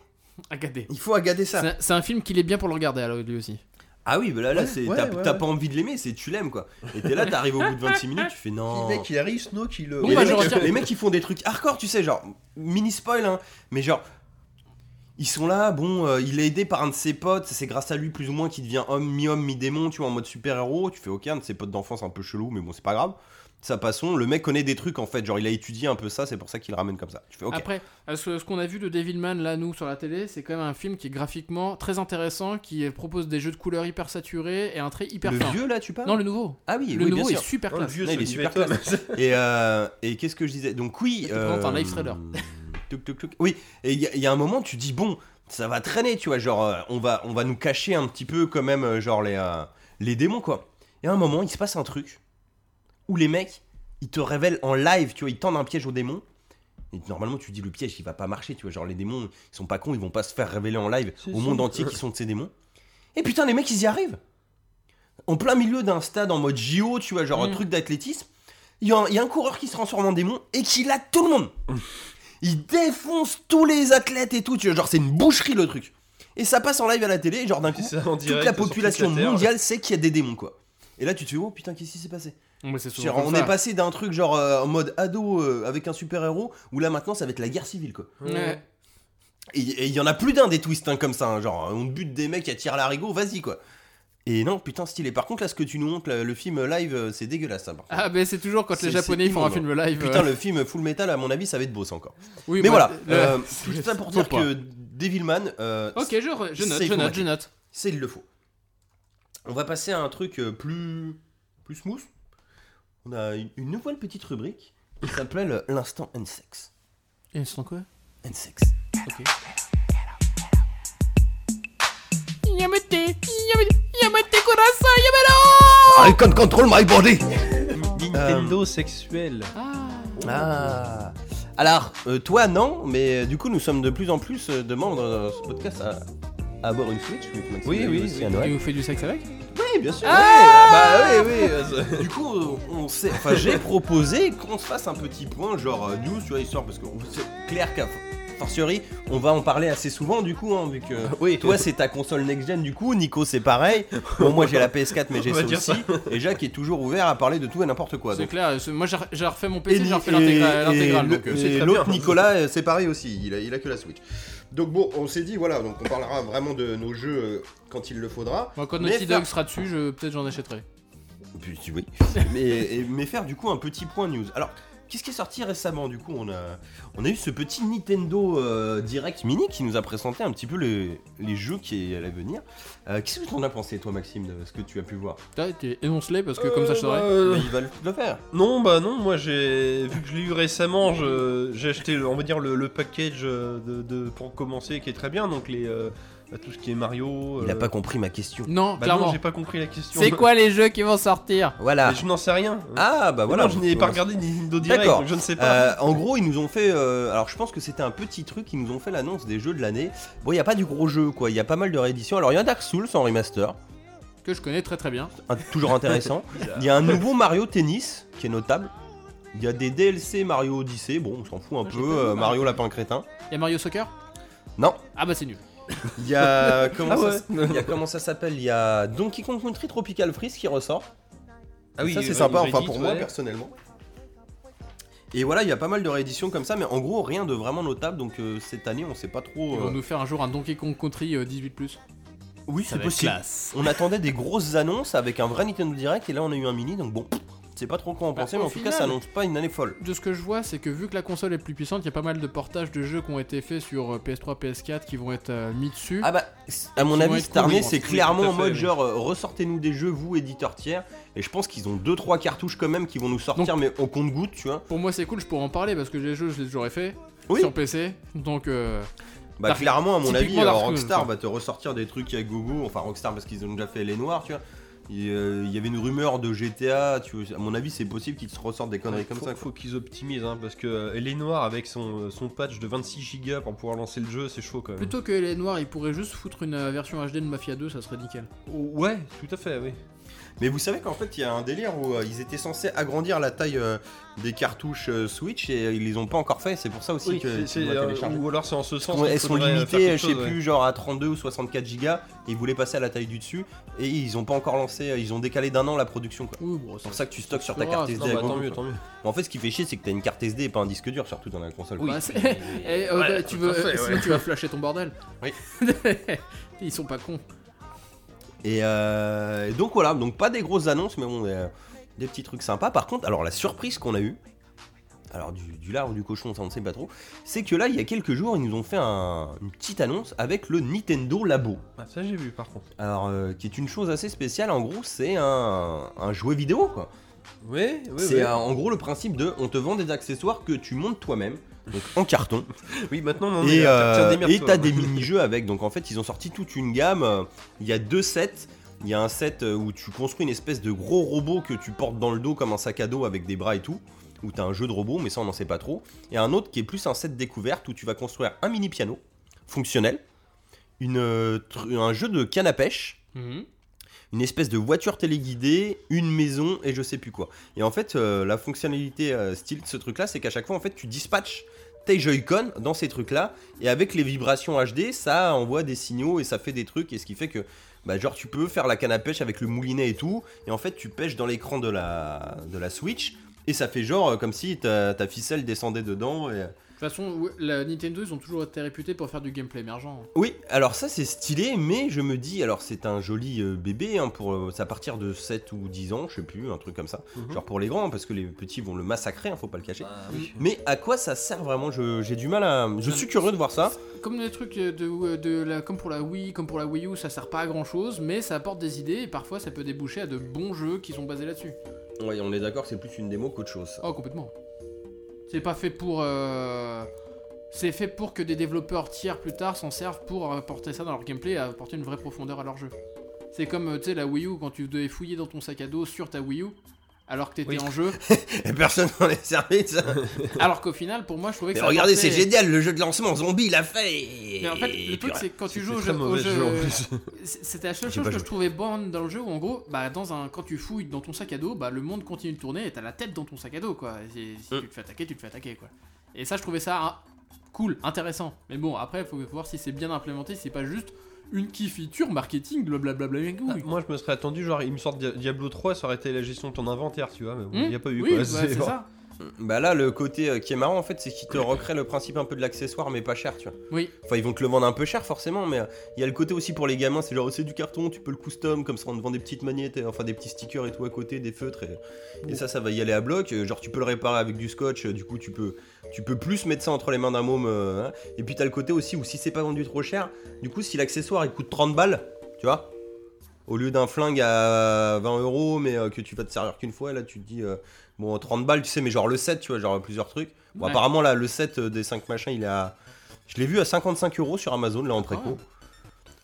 Speaker 2: Regardez.
Speaker 1: Il faut à gader ça.
Speaker 2: euh, C'est un- c'est un film qu'il est bien pour le regarder, alors lui aussi.
Speaker 1: Ah oui, bah là, là
Speaker 3: Ouais,
Speaker 1: c'est,
Speaker 3: ouais,
Speaker 1: t'as,
Speaker 3: ouais,
Speaker 1: t'as
Speaker 3: ouais.
Speaker 1: pas envie de l'aimer, c'est tu l'aimes quoi. Et t'es là, t'arrives au bout de 26 minutes,
Speaker 2: <laughs>
Speaker 1: tu fais non.
Speaker 3: Dès qu'il arrive, Snow qui le.
Speaker 2: Bon,
Speaker 1: Et
Speaker 2: bah,
Speaker 1: les,
Speaker 2: je
Speaker 1: mecs,
Speaker 2: retire.
Speaker 1: les mecs, ils font des trucs hardcore, tu sais, genre mini spoil, hein, mais genre ils sont là, bon, euh, il est aidé par un de ses potes, c'est grâce à lui plus ou moins qu'il devient homme, mi-homme, mi-démon, tu vois, en mode super-héros. Tu fais ok, un de ses potes d'enfance un peu chelou, mais bon, c'est pas grave. Ça passons, le mec connaît des trucs en fait, genre il a étudié un peu ça, c'est pour ça qu'il le ramène comme ça. Tu fais ok.
Speaker 2: Après, euh, ce, ce qu'on a vu de Devilman là, nous, sur la télé, c'est quand même un film qui est graphiquement très intéressant, qui euh, propose des jeux de couleurs hyper saturés et un trait hyper
Speaker 1: le
Speaker 2: fin.
Speaker 1: vieux là, tu parles
Speaker 2: Non, le nouveau.
Speaker 1: Ah oui,
Speaker 2: le
Speaker 1: oui,
Speaker 2: nouveau
Speaker 1: bien
Speaker 2: est
Speaker 1: sûr.
Speaker 2: super
Speaker 3: Oh, le
Speaker 2: classe.
Speaker 3: vieux,
Speaker 1: Non, il est
Speaker 3: celui
Speaker 1: super
Speaker 3: du Atom.
Speaker 1: <laughs> Et, euh, et qu'est-ce que je disais Donc oui. euh,
Speaker 2: Ça te présente un live trailer.
Speaker 1: tuc, tuc, tuc. Oui, et il y, a- il y a un moment, tu dis bon, ça va traîner, tu vois, genre euh, on va, on va nous cacher un petit peu quand même, euh, genre les, euh, les démons quoi. Et à un moment, il se passe un truc où les mecs, ils te révèlent en live, tu vois, ils tendent un piège aux démons. Et normalement, tu dis le piège, il va pas marcher, tu vois, genre les démons, ils sont pas cons, ils vont pas se faire révéler en live
Speaker 3: Si,
Speaker 1: au
Speaker 3: si. Euh.
Speaker 1: monde entier qui sont de ces démons. Et putain, les mecs, ils y arrivent. En plein milieu d'un stade en mode JO, tu vois, genre
Speaker 2: Mm.
Speaker 1: truc d'athlétisme, il y, a un- il y a un coureur qui se transforme en démon et qui latte tout le monde.
Speaker 3: Mm.
Speaker 1: Il défonce tous les athlètes et tout, tu vois, genre c'est une boucherie le truc. Et ça passe en live à la télé, et genre d'un coup,
Speaker 3: <laughs> C'est ça, en direct.
Speaker 1: toute la
Speaker 3: sur
Speaker 1: population
Speaker 3: toute la Terre.
Speaker 1: mondiale sait qu'il y a des démons quoi. Et là, tu te fais, oh putain, qu'est-ce qui s'est passé
Speaker 2: Mais c'est souvent
Speaker 1: Genre,
Speaker 2: comme
Speaker 1: on
Speaker 2: ça.
Speaker 1: est passé d'un truc genre euh, en mode ado euh, avec un super héros où là maintenant ça va être la guerre civile quoi.
Speaker 2: Ouais.
Speaker 1: Et et il y en a plus d'un des twists hein, comme ça, hein, genre on bute des mecs à tir l'arigot, vas-y quoi. Et non, putain, stylé. Par contre, là, ce que tu nous montres, le, le film live, euh, c'est dégueulasse. hein, par contre.
Speaker 2: Ah, mais c'est toujours quand
Speaker 1: C'est-
Speaker 2: les Japonais
Speaker 1: c'est
Speaker 2: ils font un
Speaker 1: immonde.
Speaker 2: film live.
Speaker 1: Putain,
Speaker 2: euh,
Speaker 1: le film Full Metal, à mon avis, ça va être beau, ça encore.
Speaker 2: oui,
Speaker 1: Mais
Speaker 2: bah,
Speaker 1: voilà,
Speaker 2: le-
Speaker 1: euh,
Speaker 2: <laughs> c'est-
Speaker 1: tout ça pour
Speaker 2: faut
Speaker 1: dire
Speaker 2: pas.
Speaker 1: que Devilman, euh,
Speaker 2: Ok, je, re- je note,
Speaker 1: c'est
Speaker 2: je note,
Speaker 1: compliqué.
Speaker 2: je note.
Speaker 1: c'est il le faut. On va passer à un truc euh, plus plus smooth. On a une, une nouvelle petite rubrique qui s'appelle euh, l'instant N-Sex.
Speaker 2: Et ils sont quoi
Speaker 1: N-Sex.
Speaker 2: Ok.
Speaker 1: I can control my body.
Speaker 3: Nintendo sexuel.
Speaker 2: Ah.
Speaker 1: Ah. Alors, euh, toi non, mais euh, du coup nous sommes de plus en plus euh, de membres dans ce podcast à, à avoir une Switch. vu que Maxime
Speaker 3: Oui,
Speaker 1: l'a eu
Speaker 3: oui,
Speaker 1: aussi
Speaker 3: oui.
Speaker 1: à
Speaker 2: Et
Speaker 1: Noël.
Speaker 2: vous faites du sexe avec
Speaker 1: Oui, bien sûr.
Speaker 3: Ah
Speaker 2: <laughs>
Speaker 3: bah oui, oui. euh, ça-
Speaker 1: ouais. <laughs> Du coup, euh, on s'est, enfin, j'ai proposé qu'on se fasse un petit point, genre euh, news sur l'histoire, parce que c'est clair qu'à fortiori, on va en parler assez souvent, du coup, hein, vu que
Speaker 3: <laughs> Oui,
Speaker 1: toi c'est ta console next-gen, du coup, Nico c'est pareil. Bon, moi j'ai la PS4, mais j'ai
Speaker 3: <laughs> On
Speaker 1: ça
Speaker 3: va dire
Speaker 1: aussi. Et Jacques est toujours ouvert à parler de tout et n'importe quoi.
Speaker 2: C'est
Speaker 1: donc.
Speaker 2: clair, c'est- moi j'ai re- j'ai refait mon
Speaker 1: Et
Speaker 2: PC, j'ai
Speaker 1: ni-
Speaker 2: refait
Speaker 1: et-
Speaker 2: l'intégrale.
Speaker 1: et
Speaker 2: l'intégrale,
Speaker 1: le-
Speaker 2: donc, euh,
Speaker 1: et
Speaker 3: c'est très
Speaker 1: l'autre
Speaker 3: bien.
Speaker 1: Nicolas, euh, c'est pareil aussi, il a, il a que la Switch. Donc bon, on s'est dit, voilà, donc on parlera vraiment de nos jeux euh, quand il le faudra.
Speaker 2: Moi, quand
Speaker 1: Mais
Speaker 2: Naughty
Speaker 1: faire-
Speaker 2: Dog sera dessus, je- peut-être j'en achèterai.
Speaker 1: <laughs> Puis, oui. mais, et- mais faire du coup un petit point news. Alors, Qu'est-ce qui est sorti récemment Du coup, on a, on a eu ce petit Nintendo euh, Direct Mini qui nous a présenté un petit peu les, les jeux qui allaient venir. Euh, Qu'est-ce que tu en as pensé, toi, Maxime, de ce que tu as pu voir
Speaker 2: Putain, t'es- Énonce-les parce que
Speaker 3: Euh,
Speaker 2: comme ça je saurais.
Speaker 1: Bah, Il va le le faire.
Speaker 3: Non, bah non, moi j'ai vu que je l'ai eu récemment, je- j'ai acheté, on va dire, le, le package euh, de, de- pour commencer qui est très bien, donc les, euh, bah, tout ce qui est Mario.
Speaker 1: Il
Speaker 3: euh,
Speaker 1: a pas compris ma question.
Speaker 2: Non,
Speaker 3: bah non,
Speaker 2: clairement.
Speaker 3: j'ai pas compris la question.
Speaker 2: C'est quoi les jeux qui vont sortir
Speaker 1: Voilà.
Speaker 3: Mais Je n'en sais rien.
Speaker 1: Ah, bah
Speaker 3: Mais
Speaker 1: voilà.
Speaker 3: non, je n'ai pas regardé Nintendo Direct,
Speaker 1: D'accord.
Speaker 3: donc je ne sais pas.
Speaker 1: Euh, en gros, ils nous ont fait. euh, alors, je pense que c'était un petit truc. Ils nous ont fait l'annonce des jeux de l'année. Bon, il n'y a pas du gros jeu, quoi. Il y a pas mal de rééditions. Alors, il y a un Dark Souls en remaster,
Speaker 2: Que je connais très très bien.
Speaker 1: un- toujours
Speaker 2: <laughs>
Speaker 1: intéressant. Il y a un nouveau Mario Tennis qui est notable. Il y a des DLC Mario Odyssey. Bon, on s'en fout un
Speaker 2: Ah, j'ai
Speaker 1: peu.
Speaker 2: pas vu,
Speaker 1: euh,
Speaker 2: Mario.
Speaker 1: Mario Lapin Crétin.
Speaker 2: Y'a Mario Soccer
Speaker 1: Non.
Speaker 2: Ah bah c'est nul.
Speaker 1: Il y
Speaker 3: <laughs>
Speaker 1: a comment
Speaker 3: Ah
Speaker 1: ça
Speaker 3: ouais.
Speaker 1: s- il y a comment ça s'appelle Il y a Donkey Kong Country Tropical Freeze qui ressort.
Speaker 3: Ah oui,
Speaker 1: ça c'est
Speaker 3: euh,
Speaker 1: sympa,
Speaker 3: une
Speaker 1: enfin
Speaker 3: réédite,
Speaker 1: pour moi
Speaker 3: ouais.
Speaker 1: personnellement. Et voilà, il y a pas mal de rééditions comme ça, mais en gros rien de vraiment notable. Donc euh, cette année, on sait pas
Speaker 2: Ils
Speaker 1: trop.
Speaker 2: vont
Speaker 1: euh,
Speaker 2: nous faire un jour un Donkey Kong Country euh, 18+.
Speaker 1: Oui,
Speaker 2: Ça
Speaker 1: c'est
Speaker 2: va être
Speaker 1: possible.
Speaker 2: classe.
Speaker 1: On attendait des grosses annonces avec un vrai Nintendo Direct et là on a eu un mini, donc bon, c'est pas trop quoi en
Speaker 2: Bah,
Speaker 1: penser,
Speaker 2: au
Speaker 1: mais en tout cas
Speaker 2: final-
Speaker 1: ça annonce pas une année folle.
Speaker 2: De ce que je vois, c'est que vu que la console est plus puissante, il y a pas mal de portages de jeux qui ont été faits sur euh, PS3, PS4 qui vont être euh, mis
Speaker 3: Hmm.
Speaker 2: dessus.
Speaker 1: Ah bah, c- à mon
Speaker 2: Ils vont
Speaker 1: avis,
Speaker 2: être
Speaker 1: cette année
Speaker 2: cool,
Speaker 1: c'est
Speaker 3: oui,
Speaker 1: clairement
Speaker 3: tout à
Speaker 1: en
Speaker 3: fait,
Speaker 1: mode
Speaker 3: oui.
Speaker 1: genre euh, ressortez-nous des jeux, vous éditeurs tiers, et je pense qu'ils ont 2-3 cartouches quand même qui vont nous sortir, mais au compte-goutte, tu vois.
Speaker 2: Pour moi c'est cool, je pourrais en parler parce que les jeux je les aurais fait
Speaker 1: Oui.
Speaker 2: sur PC. Donc euh,
Speaker 1: Bah
Speaker 2: Dark-
Speaker 1: clairement à mon avis
Speaker 2: typiquement
Speaker 1: euh,
Speaker 2: Dark Souls,
Speaker 1: Rockstar
Speaker 2: quoi.
Speaker 1: va te ressortir des trucs à gogo, enfin Rockstar parce qu'ils ont déjà fait les noirs tu vois. Il euh, il y avait une rumeur de GTA, tu vois, à mon avis c'est possible qu'ils te ressortent des conneries comme
Speaker 3: faut,
Speaker 1: ça. quoi.
Speaker 3: faut qu'ils optimisent hein, parce que euh, les noirs avec son, euh, son patch de 26 Go pour pouvoir lancer le jeu, c'est chaud quand même.
Speaker 2: plutôt que les noirs ils pourraient juste foutre une euh, version HD de Mafia 2, ça serait nickel.
Speaker 3: Ouais, tout à fait, oui.
Speaker 1: Mais vous savez qu'en fait il y a un délire où euh, ils étaient censés agrandir la taille euh, des cartouches euh, Switch et euh, ils les ont pas encore fait, c'est pour ça aussi
Speaker 3: Oui,
Speaker 1: que
Speaker 3: c'est-
Speaker 1: tu
Speaker 3: c'est,
Speaker 1: dois
Speaker 3: euh,
Speaker 1: télécharger.
Speaker 3: ou alors c'est en ce sens.
Speaker 1: Ouais,
Speaker 3: qu'il
Speaker 1: elles sont
Speaker 3: faudrait, euh, faire
Speaker 1: limitées,
Speaker 3: quelque
Speaker 1: je sais
Speaker 3: chose, ouais.
Speaker 1: plus, genre à 32 ou 64 gigas, et ils voulaient passer à la taille du dessus, et ils ont pas encore lancé, euh, ils ont décalé d'un an la production quoi.
Speaker 2: Oui, bon,
Speaker 1: C'est
Speaker 2: ça-
Speaker 1: pour ça que tu stockes sur ta
Speaker 2: C'est
Speaker 1: carte
Speaker 2: grave,
Speaker 1: SD
Speaker 3: Non,
Speaker 1: à
Speaker 3: bah, tant
Speaker 1: gogo,
Speaker 3: mieux,
Speaker 1: quoi.
Speaker 3: tant mieux.
Speaker 1: Mais En fait, ce qui fait chier, c'est que t'as une carte SD et pas un disque dur, surtout dans la console. quoi.
Speaker 2: Bah, <laughs> c'est- Eh, euh, bah, tu veux, euh, sinon tu vas flasher ton bordel.
Speaker 1: Oui.
Speaker 2: <laughs> Ils sont pas cons.
Speaker 1: Et, euh, et donc voilà, donc pas des grosses annonces, mais bon, des, des petits trucs sympas. Par contre, alors la surprise qu'on a eue, alors du, du lard ou du cochon, ça on ne sait pas trop, c'est que là, il y a quelques jours, ils nous ont fait un- une petite annonce avec le Nintendo Labo.
Speaker 3: Ah, ça j'ai vu par contre.
Speaker 1: Alors, euh, qui est une chose assez spéciale, en gros, c'est un, un jouet vidéo, quoi.
Speaker 3: Oui, oui,
Speaker 1: c'est euh, en gros le principe de, on te vend des accessoires que tu montes toi-même, donc en carton.
Speaker 3: Oui, maintenant hein, on en
Speaker 1: Et
Speaker 3: est là. Tiens,
Speaker 1: euh,
Speaker 3: démerde-toi.
Speaker 1: et t'as des mini-jeux avec. Donc en fait, ils ont sorti toute une gamme. Euh, Il y a deux sets. Il y a un set euh, où tu construis une espèce de gros robot que tu portes dans le dos comme un sac à dos avec des bras et tout. Où t'as un jeu de robot, mais ça on n'en sait pas trop. Et un autre qui est plus un set découverte où tu vas construire un mini piano fonctionnel, une, euh, tr- un jeu de canne à pêche une espèce de voiture téléguidée, une maison et je sais plus quoi. Et en fait, euh, la fonctionnalité euh, style de ce truc-là, c'est qu'à chaque fois, en fait, tu dispatches tes Joy-Con dans ces trucs-là, et avec les vibrations HD, ça envoie des signaux et ça fait des trucs, et ce qui fait que, bah, genre, tu peux faire la canne à pêche avec le moulinet et tout, et en fait, tu pêches dans l'écran de la, de la Switch, et ça fait genre euh, comme si ta, ta ficelle descendait dedans. Et...
Speaker 2: De toute façon, ouais, la Nintendo, ils ont toujours été réputés pour faire du gameplay émergent.
Speaker 1: Oui, alors ça c'est stylé, mais je me dis, alors c'est un joli euh, bébé, hein, pour, euh, c'est à partir de 7 ou 10 ans, je sais plus, un truc comme ça.
Speaker 3: Mhm.
Speaker 1: Genre pour les grands, hein, parce que les petits vont le massacrer, hein, faut pas le cacher.
Speaker 3: Ah, oui.
Speaker 1: Mais à quoi ça sert vraiment Je- J'ai du mal à. Je suis curieux de voir ça.
Speaker 2: Comme les trucs de, de, la, comme pour la Wii, comme pour la Wii U, ça sert pas à grand chose, mais ça apporte des idées et parfois ça peut déboucher à de bons jeux qui sont basés là-dessus.
Speaker 1: Ouais, on est d'accord, c'est plus une démo qu'autre chose. ça.
Speaker 2: Oh, complètement. C'est pas fait pour. euh, C'est fait pour que des développeurs tiers plus tard s'en servent pour apporter ça dans leur gameplay et apporter une vraie profondeur à leur jeu. C'est comme, euh, tu sais, la Wii U, quand tu devais fouiller dans ton sac à dos sur ta Wii U, alors que t'étais
Speaker 3: Oui.
Speaker 2: en jeu.
Speaker 1: Et personne n'en est servi de ça.
Speaker 2: Alors qu'au final, pour moi, je trouvais que
Speaker 1: Mais
Speaker 2: ça
Speaker 1: regardez, c'est
Speaker 2: apportait-
Speaker 1: génial, le jeu de lancement zombie, il l'a fait
Speaker 2: Mais en fait, le
Speaker 1: Et
Speaker 2: truc,
Speaker 1: puis,
Speaker 2: c'est que quand tu
Speaker 3: C'était
Speaker 2: joues au
Speaker 3: très
Speaker 2: jeu, au
Speaker 3: mauvais
Speaker 2: jeu-
Speaker 3: jeu, en <laughs> plus.
Speaker 2: c'est- c'était la seule
Speaker 1: J'ai
Speaker 2: chose
Speaker 1: pas
Speaker 2: que je
Speaker 1: joué.
Speaker 2: trouvais bonne dans le jeu où en gros, bah dans un quand tu fouilles dans ton sac à dos, bah le monde continue de tourner et t'as la tête dans ton sac à dos quoi. Et si si
Speaker 1: Mm.
Speaker 2: tu te fais attaquer, tu te fais attaquer quoi. Et ça, je trouvais ça hein, cool, intéressant. Mais bon, après, il faut voir si c'est bien implémenté, si c'est pas juste une key feature marketing, blablabla.
Speaker 3: Ah, Moi je me serais attendu, genre ils me sortent Dia- Diablo 3, ça aurait été la gestion de ton inventaire, tu vois, mais bon, il n'y a pas eu
Speaker 2: oui,
Speaker 3: quoi.
Speaker 2: bah,
Speaker 3: c'est
Speaker 2: c'est
Speaker 3: genre-
Speaker 2: ça.
Speaker 1: Bah là, le côté euh, qui est marrant en fait, c'est qu'ils te recréent le principe un peu de l'accessoire, mais pas cher, tu vois.
Speaker 2: Oui.
Speaker 1: Enfin, ils vont te le vendre un peu cher forcément, mais euh, il y a le côté aussi pour les gamins, c'est genre c'est du carton, tu peux le custom, comme ça on te vend des petites magnettes, et- enfin des petits stickers et tout à côté, des feutres, et, et ça, ça va y aller à bloc. Euh, Genre tu peux le réparer avec du scotch, euh, du coup tu peux, tu peux plus mettre ça entre les mains d'un môme. euh, hein. Et puis t'as le côté aussi où si c'est pas vendu trop cher, du coup si l'accessoire il coûte 30 balles, tu vois. Au lieu d'un flingue à 20 euros, mais euh, que tu vas te servir qu'une fois, là tu te dis euh, Bon, 30 balles, tu sais, mais genre le 7, tu vois, genre plusieurs trucs. Bon,
Speaker 2: Ouais.
Speaker 1: apparemment, là, le 7 des 5 machins, il est à. Je l'ai vu à 55 euros sur Amazon, là, en préco.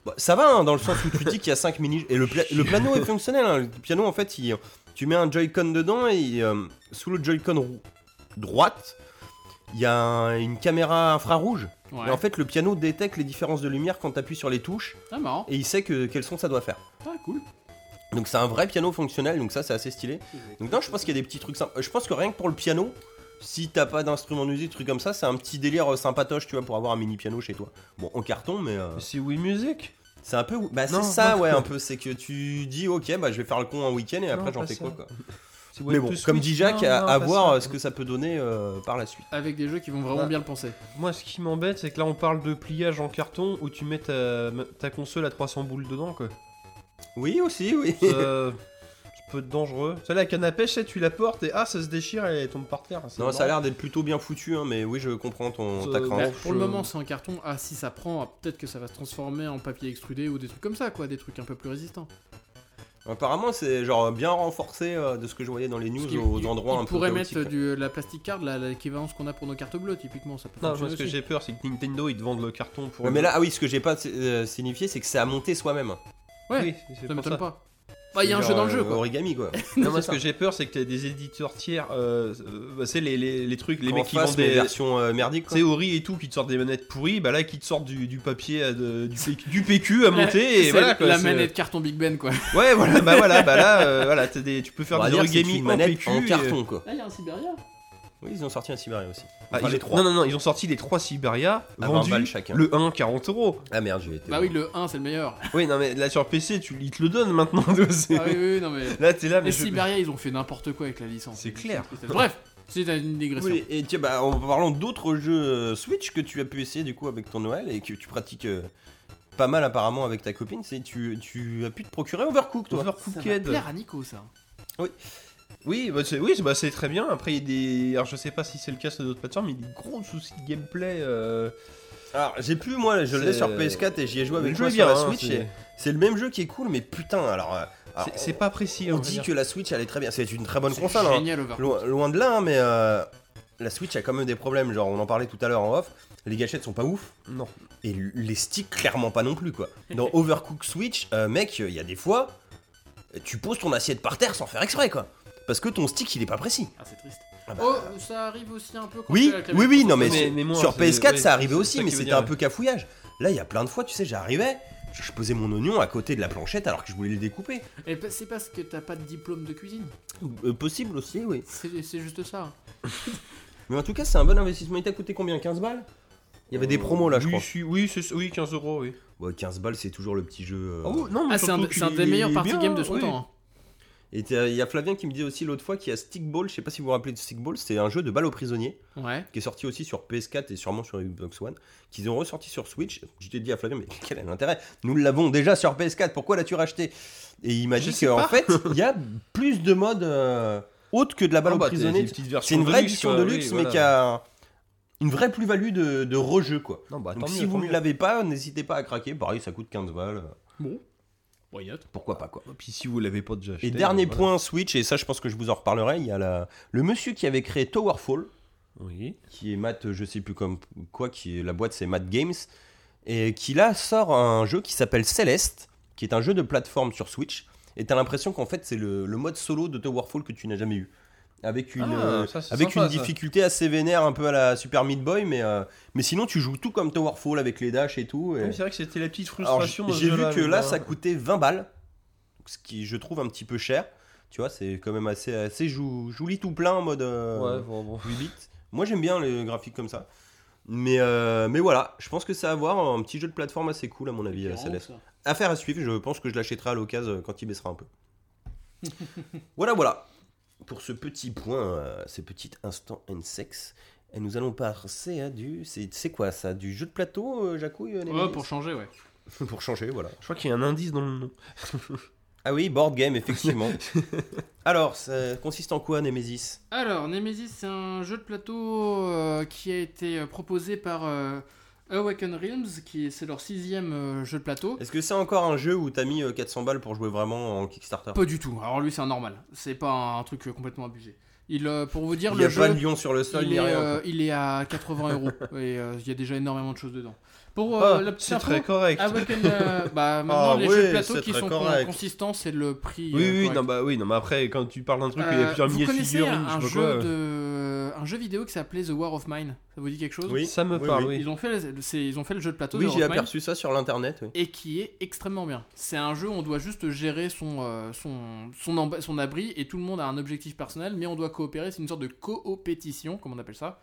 Speaker 1: Bah, ça va, hein, dans le sens où tu dis qu'il y a 5 mini. Et le, pla- le piano est fonctionnel. hein. Le piano, en fait, il- tu mets un Joy-Con dedans et euh, sous le Joy-Con rou- droite, il y a un- une caméra infrarouge.
Speaker 2: Ouais.
Speaker 1: Et en fait, le piano détecte les différences de lumière quand tu appuies sur les touches
Speaker 2: Ah, marrant.
Speaker 1: et il sait que, quel son ça doit faire.
Speaker 2: Ah, cool.
Speaker 1: Donc c'est un vrai piano fonctionnel, donc ça c'est assez stylé. Donc non, je pense qu'il y a des petits trucs sympas. Je pense que rien que pour le piano, si t'as pas d'instrument de musique, truc comme ça, c'est un petit délire euh, sympatoche, tu vois, pour avoir un mini piano chez toi. Bon, en carton, mais euh,
Speaker 3: C'est Wii Music
Speaker 1: c'est un peu, bah c'est
Speaker 3: Non,
Speaker 1: ça,
Speaker 3: non.
Speaker 1: ouais, un peu, c'est que tu dis, ok, bah je vais faire le con un week-end et après
Speaker 3: Non,
Speaker 1: j'en
Speaker 3: pas
Speaker 1: fais quoi,
Speaker 3: ça.
Speaker 1: quoi.
Speaker 3: C'est
Speaker 1: Mais
Speaker 3: One
Speaker 1: bon,
Speaker 3: to
Speaker 1: comme
Speaker 3: Switch
Speaker 1: dit Jacques,
Speaker 3: Non,
Speaker 1: à,
Speaker 3: non,
Speaker 1: à
Speaker 3: pas
Speaker 1: voir
Speaker 3: ça.
Speaker 1: euh, ce que ça peut donner euh, par la suite.
Speaker 2: Avec des jeux qui vont vraiment
Speaker 3: Ouais.
Speaker 2: bien le penser.
Speaker 3: <laughs> Moi, ce qui m'embête, c'est que là, on parle de pliage en carton où tu mets ta, ta console à 300 boules
Speaker 1: <laughs>
Speaker 3: dedans, quoi.
Speaker 1: Oui aussi, oui.
Speaker 3: Ça, ça peut être dangereux. Celle la canne à pêche, tu la portes et ah, ça se déchire et elle tombe par terre. C'est
Speaker 1: Non, ça a l'air
Speaker 3: marrant.
Speaker 1: d'être plutôt bien foutu, hein, mais oui, je comprends ton
Speaker 3: Ça-
Speaker 1: ta crainte.
Speaker 2: Bah,
Speaker 3: Franche,
Speaker 2: pour le
Speaker 3: euh,
Speaker 2: moment, c'est en carton. Ah, si ça prend, ah, peut-être que ça va se transformer en papier extrudé ou des trucs comme ça, quoi. Des trucs un peu plus résistants.
Speaker 1: Apparemment, c'est genre bien renforcé euh, de ce que je voyais dans les news
Speaker 2: Parce qu'ils-
Speaker 1: aux
Speaker 2: ils-
Speaker 1: endroits
Speaker 2: ils
Speaker 1: un peu
Speaker 2: pourraient
Speaker 1: chaotiques,
Speaker 2: mettre euh,
Speaker 1: ouais.
Speaker 2: du, la plastique card, la- l'équivalence qu'on a pour nos cartes bleues, typiquement. Ça peut
Speaker 3: Non, moi,
Speaker 2: fonctionner
Speaker 3: ce que
Speaker 2: aussi.
Speaker 3: j'ai peur, c'est que Nintendo, ils te vendent le carton pour.
Speaker 1: Ouais, mais là, ah oui, ce que j'ai pas euh, signifié, c'est que c'est à monter soi-même.
Speaker 2: Ouais,
Speaker 3: oui, c'est
Speaker 2: Ça
Speaker 3: pour
Speaker 1: <laughs>
Speaker 2: m'étonne
Speaker 3: ça.
Speaker 2: pas. Bah, il y a un
Speaker 1: Genre,
Speaker 2: jeu dans le
Speaker 1: euh,
Speaker 2: jeu, quoi.
Speaker 1: Origami,
Speaker 2: <laughs>
Speaker 1: quoi.
Speaker 3: Non, moi, ce que j'ai peur, c'est que t'as des éditeurs tiers, euh, euh, bah, c'est les, les, les trucs, les
Speaker 1: En
Speaker 3: mecs qui
Speaker 1: face,
Speaker 3: vendent
Speaker 1: mais
Speaker 3: des
Speaker 1: version euh, merdique, quoi.
Speaker 3: théories et tout, qui te sortent des manettes pourries, bah là, qui te sortent du, du papier, à de- du, P- du
Speaker 2: <laughs>
Speaker 3: PQ à monter, et
Speaker 2: C'est
Speaker 3: voilà. quoi,
Speaker 2: la
Speaker 3: c'est-
Speaker 2: manette carton Big Ben, quoi.
Speaker 3: Ouais, voilà, bah voilà, bah là, euh, voilà, t'as des, tu peux faire
Speaker 1: On va
Speaker 3: des
Speaker 1: dire que c'est
Speaker 3: origami
Speaker 1: une
Speaker 3: en
Speaker 1: manette
Speaker 3: PQ.
Speaker 1: en
Speaker 3: et-
Speaker 1: carton, quoi.
Speaker 2: Là, il y a un Siberia.
Speaker 1: Oui, ils ont sorti un Siberia aussi.
Speaker 3: Ah,
Speaker 1: Enfin,
Speaker 3: ils-
Speaker 1: les trois.
Speaker 3: Non, non, non, ils ont sorti les 3 Siberia,
Speaker 1: À 20
Speaker 3: vendus,
Speaker 1: balles chacun.
Speaker 3: le 1, 40 euros.
Speaker 1: Ah merde, j'ai été.
Speaker 2: Bah oui, le 1, c'est
Speaker 1: <laughs>
Speaker 2: le meilleur.
Speaker 3: Oui, non, mais là, sur PC, tu, ils te le donnent maintenant. <laughs> c'est-
Speaker 2: Ah oui, oui, oui, non, mais.
Speaker 3: Là, t'es
Speaker 1: Ah,
Speaker 3: là, mais
Speaker 2: Les
Speaker 3: je-
Speaker 2: Siberia, ils ont fait n'importe quoi avec la licence.
Speaker 3: C'est clair.
Speaker 2: Bref, c'est une
Speaker 3: euh,
Speaker 2: digression.
Speaker 1: Oui, et tiens, bah, en parlant d'autres jeux euh, Switch que tu as pu essayer du coup avec ton Noël et que tu pratiques euh, pas mal apparemment avec ta copine, c'est tu, tu as pu te procurer Overcooked, toi.
Speaker 2: Ça va
Speaker 3: Overcooked.
Speaker 2: plaire à Nico, ça.
Speaker 3: Oui, bah c'est oui, c'est- bah, c'est très bien. Après, il y a des. Alors, je sais pas si c'est le cas sur d'autres plateformes, mais il y a des gros soucis de gameplay. euh,
Speaker 1: Alors, j'ai pu, moi, je l'ai
Speaker 3: C'est-
Speaker 1: sur PS4 et j'y ai joué
Speaker 3: le
Speaker 1: avec
Speaker 3: jeu
Speaker 1: toi
Speaker 3: est
Speaker 1: sur la
Speaker 3: hein,
Speaker 1: Switch.
Speaker 3: c'est-
Speaker 1: et C'est le même jeu qui est cool, mais putain, alors. euh, alors,
Speaker 3: c'est- C'est pas précis.
Speaker 1: On
Speaker 3: on va
Speaker 1: dit
Speaker 3: dire.
Speaker 1: que la Switch elle est très bien, c'est une très bonne
Speaker 2: C'est
Speaker 1: console, hein.
Speaker 2: Génial, Overcooked.
Speaker 1: loin, loin de là, hein, mais euh, la Switch a quand même des problèmes. Genre, on en parlait tout à l'heure en off, les gâchettes sont pas ouf,
Speaker 3: Non.
Speaker 1: et l- les sticks clairement pas non plus quoi.
Speaker 3: <laughs>
Speaker 1: Dans Overcook Switch, euh, mec, il y a des fois, tu poses ton assiette par terre sans faire exprès quoi, parce que ton stick il est pas précis.
Speaker 2: Ah, c'est triste.
Speaker 1: Ah bah,
Speaker 2: Oh, ça arrive aussi un peu quand
Speaker 1: oui,
Speaker 2: tu as la
Speaker 1: oui, oui, non mais,
Speaker 3: Mais-
Speaker 1: sur-
Speaker 3: mais moi,
Speaker 1: sur
Speaker 3: c'est-
Speaker 1: PS4
Speaker 3: ouais,
Speaker 1: ça arrivait
Speaker 3: c'est
Speaker 1: aussi,
Speaker 3: ça
Speaker 1: mais
Speaker 3: qui veut
Speaker 1: c'était
Speaker 3: dire,
Speaker 1: un
Speaker 3: ouais.
Speaker 1: peu cafouillage. Là, il y a plein de fois, tu sais, j'arrivais, je je posais mon oignon à côté de la planchette alors que je voulais le découper.
Speaker 2: Et pa- c'est parce que t'as pas de diplôme de cuisine.
Speaker 1: Euh, possible aussi, oui.
Speaker 2: C'est c'est juste ça.
Speaker 1: Mais en tout cas, c'est un bon investissement. Il t'a coûté combien 15 balles Il y avait des promos là, je
Speaker 3: Euh, oui,
Speaker 1: crois.
Speaker 3: suis- oui, c'est- oui, 15 euros, oui.
Speaker 1: Ouais, 15 balles, c'est toujours le petit jeu. euh.
Speaker 3: Ah, oui, non, mais
Speaker 2: Ah, c'est un,
Speaker 3: surtout
Speaker 2: c'est un
Speaker 3: qu'il
Speaker 2: des meilleurs
Speaker 3: est
Speaker 2: party
Speaker 3: bien,
Speaker 2: games de son
Speaker 3: oui.
Speaker 2: temps. hein.
Speaker 1: Et t'as- il y a Flavien qui me dit aussi l'autre fois qu'il y a Stickball. Je sais pas si vous vous rappelez de Stickball, c'est un jeu de balle aux prisonniers
Speaker 2: Ouais.
Speaker 1: qui est sorti aussi sur PS4 et sûrement sur Xbox One, qu'ils ont ressorti sur Switch. Je t'ai dit à Flavien, mais quel est l'intérêt Nous l'avons déjà sur PS4, pourquoi l'as-tu racheté Et il m'a
Speaker 3: Je
Speaker 1: dit
Speaker 3: sais
Speaker 1: qu'en
Speaker 3: pas.
Speaker 1: fait, il
Speaker 3: <laughs>
Speaker 1: y a plus de modes euh, autres que de la
Speaker 3: Ah,
Speaker 1: balle aux
Speaker 3: bah, t'as
Speaker 1: prisonniers.
Speaker 3: des petites versions
Speaker 1: C'est une vraie
Speaker 3: de luxe,
Speaker 1: édition
Speaker 3: quoi,
Speaker 1: de
Speaker 3: oui,
Speaker 1: luxe, mais
Speaker 3: voilà.
Speaker 1: qui a une vraie plus-value de, de rejeu, quoi.
Speaker 3: Non, bah,
Speaker 1: Donc
Speaker 3: tant
Speaker 1: si
Speaker 3: mieux,
Speaker 1: vous
Speaker 3: tant
Speaker 1: ne
Speaker 3: mieux.
Speaker 1: l'avez pas, n'hésitez pas à craquer. Pareil, ça coûte 15 balles.
Speaker 2: Bon. Voyote.
Speaker 1: Pourquoi pas, quoi.
Speaker 3: Puis si vous l'avez pas déjà acheté.
Speaker 1: Et dernier
Speaker 3: voilà.
Speaker 1: point Switch, et ça je pense que je vous en reparlerai, il y a la- le monsieur qui avait créé Towerfall,
Speaker 3: Oui.
Speaker 1: qui est Matt, je sais plus comme quoi, qui est, la boîte c'est Matt Games, et qui là sort un jeu qui s'appelle Celeste, qui est un jeu de plateforme sur Switch, et t'as l'impression qu'en fait c'est le, le mode solo de Towerfall que tu n'as jamais eu. Avec une,
Speaker 3: Ah,
Speaker 1: euh,
Speaker 3: ça, c'est
Speaker 1: avec
Speaker 3: sympa,
Speaker 1: une
Speaker 3: ça.
Speaker 1: difficulté assez vénère, un peu à la Super Meat Boy, mais, euh, mais sinon tu joues tout comme Towerfall avec les dashs et tout. et-
Speaker 3: Oui, C'est vrai que c'était la petite
Speaker 1: alors,
Speaker 3: frustration.
Speaker 1: j-
Speaker 3: de ce
Speaker 1: j'ai vu
Speaker 3: jeu-là,
Speaker 1: que
Speaker 3: mais
Speaker 1: là,
Speaker 3: bon.
Speaker 1: ça coûtait 20 balles, donc ce qui je trouve un petit peu cher. Tu vois, c'est quand même assez, assez jou- joli tout plein en mode euh,
Speaker 3: Ouais, bon, bon.
Speaker 1: 8 bits. Moi, j'aime bien les graphiques comme ça. Mais, euh, mais voilà, je pense que ça va avoir un petit jeu de plateforme assez cool, à mon avis, euh, Céleste. Affaire à suivre, je pense que je l'achèterai à l'occasion euh, quand il baissera un peu. <laughs> voilà, voilà. pour ce petit point, euh, ce petit instant N-Sex. Et nous allons passer à du. C'est c'est quoi ça Du jeu de plateau, euh, Jacouille euh, les
Speaker 2: Ouais,
Speaker 1: Mélis
Speaker 2: pour changer, ouais.
Speaker 1: Pour changer, voilà.
Speaker 3: Je crois qu'il y a un indice dans le nom.
Speaker 1: Ah oui, board game,
Speaker 2: <laughs>
Speaker 1: effectivement. Alors, ça consiste en quoi, Nemesis
Speaker 2: Alors, Nemesis, c'est un jeu de plateau euh, qui a été euh, proposé par euh, Awaken Realms, qui est- c'est leur sixième euh, jeu de plateau.
Speaker 1: Est-ce que c'est encore un jeu où t'as mis euh, 400 balles pour jouer vraiment en Kickstarter
Speaker 2: Pas du tout. Alors lui, c'est un normal. C'est pas un truc euh, complètement abusé. Il, euh, pour vous dire,
Speaker 1: Il n'y
Speaker 2: le
Speaker 1: a
Speaker 2: jeu,
Speaker 1: pas de lion sur le sol,
Speaker 2: il,
Speaker 1: ni
Speaker 2: est,
Speaker 1: rien.
Speaker 2: euh,
Speaker 1: quoi.
Speaker 2: il est à 80
Speaker 3: <laughs>
Speaker 2: euros et euh, il y a déjà énormément de choses dedans. Pour euh,
Speaker 3: Ah,
Speaker 2: la petite
Speaker 3: c'est
Speaker 2: info,
Speaker 3: très correct.
Speaker 2: Awaken, euh,
Speaker 3: <laughs>
Speaker 2: bah, maintenant
Speaker 3: Ah
Speaker 2: les
Speaker 3: oui,
Speaker 2: jeux de plateau
Speaker 3: c'est
Speaker 2: qui
Speaker 3: très
Speaker 2: sont
Speaker 3: correct.
Speaker 2: consistants, c'est le prix.
Speaker 3: Oui,
Speaker 2: euh,
Speaker 3: oui,
Speaker 2: correct.
Speaker 3: non, bah, oui, non, mais après, quand tu parles d'un truc, où il y a
Speaker 2: Euh,
Speaker 3: plusieurs
Speaker 2: vous
Speaker 3: milliers de
Speaker 2: connaissez
Speaker 3: figurines,
Speaker 2: un
Speaker 3: je sais
Speaker 2: jeu,
Speaker 3: pas quoi.
Speaker 2: de... un jeu vidéo qui s'appelait The War of Mine. Ça vous dit quelque chose
Speaker 1: Oui,
Speaker 3: Ça me parle, oui.
Speaker 2: Ils ont fait, c'est- ils ont fait le jeu de plateau
Speaker 1: Oui,
Speaker 2: de
Speaker 1: j'ai
Speaker 2: Rockman,
Speaker 1: aperçu ça sur l'internet. oui.
Speaker 2: et qui est extrêmement bien. C'est un jeu où on doit juste gérer son, euh, son, son, emba- son abri et tout le monde a un objectif personnel, mais on doit coopérer. C'est une sorte de coopétition, comme on appelle ça,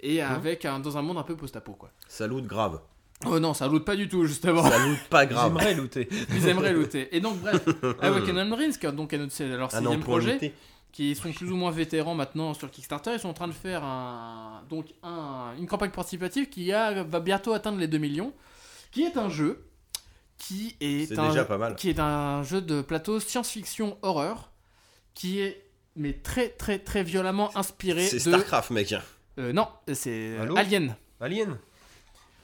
Speaker 2: et
Speaker 1: Ah.
Speaker 2: avec un, dans un monde un peu post-apo quoi.
Speaker 1: Ça loot grave.
Speaker 2: Oh non, ça l'autre pas du tout justement.
Speaker 1: <laughs> Ça loot pas grave.
Speaker 3: J'aimerais looter.
Speaker 2: Ils aimeraient looter. Et donc
Speaker 1: <laughs>
Speaker 2: bref, Ah Awaken Unrings, qui est donc à notre- c'est leur
Speaker 1: Ah
Speaker 2: sixième
Speaker 1: non, pour
Speaker 2: projet,
Speaker 1: looter.
Speaker 2: qui sont plus ou moins vétérans maintenant sur Kickstarter, ils sont en train de faire un, donc un- une campagne participative qui a- va bientôt atteindre les 2 millions, qui est un jeu qui est,
Speaker 1: C'est
Speaker 2: un,
Speaker 1: déjà pas mal.
Speaker 2: qui est un jeu de plateau science-fiction horreur qui est mais très très très violemment inspiré
Speaker 1: C'est
Speaker 2: de
Speaker 1: Starcraft, mec.
Speaker 2: Euh, non, c'est
Speaker 3: Allô
Speaker 2: Alien.
Speaker 3: Alien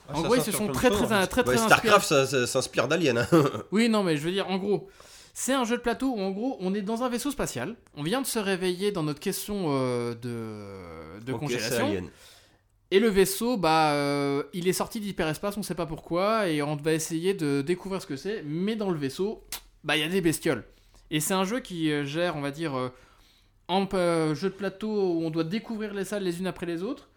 Speaker 3: Ah,
Speaker 2: en
Speaker 3: ça
Speaker 2: gros, ils
Speaker 3: sort
Speaker 2: se
Speaker 3: sur
Speaker 2: sont
Speaker 3: hein. plein de
Speaker 2: très très
Speaker 3: formes.
Speaker 2: très très,
Speaker 1: Ouais,
Speaker 2: inspirés-
Speaker 1: Starcraft, ça, ça s'inspire d'Alien. hein.
Speaker 2: Oui, non, mais je veux dire, en gros, c'est un jeu de plateau où, en gros, on est dans un vaisseau spatial. On vient de se réveiller dans notre caisson euh, de, de
Speaker 1: Ok, c'est
Speaker 2: congélation.
Speaker 1: Alien.
Speaker 2: Et le vaisseau, bah, euh, il est sorti d'hyperespace, on sait pas pourquoi, et on va essayer de découvrir ce que c'est. Mais dans le vaisseau, bah, il y a des bestioles. Et c'est un jeu qui euh, gère, on va dire, euh, en euh, jeu de plateau où on doit découvrir les salles les unes après les autres.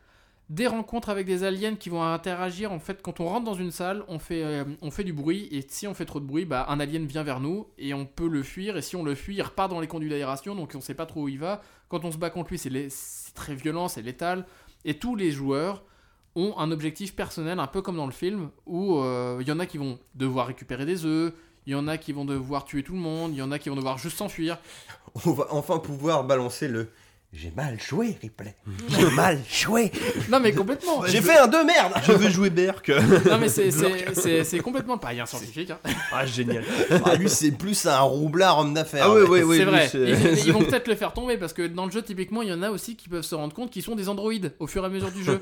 Speaker 2: Des rencontres avec des aliens qui vont interagir. En fait, quand on rentre dans une salle, on fait, euh, on fait du bruit. Et si on fait trop de bruit, bah, un alien vient vers nous et on peut le fuir. Et si on le fuit, il repart dans les conduits d'aération. Donc on sait pas trop où il va. Quand on se bat contre lui, c'est lé- c'est très violent, c'est létal. Et tous les joueurs ont un objectif personnel, un peu comme dans le film, où euh, il y en a qui vont devoir récupérer des œufs. Il y en a qui vont devoir tuer tout le monde, il y en a qui vont devoir juste s'enfuir.
Speaker 1: On va enfin pouvoir balancer le. J'ai mal joué, Ripley. J'ai mal joué.
Speaker 2: Non mais
Speaker 3: <laughs>
Speaker 2: complètement
Speaker 1: J'ai fait un deux merde.
Speaker 3: Je veux jouer Berk
Speaker 2: Non mais c'est- c'est c'est- c'est complètement pas rien scientifique. hein.
Speaker 3: Ah, génial
Speaker 1: <laughs> Ah, lui, c'est plus un roublard homme d'affaires.
Speaker 3: Ah, oui, oui, oui.
Speaker 2: c'est
Speaker 3: lui,
Speaker 2: vrai.
Speaker 3: c'est-
Speaker 2: Ils, ils vont peut-être le faire tomber parce que dans le jeu typiquement il y en a aussi qui peuvent se rendre compte qu'ils sont des androïdes au fur et à mesure du
Speaker 3: <laughs>
Speaker 2: jeu.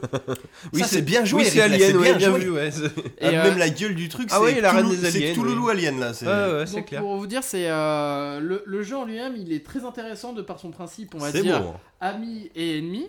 Speaker 1: Oui,
Speaker 3: Ça,
Speaker 1: c'est bien joué.
Speaker 3: Oui, c'est
Speaker 1: Ripley,
Speaker 3: Alien, ouais, bien
Speaker 1: joué.
Speaker 3: vu, ouais. c'est-
Speaker 2: Et,
Speaker 1: Ah,
Speaker 2: euh,
Speaker 1: Même la gueule du truc,
Speaker 3: Ah
Speaker 1: c'est
Speaker 3: oui, la reine
Speaker 1: Cthulhu-
Speaker 3: des
Speaker 1: C'est
Speaker 3: aliens,
Speaker 1: Touloulou
Speaker 3: oui.
Speaker 1: Alien, là. c'est-
Speaker 3: Ah, ouais, c'est
Speaker 2: donc,
Speaker 3: clair.
Speaker 2: pour vous dire c'est euh, le, le jeu en lui-même il est très intéressant de par son principe on va
Speaker 1: C'est
Speaker 2: dire
Speaker 1: bon.
Speaker 2: ami et ennemi.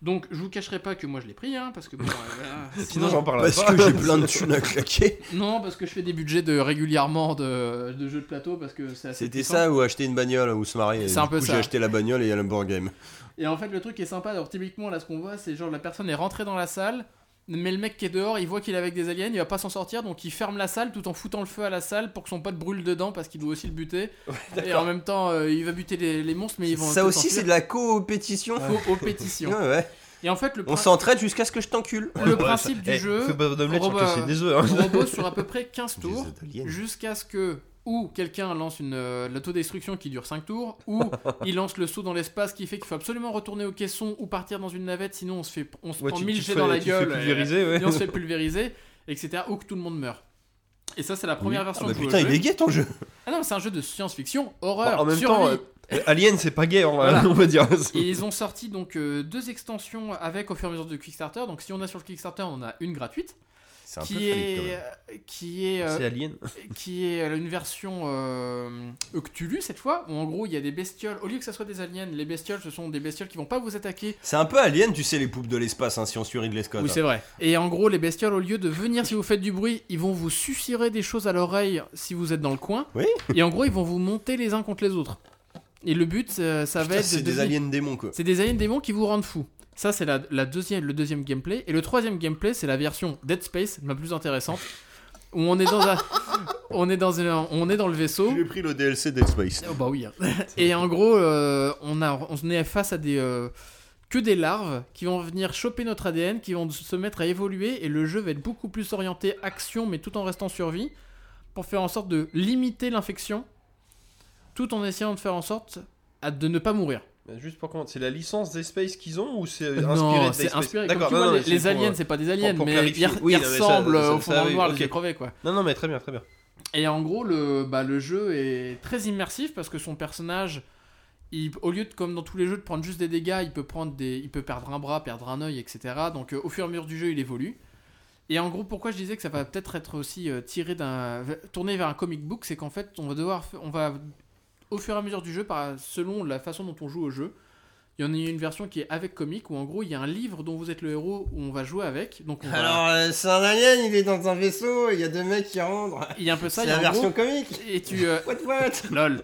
Speaker 2: Donc je vous cacherai pas que moi je l'ai pris hein, parce que bon, euh, voilà.
Speaker 1: <laughs>
Speaker 3: Sinon, j'en parle pas.
Speaker 1: Parce que j'ai plein de thunes à claquer.
Speaker 2: non parce que je fais des budgets de régulièrement de, de jeux de plateau parce que c'est assez
Speaker 1: C'était
Speaker 2: puissant.
Speaker 1: ça ou acheter une bagnole ou se marier.
Speaker 2: C'est
Speaker 1: Du
Speaker 2: un peu
Speaker 1: coup,
Speaker 2: ça.
Speaker 1: J'ai acheté la bagnole et il y a le board game.
Speaker 2: Et en fait, le truc qui est sympa, alors typiquement, là, ce qu'on voit, c'est genre la personne est rentrée dans la salle, mais le mec qui est dehors, il voit qu'il est avec des aliens, il va pas s'en sortir, donc il ferme la salle tout en foutant le feu à la salle pour que son pote brûle dedans parce qu'il doit aussi le buter. et en même temps, euh, il va buter les, les monstres, mais ils vont.
Speaker 1: Ça aussi, c'est de la coopétition.
Speaker 2: Faux aux pétitions.
Speaker 1: Ouais, ouais.
Speaker 2: Et en fait, le,
Speaker 1: On
Speaker 2: prin-
Speaker 1: s'entraide jusqu'à ce que je t'encule.
Speaker 2: le principe du
Speaker 3: Eh, Fais
Speaker 2: jeu,
Speaker 3: pas d'omelette, je
Speaker 2: Robin-
Speaker 3: crois que c'est des œufs. hein.
Speaker 2: on repose sur à peu près
Speaker 1: <laughs>
Speaker 2: 15 tours
Speaker 1: Des aliens.
Speaker 2: jusqu'à ce que ou quelqu'un lance une euh, l'autodestruction qui dure 5 tours, ou
Speaker 3: <laughs>
Speaker 2: il lance le saut dans l'espace qui fait qu'il faut absolument retourner au caisson ou partir dans une navette, sinon on se fait on se
Speaker 3: Ouais,
Speaker 2: prend
Speaker 3: tu-
Speaker 2: 1000
Speaker 3: tu te
Speaker 2: jets
Speaker 3: fais-
Speaker 2: dans la
Speaker 3: tu te fais
Speaker 2: gueule et,
Speaker 3: pulvériser, ouais.
Speaker 2: et on
Speaker 3: <laughs>
Speaker 2: se fait pulvériser, etc. ou que tout le monde meurt. Et ça c'est la première version
Speaker 1: Ah bah
Speaker 2: que je
Speaker 1: putain,
Speaker 2: joue au
Speaker 1: il est
Speaker 2: jeu.
Speaker 1: gai ton jeu.
Speaker 2: Ah non, c'est un jeu de science-fiction, horreur,
Speaker 3: Bon, Bah, en même
Speaker 2: survie.
Speaker 3: temps, euh, Alien, c'est pas gay, on va,
Speaker 2: Voilà.
Speaker 3: on va dire.
Speaker 2: Et
Speaker 3: <laughs>
Speaker 2: ils ont sorti donc euh, deux extensions avec au fur et à mesure du Kickstarter. Donc si on a sur le Kickstarter, on en a une gratuite
Speaker 1: C'est un peu
Speaker 2: qui
Speaker 1: phallique, quand
Speaker 2: est,
Speaker 1: même.
Speaker 2: euh, qui est euh,
Speaker 3: Ah, C'est Alien.
Speaker 2: qui est euh, une version euh, Cthulhu cette fois, où en gros il y a des bestioles, au lieu que ça soit des aliens, les bestioles ce sont des bestioles qui vont pas vous attaquer.
Speaker 1: C'est un peu alien, tu sais, les poupes de l'espace, hein, si on suit Ridley Scott.
Speaker 2: Oui, c'est vrai. Et en gros, les bestioles, au lieu de venir si vous faites du bruit, ils vont vous susurrer des choses à l'oreille si vous êtes dans le coin.
Speaker 1: Oui.
Speaker 2: Et en gros, ils vont vous monter les uns contre les autres. Et le but, euh, ça va
Speaker 1: Putain,
Speaker 2: être. de
Speaker 1: c'est des
Speaker 2: devenir-
Speaker 1: aliens démons, quoi.
Speaker 2: C'est des aliens démons qui vous rendent fou. Ça, c'est la, la deuxième, le deuxième gameplay. Et le troisième gameplay, c'est la version Dead Space, la plus intéressante, où on est dans un- <laughs> on est dans un- on est dans le vaisseau.
Speaker 1: J'ai pris le DLC Dead Space.
Speaker 2: Oh bah oui. hein. <laughs> Et en gros, euh, on, a, on est face à des euh, que des larves qui vont venir choper notre ADN, qui vont se mettre à évoluer, et le jeu va être beaucoup plus orienté action, mais tout en restant survie, pour faire en sorte de limiter l'infection, tout en essayant de faire en sorte à- de ne pas mourir.
Speaker 3: Juste pour compte, c'est la licence des Space qu'ils ont ou c'est Euh, inspiré
Speaker 2: non,
Speaker 3: de
Speaker 2: c'est
Speaker 3: Space
Speaker 2: inspiré. Comme
Speaker 3: D'accord,
Speaker 2: tu
Speaker 3: non,
Speaker 2: vois,
Speaker 3: non,
Speaker 2: les,
Speaker 3: mais c'est
Speaker 2: les
Speaker 3: pour,
Speaker 2: aliens,
Speaker 3: euh,
Speaker 2: c'est pas des aliens,
Speaker 3: pour
Speaker 2: mais
Speaker 3: clarifier.
Speaker 2: ils,
Speaker 3: Oui,
Speaker 2: ils
Speaker 3: non, mais ça-
Speaker 2: ressemblent
Speaker 3: ça-
Speaker 2: au
Speaker 3: ça,
Speaker 2: fond dans le
Speaker 3: oui,
Speaker 2: noir,
Speaker 3: ok.
Speaker 2: les yeux crevés, quoi.
Speaker 3: Non, non, mais très bien, très bien.
Speaker 2: Et en gros, le, bah, le jeu est très immersif parce que son personnage, il- au lieu de, comme dans tous les jeux, de prendre juste des dégâts, il peut, prendre des, il peut perdre un bras, perdre un œil, etc. Donc euh, au fur et à mesure du jeu, il évolue. Et en gros, pourquoi je disais que ça va peut-être être aussi euh, tiré d'un. tourné vers un comic book, c'est qu'en fait, on va devoir. f- On va, au fur et à mesure du jeu, par, selon la façon dont on joue au jeu, il y en a une version qui est avec comique, où en gros, il y a un livre dont vous êtes le héros, où on va jouer avec. Donc on va-
Speaker 1: Alors, euh, c'est un alien, il est dans un vaisseau, il y a deux mecs qui rentrent.
Speaker 2: il y a un peu ça,
Speaker 1: C'est
Speaker 2: Ah, il y a
Speaker 1: la
Speaker 2: en
Speaker 1: version
Speaker 2: gros-
Speaker 1: comique.
Speaker 2: Et tu. euh,
Speaker 1: What, what
Speaker 2: <laughs> lol.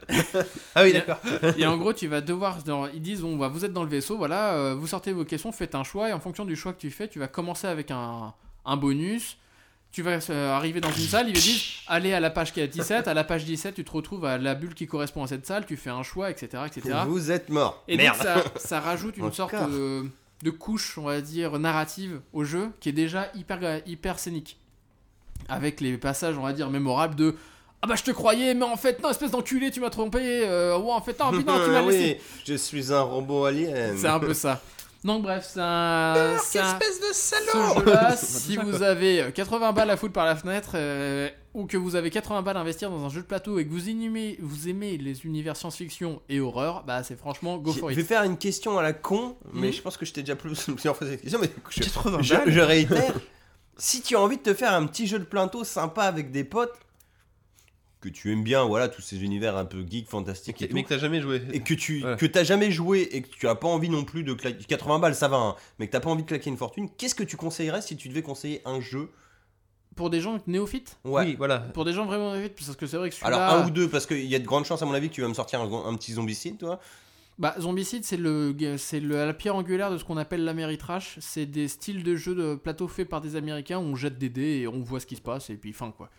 Speaker 3: Ah oui,
Speaker 2: Et-
Speaker 3: d'accord.
Speaker 2: Et en gros, tu vas devoir. dans- ils disent bon, bah, vous êtes dans le vaisseau, voilà, euh, vous sortez vos questions, faites un choix, et en fonction du choix que tu fais, tu vas commencer avec un, un bonus. Tu vas euh, arriver dans une salle, ils te disent allez à la page qui est à 17, à la page 17, tu te retrouves à la bulle qui correspond à cette salle, tu fais un choix, etc. etc.
Speaker 1: Vous êtes mort.
Speaker 2: Et
Speaker 1: Merde.
Speaker 2: donc, ça, ça rajoute
Speaker 1: <laughs>
Speaker 2: une
Speaker 1: Encore.
Speaker 2: sorte de, de couche, on va dire, narrative au jeu qui est déjà hyper, hyper scénique. Avec les passages, on va dire, mémorables de Ah bah je te croyais, mais en fait, non, espèce d'enculé, tu m'as trompé. Euh, ouais, en fait, non, putain, tu
Speaker 1: <laughs>
Speaker 2: m'as
Speaker 1: euh, oui,
Speaker 2: laissé.
Speaker 1: je suis un robot alien.
Speaker 2: C'est un peu ça. Donc, bref, c'est un. c'est un-
Speaker 3: de
Speaker 2: ce jeu-là, si vous avez 80 balles à foutre par la fenêtre euh, ou que vous avez 80 balles à investir dans un jeu de plateau et que vous aimez, vous aimez les univers science-fiction et horreur, bah c'est franchement go
Speaker 1: J'ai-
Speaker 2: for
Speaker 1: Je
Speaker 2: it.
Speaker 1: vais faire une question à la con, mais
Speaker 2: Mhm.
Speaker 1: je pense que je t'ai déjà plus <laughs> plusieurs fois cette question, mais je,
Speaker 3: 80
Speaker 1: je-
Speaker 3: balles.
Speaker 1: je réitère. si tu as envie de te faire un petit jeu de plateau sympa avec des potes, que tu aimes bien, voilà, tous ces univers un peu geek, fantastique et
Speaker 3: Mais que
Speaker 1: tout,
Speaker 3: t'as jamais joué.
Speaker 1: et que tu
Speaker 3: Voilà.
Speaker 1: que t'as jamais joué et que tu as pas envie non plus de claquer 80 balles, ça va, hein, mais que t'as pas envie de claquer une fortune, qu'est-ce que tu conseillerais si tu devais conseiller un jeu
Speaker 2: Pour des gens néophytes
Speaker 1: Ouais.
Speaker 3: Oui, <laughs> voilà.
Speaker 2: Pour des gens vraiment vite, parce que c'est vrai que celui-là.
Speaker 1: Alors un ou deux parce qu'il y a de grandes chances à mon avis que tu vas me sortir un, un petit zombicide, toi.
Speaker 2: Bah, Zombicide, c'est le, c'est le, la pierre angulaire de ce qu'on appelle l'Améritrash. C'est des styles de jeux de plateau faits par des Américains où on jette des dés et on voit ce qui se passe et puis fin quoi.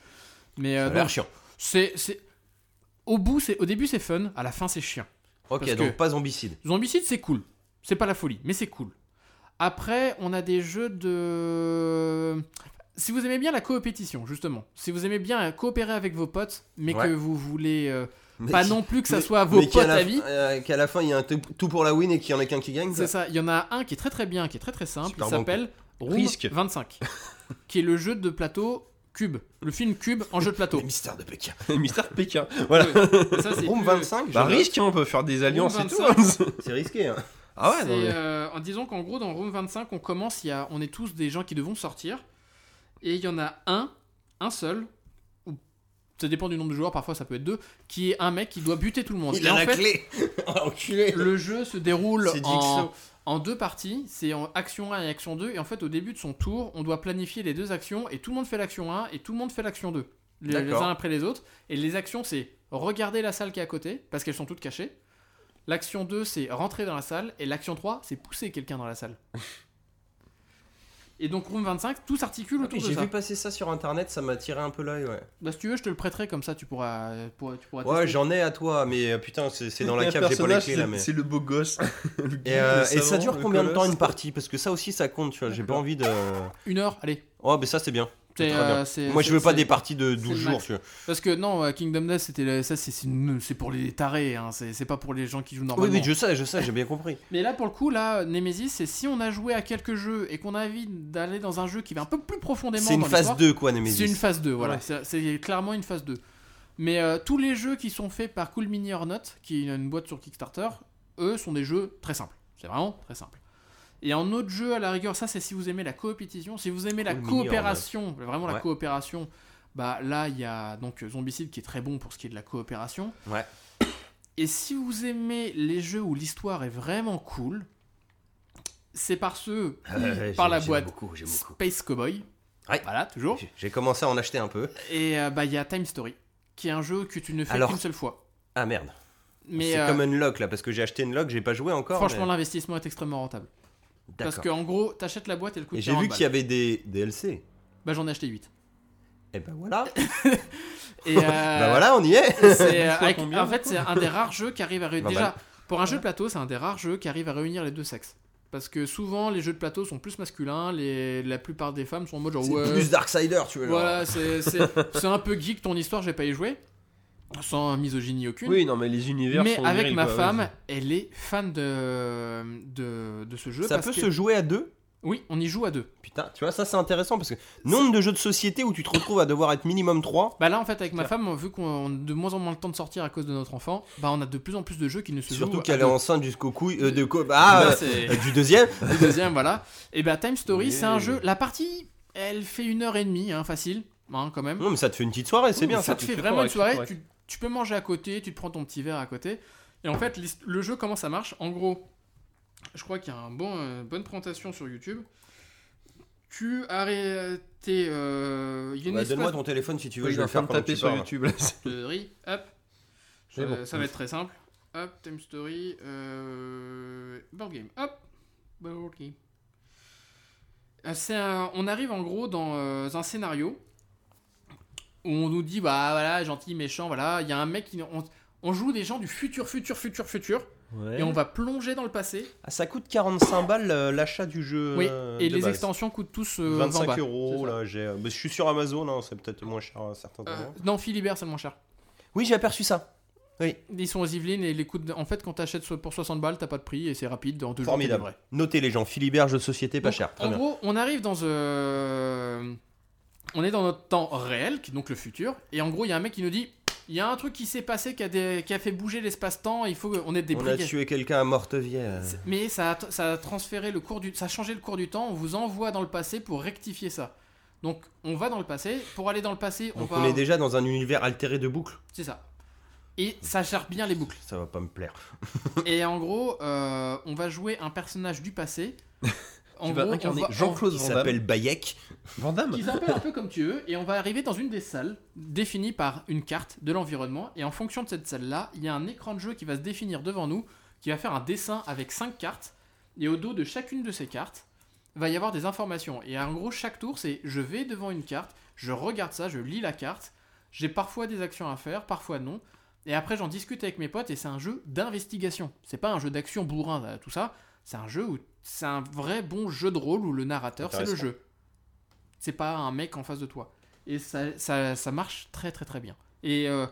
Speaker 2: Mais
Speaker 1: Ça
Speaker 2: euh,
Speaker 1: a l'air
Speaker 2: donc,
Speaker 1: chiant.
Speaker 2: c'est, c'est au bout, c'est au début c'est fun, à la fin c'est chiant.
Speaker 1: Ok,
Speaker 2: parce que-
Speaker 1: donc pas zombicide.
Speaker 2: Zombicide, c'est cool. C'est pas la folie, mais c'est cool. Après, on a des jeux de. Si vous aimez bien la coopétition, justement, si vous aimez bien euh, coopérer avec vos potes, mais
Speaker 1: Ouais.
Speaker 2: que vous voulez euh,
Speaker 1: Mais
Speaker 2: pas
Speaker 1: qui-
Speaker 2: non plus que ça
Speaker 1: mais-
Speaker 2: soit vos
Speaker 1: mais
Speaker 2: potes
Speaker 1: qu'à la-
Speaker 2: à vie,
Speaker 1: euh, Qu'à la fin, il y a un tout tout pour la win et qu'il y en a qu'un qui gagne.
Speaker 2: C'est
Speaker 1: ça.
Speaker 2: ça, il y en a un qui est très très bien, qui est très très simple,
Speaker 1: Super
Speaker 2: il
Speaker 1: bon,
Speaker 2: s'appelle Room
Speaker 3: Risque.
Speaker 2: 25, qui est le jeu de plateau Cube, le film Cube en jeu de plateau.
Speaker 3: <laughs>
Speaker 1: Les mystères de Pékin.
Speaker 3: Mystère Pékin. Voilà.
Speaker 2: Ça, c'est
Speaker 1: Room
Speaker 2: plus-
Speaker 1: 25,
Speaker 3: Bah,
Speaker 1: je-
Speaker 3: risque, hein, on peut faire des alliances et tout.
Speaker 2: Room
Speaker 3: hein.
Speaker 1: c'est risqué. hein.
Speaker 3: Ah ouais, non,
Speaker 2: C'est,
Speaker 3: mais-
Speaker 2: euh, en disant qu'en gros, dans Room 25, on commence, il y a, on est tous des gens qui devront sortir. Et il y en a un, un seul, ou ça dépend du nombre de joueurs, parfois ça peut être deux, qui est un mec qui doit buter tout le monde.
Speaker 1: Il
Speaker 2: Et
Speaker 1: a
Speaker 2: en
Speaker 1: la <laughs>
Speaker 2: fait,
Speaker 1: clé. Oh, enculé.
Speaker 2: le jeu se déroule
Speaker 1: C'est
Speaker 2: en,
Speaker 1: Jigsaw.
Speaker 2: en deux parties, c'est en action 1 et action 2, et en fait au début de son tour, on doit planifier les deux actions, et tout le monde fait l'action 1 et tout le monde fait l'action 2, les, les
Speaker 1: D'accord.
Speaker 2: uns après les autres, et les actions c'est regarder la salle qui est à côté, parce qu'elles sont toutes cachées, l'action 2 c'est rentrer dans la salle, et l'action 3 c'est pousser quelqu'un dans la salle. Et donc Room 25, tout s'articule autour de
Speaker 1: Ah, J'ai
Speaker 2: ça.
Speaker 1: vu passer ça sur internet, ça m'a tiré un peu l'œil. Ouais,
Speaker 2: Bah, si tu veux, je te le prêterai comme ça, tu pourras, pour- tu pourras
Speaker 1: ouais
Speaker 2: tester.
Speaker 1: j'en ai à toi, mais euh, putain, c'est c'est dans la
Speaker 3: Un
Speaker 1: cave, j'ai pas les
Speaker 3: personnage,
Speaker 1: clés là.
Speaker 3: c'est-
Speaker 1: Mais...
Speaker 3: C'est le
Speaker 1: <laughs>
Speaker 3: beau gosse. Le
Speaker 1: Et, euh,
Speaker 3: geek, le
Speaker 1: et ça
Speaker 3: savant,
Speaker 1: dure
Speaker 3: le
Speaker 1: combien de temps
Speaker 3: colosse.
Speaker 1: une partie Parce que ça aussi, ça compte, tu vois. J'ai pas
Speaker 3: D'accord.
Speaker 1: envie de.
Speaker 2: Une heure, allez.
Speaker 1: Oh, mais ça, c'est bien.
Speaker 2: C'est,
Speaker 1: Très bien.
Speaker 2: euh, c'est-
Speaker 1: Moi, je
Speaker 2: c'est-
Speaker 1: veux pas
Speaker 2: c'est-
Speaker 1: des parties de
Speaker 2: c'est
Speaker 1: 12
Speaker 2: le
Speaker 1: jours,
Speaker 2: max.
Speaker 1: tu vois.
Speaker 2: Parce que non, euh, Kingdom Death, c'était la- ça, c'est c'est une- c'est pour les tarés, hein, c'est c'est pas pour les gens qui jouent
Speaker 1: Oui,
Speaker 2: normalement.
Speaker 1: oui, je sais, je sais, j'ai bien compris.
Speaker 2: Mais là, pour le coup, là, Nemesis, c'est si on a joué à quelques jeux et qu'on a envie d'aller dans un jeu qui va un peu plus profondément
Speaker 1: C'est une
Speaker 2: dans
Speaker 1: phase
Speaker 2: l'histoire,
Speaker 1: 2, quoi, Nemesis.
Speaker 2: C'est une phase 2, voilà.
Speaker 1: Ouais.
Speaker 2: C'est- C'est clairement une phase 2. Mais euh, tous les jeux qui sont faits par Cool Mini or Not, qui est une boîte sur Kickstarter, eux sont des jeux très simples. C'est vraiment très simple. Et en autre jeu, à la rigueur, ça c'est si vous aimez la coopétition, si vous aimez la
Speaker 1: Cool Mini or Not.
Speaker 2: coopération, vraiment la
Speaker 1: Ouais.
Speaker 2: coopération, bah là il y a donc euh, Zombicide qui est très bon pour ce qui est de la coopération.
Speaker 1: Ouais.
Speaker 2: Et si vous aimez les jeux où l'histoire est vraiment cool, c'est
Speaker 1: <laughs>
Speaker 2: par ceux
Speaker 1: Euh,
Speaker 2: par
Speaker 1: j'ai-
Speaker 2: la
Speaker 1: j'aime
Speaker 2: boîte
Speaker 1: beaucoup, j'aime beaucoup.
Speaker 2: Space Cowboy.
Speaker 1: Ouais.
Speaker 2: Voilà, toujours.
Speaker 1: J'ai- J'ai commencé à en acheter un peu.
Speaker 2: Et euh, bah il y a Time Story, qui est un jeu que tu ne fais
Speaker 1: Alors-
Speaker 2: qu'une seule fois.
Speaker 1: Ah merde.
Speaker 2: Mais
Speaker 1: c'est
Speaker 2: euh,
Speaker 1: comme Unlock là, parce que j'ai acheté Unlock, j'ai pas joué encore.
Speaker 2: franchement
Speaker 1: mais-
Speaker 2: l'investissement est extrêmement rentable. Parce
Speaker 1: D'accord.
Speaker 2: qu'en gros, t'achètes la boîte et le coût
Speaker 1: Et j'ai vu qu'il y avait des DLC.
Speaker 2: Bah j'en ai
Speaker 1: <laughs>
Speaker 2: acheté 8.
Speaker 1: Et ben voilà.
Speaker 2: Et euh,
Speaker 1: Bah voilà, on y est.
Speaker 2: c'est, euh,
Speaker 3: Fois
Speaker 2: avec-
Speaker 3: combien,
Speaker 2: en fait, c'est un des rares jeux qui arrive à réunir.
Speaker 1: Pas
Speaker 2: Déjà,
Speaker 1: mal.
Speaker 2: pour un jeu de plateau, c'est un des rares jeux qui arrive à réunir les deux sexes. Parce que souvent, les jeux de plateau sont plus masculins, les... la plupart des femmes sont en mode genre
Speaker 1: C'est
Speaker 2: ouais.
Speaker 1: plus Darksider, tu veux. genre.
Speaker 2: Voilà, c'est c'est- c'est un peu geek ton histoire, j'ai pas y jouer. sans misogynie aucune.
Speaker 3: Oui, non, mais les univers
Speaker 2: mais
Speaker 3: sont
Speaker 2: avec
Speaker 3: virils,
Speaker 2: ma
Speaker 3: quoi, ouais, <laughs>
Speaker 2: femme, elle est fan de, de, de ce jeu.
Speaker 1: Ça
Speaker 2: parce
Speaker 1: peut
Speaker 2: que-
Speaker 1: se jouer à deux
Speaker 2: Oui, on y joue à deux.
Speaker 1: Putain, tu vois, ça c'est intéressant parce que nombre de jeux de société où tu te retrouves à devoir être minimum 3
Speaker 2: Bah là, en fait, avec ma femme, vu qu'on a de moins en moins le temps de sortir à cause de notre enfant, bah on a de plus en plus Ah, de jeux qui ne se
Speaker 1: Surtout
Speaker 2: jouent
Speaker 1: qu'elle est
Speaker 2: à deux.
Speaker 1: enceinte jusqu'aux couilles euh, de quoi Ah,
Speaker 2: Là, c'est-
Speaker 1: euh, du deuxième
Speaker 2: Le deuxième, voilà. Et bah Time Story,
Speaker 1: Mais-
Speaker 2: c'est un jeu. La partie, elle fait une heure et demie, hein, facile, hein, quand même.
Speaker 1: Non, mais ça te fait une petite soirée, c'est
Speaker 2: Oui,
Speaker 1: bien
Speaker 2: mais
Speaker 1: ça.
Speaker 2: Ça te fait
Speaker 3: fait
Speaker 2: vraiment une
Speaker 3: correct,
Speaker 2: soirée.
Speaker 3: correct.
Speaker 2: Tu, tu peux manger à côté, tu te prends ton petit verre à côté. Et en fait, l'hist- le jeu, comment ça marche En gros, je crois qu'il y a un bon, euh, bonne présentation sur YouTube. Tu arrêtes. t'es, euh, Il y a une
Speaker 1: Bah,
Speaker 2: espèce
Speaker 1: Donne-moi ton téléphone si tu veux,
Speaker 3: Oui,
Speaker 1: je
Speaker 3: je
Speaker 1: vais
Speaker 3: vais
Speaker 1: le faire
Speaker 3: faire
Speaker 1: pendant que
Speaker 3: taper
Speaker 1: tu
Speaker 3: sur
Speaker 1: parles.
Speaker 3: YouTube. là.
Speaker 2: de riz. Hop.
Speaker 3: C'est
Speaker 2: Euh,
Speaker 3: bon.
Speaker 2: Ça va être très simple. Hop, Time Story. euh, Board game. Hop. Board game. Euh, C'est un- on arrive en gros dans euh, un scénario où on nous dit bah voilà gentil méchant voilà il y a un mec qui on, on joue des gens du futur futur futur futur et on va plonger dans le passé
Speaker 1: Ah, ça coûte 45 balles euh, l'achat du jeu.
Speaker 2: oui
Speaker 1: euh,
Speaker 2: et
Speaker 1: de
Speaker 2: les
Speaker 1: base.
Speaker 2: extensions coûtent tous euh, 20
Speaker 3: 25
Speaker 2: balles.
Speaker 3: euros,
Speaker 2: c'est ça.
Speaker 3: là, j'ai. euh,
Speaker 1: Bah, je suis sur Amazon, hein, c'est peut-être moins cher à certains
Speaker 2: Euh,
Speaker 1: endroits.
Speaker 2: non Philibert c'est le moins cher
Speaker 1: Oui, j'ai aperçu ça. Oui,
Speaker 2: ils sont aux Yvelines et les coûts de- en fait quand t'achètes so- pour 60 balles t'as pas de prix et c'est rapide en deux jours, t'es livré.
Speaker 1: formidable. Notez les gens, Philibert, jeu de société, pas
Speaker 2: Donc,
Speaker 1: cher. Très
Speaker 2: En
Speaker 1: bien.
Speaker 2: gros, on arrive dans euh, on est dans notre temps réel, qui est donc le futur, et en gros, il y a un mec qui nous dit, il y a un truc qui s'est passé qui a, des- qui a fait bouger l'espace-temps, il faut qu'on ait des
Speaker 1: On a
Speaker 2: briques.
Speaker 1: tué quelqu'un à euh. Mortevière.
Speaker 2: C'est- Mais ça a, ça a transféré le cours du, ça a changé le cours du temps. On vous envoie dans le passé pour rectifier ça. Donc, on va dans le passé. Pour aller dans le passé, on
Speaker 1: Donc
Speaker 2: va.
Speaker 1: on est déjà dans un univers altéré de boucles.
Speaker 2: C'est ça. Et ça gère bien les boucles.
Speaker 1: Ça va pas me plaire.
Speaker 2: Et en gros, euh, on va jouer un personnage
Speaker 1: <laughs>
Speaker 2: du passé. En
Speaker 3: Tu vas
Speaker 2: gros, on
Speaker 3: incarner
Speaker 2: va-
Speaker 3: Jean-Claude
Speaker 1: Il
Speaker 3: Van Damme.
Speaker 1: s'appelle Bayek.
Speaker 3: Vandame
Speaker 2: qui s'appelle un peu comme tu veux, et on va arriver dans une des salles définies par une carte de l'environnement, et en fonction de cette salle-là, il y a un écran de jeu qui va se définir devant nous, qui va faire un dessin avec cinq cartes, et au dos de chacune de ces cartes, va y avoir des informations. Et en gros, chaque tour, c'est je vais devant une carte, je regarde ça, je lis la carte, j'ai parfois des actions à faire, parfois non, et après j'en discute avec mes potes, et c'est un jeu d'investigation. C'est pas un jeu d'action bourrin, là, tout ça, c'est un jeu où c'est un vrai bon jeu de rôle où le narrateur, c'est le
Speaker 1: Intéressant.
Speaker 2: jeu c'est pas un mec en face de toi. Et ça, ça, ça marche très très très bien. Et euh,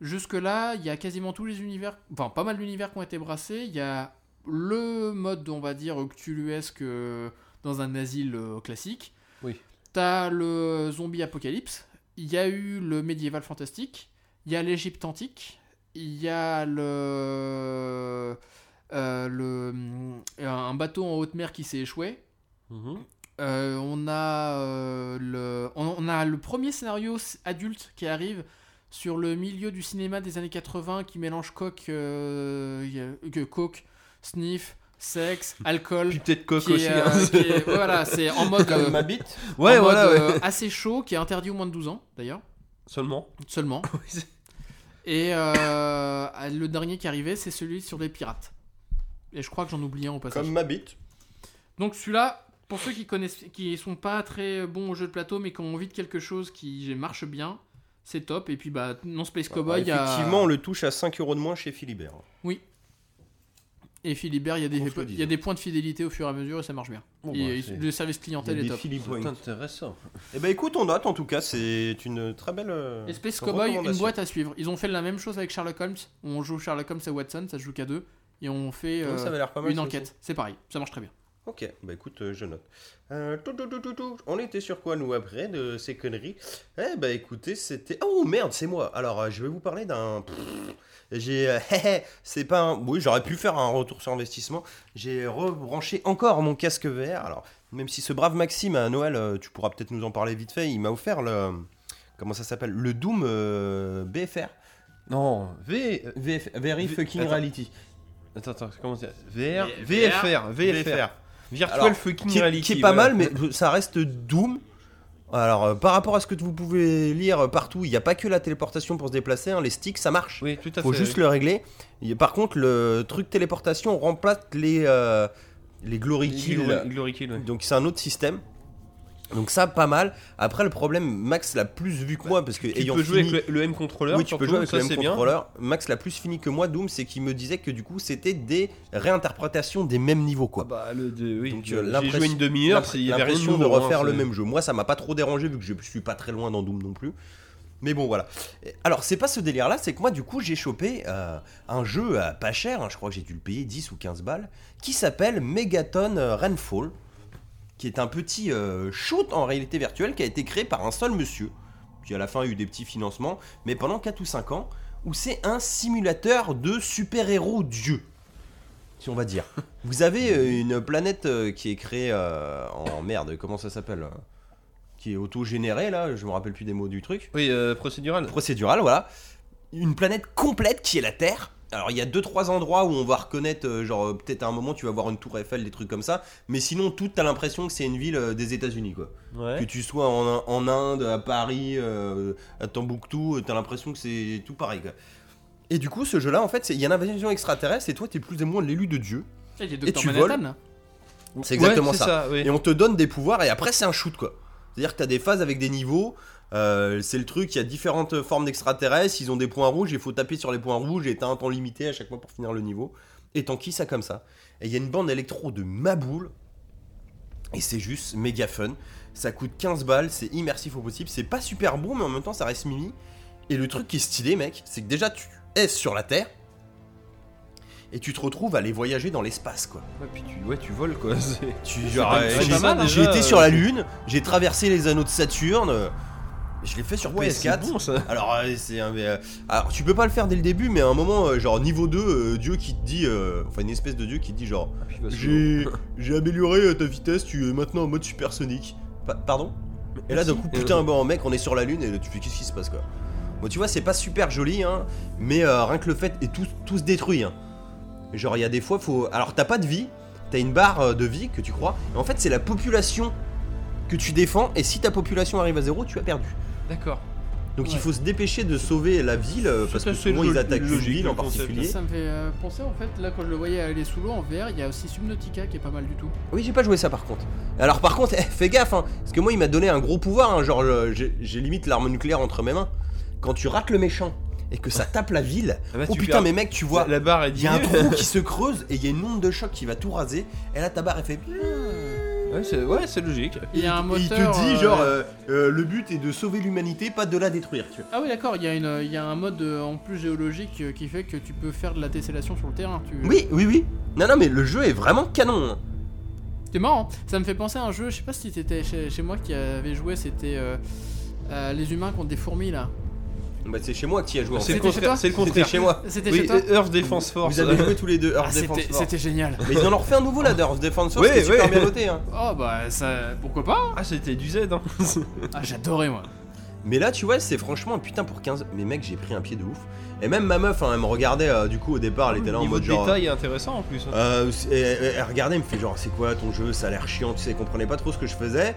Speaker 2: jusque-là, il y a quasiment tous les univers, enfin pas mal d'univers qui ont été brassés. Il y a le mode, on va dire, cthulhuesque euh, dans un asile euh, classique.
Speaker 3: Oui.
Speaker 2: T'as le zombie apocalypse. Il y a eu le médiéval fantastique. Il y a l'Égypte antique. Il y a le. euh, le, euh, un bateau en haute mer qui s'est échoué.
Speaker 1: Mhm.
Speaker 2: Euh, on a euh, le on, on a le premier scénario s- adulte qui arrive sur le milieu du cinéma des années 80 qui mélange coke euh, y a- que coke sniff
Speaker 3: <laughs>
Speaker 2: sexe alcool
Speaker 3: Puis peut-être Coq
Speaker 2: qui
Speaker 3: aussi.
Speaker 2: est,
Speaker 3: hein.
Speaker 2: euh, qui est- voilà c'est en mode euh,
Speaker 1: ma bite.
Speaker 3: Ouais,
Speaker 2: en
Speaker 3: voilà,
Speaker 2: mode,
Speaker 3: ouais.
Speaker 2: euh, assez chaud qui est interdit aux moins de 12 ans d'ailleurs
Speaker 3: Seulement. <laughs>
Speaker 2: seulement
Speaker 3: c'est-
Speaker 2: et euh, le dernier qui arrivait c'est celui sur les pirates et je crois que j'en oublie un au passage
Speaker 1: Comme ma bite.
Speaker 2: donc celui-là, pour ceux qui connaissent, qui sont pas très bons au jeu de plateau, mais qui ont envie de quelque chose qui marche bien, c'est top. Et puis bah non Space Cowboy, il y a-
Speaker 1: effectivement, on le touche à 5 euros de moins chez Philibert.
Speaker 2: et Philibert, il y a des,
Speaker 1: On se le
Speaker 2: il y a des points de fidélité au fur et à mesure et ça marche bien.
Speaker 3: Bon,
Speaker 2: Et
Speaker 3: bah,
Speaker 2: il-
Speaker 3: c'est-
Speaker 2: le service clientèle est top.
Speaker 3: C'est intéressant.
Speaker 1: Eh ben écoute, on note en tout cas, c'est une très belle. euh,
Speaker 2: Et Space Cowboy, une
Speaker 1: recommandation.
Speaker 2: boîte à suivre. Ils ont fait la même chose avec Sherlock Holmes. On joue Sherlock Holmes et Watson, ça se joue qu'à deux, et on fait
Speaker 1: Ouais,
Speaker 2: euh,
Speaker 1: ça avait l'air pas mal.
Speaker 2: une
Speaker 1: ça
Speaker 2: enquête. C'est pareil, ça marche très bien.
Speaker 1: aussi. Ok, bah écoute, euh, je note. Euh, tout, tout, tout, tout, tout. On était sur quoi nous après de ces conneries Eh bah écoutez, c'était. Oh merde, c'est moi. Alors euh, je vais vous parler d'un. Pfff. J'ai. euh, <laughs> hé, hé, c'est pas un. Oui, j'aurais pu faire un retour sur investissement. J'ai rebranché encore mon casque VR. Alors même si ce brave Maxime à Noël, euh, tu pourras peut-être nous en parler vite fait. Il m'a offert le. Comment ça s'appelle Le Doom euh, BFR.
Speaker 3: Non, V. euh,
Speaker 1: VF, Very
Speaker 3: V-
Speaker 1: Fucking
Speaker 3: attends.
Speaker 1: Reality.
Speaker 3: Attends, attends, comment c'est VR.
Speaker 2: Mais-
Speaker 3: VFR. VFR.
Speaker 1: VFR.
Speaker 3: Virtual
Speaker 1: Alors,
Speaker 3: Fucking
Speaker 1: Qui, est-
Speaker 3: Reality.
Speaker 1: qui est pas
Speaker 3: voilà.
Speaker 1: mal, mais ça reste Doom. Alors, euh, par rapport à ce que vous pouvez lire euh, partout, il n'y a pas que la téléportation pour se déplacer, hein, les sticks, ça marche.
Speaker 3: Oui, tout à fait.
Speaker 1: faut juste le régler. Il- Par contre, le truc téléportation remplace les, euh, les Glory Kills.
Speaker 3: Glory, Glory Kill, ouais.
Speaker 1: Donc c'est un autre système. Donc ça, pas mal. Après, le problème, Max l'a plus vu que moi, parce que
Speaker 3: Tu
Speaker 1: ayant
Speaker 3: peux jouer
Speaker 1: fini-
Speaker 3: avec le, le M controller.
Speaker 1: Oui, tu peux
Speaker 3: surtout,
Speaker 1: jouer avec
Speaker 3: ça,
Speaker 1: le même
Speaker 3: c'est bien.
Speaker 1: contrôleur. Max l'a plus fini que moi, Doom, c'est qu'il me disait que du coup, c'était des réinterprétations des mêmes niveaux, quoi.
Speaker 3: Ah bah, le, de, oui,
Speaker 1: Donc,
Speaker 3: je-
Speaker 1: euh,
Speaker 3: j'ai
Speaker 1: l'impression-
Speaker 3: joué une demi-heure,
Speaker 1: L'impr-
Speaker 3: il y avait rien
Speaker 1: l'impression de
Speaker 3: nouveau, hein,
Speaker 1: refaire le
Speaker 3: c'est-
Speaker 1: même jeu. Moi, ça m'a pas trop dérangé vu que je suis pas très loin dans Doom non plus. Mais bon, voilà. Et Alors, c'est pas ce délire-là, c'est que moi, du coup, j'ai chopé euh, un jeu euh, pas cher, hein, je crois que j'ai dû le payer 10 ou 15 balles, qui s'appelle Megaton euh, Rainfall, qui est un petit euh, shoot en réalité virtuelle qui a été créé par un seul monsieur, qui à la fin a eu des petits financements, mais pendant 4 ou 5 ans, où c'est un simulateur de super-héros dieu. Si on va dire. Vous avez euh, une planète euh, qui est créée euh, en merde, comment ça s'appelle hein, Qui est auto-générée là, je me rappelle plus des mots du truc
Speaker 3: Oui, euh, procédural.
Speaker 1: procédurale, voilà. Une planète complète qui est la Terre. Alors il y a deux trois endroits où on va reconnaître, euh, genre euh, peut-être à un moment tu vas voir une tour Eiffel, des trucs comme ça, mais sinon tout t'as l'impression que c'est une ville euh, des États-Unis quoi. Que
Speaker 3: Ouais.
Speaker 1: tu sois en, en Inde, à Paris, euh, à Tombouctou, euh, t'as l'impression que c'est tout pareil quoi. Et du coup ce jeu-là en fait c'est- il y a une invasion extraterrestre et toi t'es plus ou moins l'élu de Dieu.
Speaker 2: Il y a Dr
Speaker 1: tu
Speaker 2: Manhattan.
Speaker 1: voles.
Speaker 2: là.
Speaker 1: C'est exactement
Speaker 3: Ouais, c'est
Speaker 1: ça.
Speaker 3: oui.
Speaker 1: Et on te donne des pouvoirs et après c'est un shoot quoi. C'est-à-dire que t'as des phases avec des niveaux. euh, c'est le truc, il y a différentes formes d'extraterrestres, ils ont des points rouges, il faut taper sur les points rouges et t'as un temps limité à chaque fois pour finir le niveau. Et t'enquilles ça comme ça. Et il y a une bande électro de Maboule. Et c'est juste méga fun. Ça coûte 15 balles, c'est immersif au possible. C'est pas super bon, mais en même temps ça reste mimi. Et le truc qui est stylé, mec, c'est que déjà tu es sur la Terre. Et tu te retrouves à aller voyager dans l'espace quoi.
Speaker 3: Ouais, puis tu, ouais, tu voles quoi. c'est-
Speaker 1: Tu,
Speaker 3: C'est
Speaker 1: genre,
Speaker 3: pas-
Speaker 1: euh,
Speaker 3: c'est
Speaker 1: j'ai-
Speaker 3: pas mal,
Speaker 1: j'ai
Speaker 3: déjà,
Speaker 1: été
Speaker 3: euh,
Speaker 1: sur la Lune, j'ai traversé les anneaux de Saturne, euh, je l'ai fait sur
Speaker 3: Ouais, c'est
Speaker 1: PS4.
Speaker 3: bon ça.
Speaker 1: Alors, euh, c'est un- mais, euh, alors, tu peux pas le faire dès le début, mais à un moment, euh, genre niveau 2, euh, Dieu qui te dit, euh, enfin une espèce de Dieu qui te dit, genre,
Speaker 3: <laughs>
Speaker 1: j'ai j'ai amélioré euh, ta vitesse, tu es maintenant en mode supersonique. Pa- pardon Et là, d'un
Speaker 3: euh,
Speaker 1: coup, putain, bon, mec, on est sur la Lune, et là, tu fais qu'est-ce qui se passe quoi Bon, tu vois, c'est pas super joli, hein, mais euh, rien que le fait, et tout, tout se détruit, hein. Genre, il y a des fois, faut. Alors, t'as pas de vie, t'as une barre euh, de vie que tu crois, et en fait, c'est la population que tu défends, et si ta population arrive à zéro, tu as perdu.
Speaker 3: D'accord.
Speaker 1: Donc il
Speaker 2: Ouais.
Speaker 1: faut se dépêcher de sauver la ville euh,
Speaker 3: C'est
Speaker 1: parce que
Speaker 3: assez
Speaker 1: souvent ils
Speaker 3: lo-
Speaker 1: attaquent une
Speaker 3: logique,
Speaker 1: ville
Speaker 3: le
Speaker 1: en
Speaker 3: concept.
Speaker 1: particulier.
Speaker 2: Ça me fait euh, penser en fait, là quand je le voyais aller sous l'eau en VR, il y a aussi Subnautica qui est pas mal du tout.
Speaker 1: Oui, j'ai pas joué ça par contre. Alors par contre, <laughs> eh, fais gaffe, hein, parce que moi il m'a donné un gros pouvoir, hein, genre le- j'ai j'ai limite l'arme nucléaire entre mes mains. Quand tu rates le méchant et que ça tape la ville, oh putain mais mec tu vois,
Speaker 3: La barre est
Speaker 1: il y a un
Speaker 3: diminuée.
Speaker 1: trou qui se creuse et il y a une onde de choc qui va tout raser. Et là ta barre elle fait...
Speaker 3: Ouais, c'est ouais, c'est logique.
Speaker 2: Il y a un
Speaker 1: Et il
Speaker 2: moteur.
Speaker 1: te dit
Speaker 2: euh,
Speaker 1: genre euh, euh, le but est de sauver l'humanité, pas de la détruire. Tu vois.
Speaker 2: Ah oui d'accord, il y, a une- il y a un mode euh, en plus géologique euh, qui fait que tu peux faire de la tessellation sur le terrain. Tu...
Speaker 1: Oui, oui, oui. Non, non mais le jeu est vraiment canon. hein.
Speaker 2: C'est marrant, hein. ça me fait penser à un jeu, je sais pas si t'étais chez, chez moi qui avait joué, c'était euh, euh, les humains contre des fourmis là.
Speaker 1: Bah, c'est chez moi qui a joué. en
Speaker 3: C'est
Speaker 1: fait.
Speaker 3: le
Speaker 2: C'était chez toi
Speaker 3: contraire. C'est le
Speaker 1: C'était
Speaker 3: contraire.
Speaker 1: chez moi.
Speaker 2: C'était chez
Speaker 3: Oui,
Speaker 1: euh,
Speaker 2: toi
Speaker 3: Earth Defense Force.
Speaker 1: Vous avez joué tous les deux Earth
Speaker 2: Ah,
Speaker 1: Defense
Speaker 2: c'était-
Speaker 1: Force.
Speaker 2: C'était génial.
Speaker 1: Mais ils en ont refait un nouveau là de Earth Defense Force
Speaker 3: Oui,
Speaker 1: qui est super
Speaker 3: oui.
Speaker 1: bien noté. hein.
Speaker 2: Oh bah ça, pourquoi
Speaker 1: <laughs>
Speaker 2: pas
Speaker 3: Ah, c'était du Z. Hein.
Speaker 2: Ah j'adorais moi.
Speaker 1: Mais là tu vois c'est franchement putain pour 15... Mais mec j'ai pris un pied de ouf. Et même ma meuf hein, elle me regardait euh, du coup au départ elle était là en
Speaker 3: Ah Niveau
Speaker 1: mode
Speaker 3: de
Speaker 1: genre...
Speaker 3: détail intéressant en plus.
Speaker 1: euh, c'est- elle, elle- elle regardait elle me fait genre c'est quoi ton jeu ça a l'air chiant tu sais elle comprenait pas trop ce que je faisais.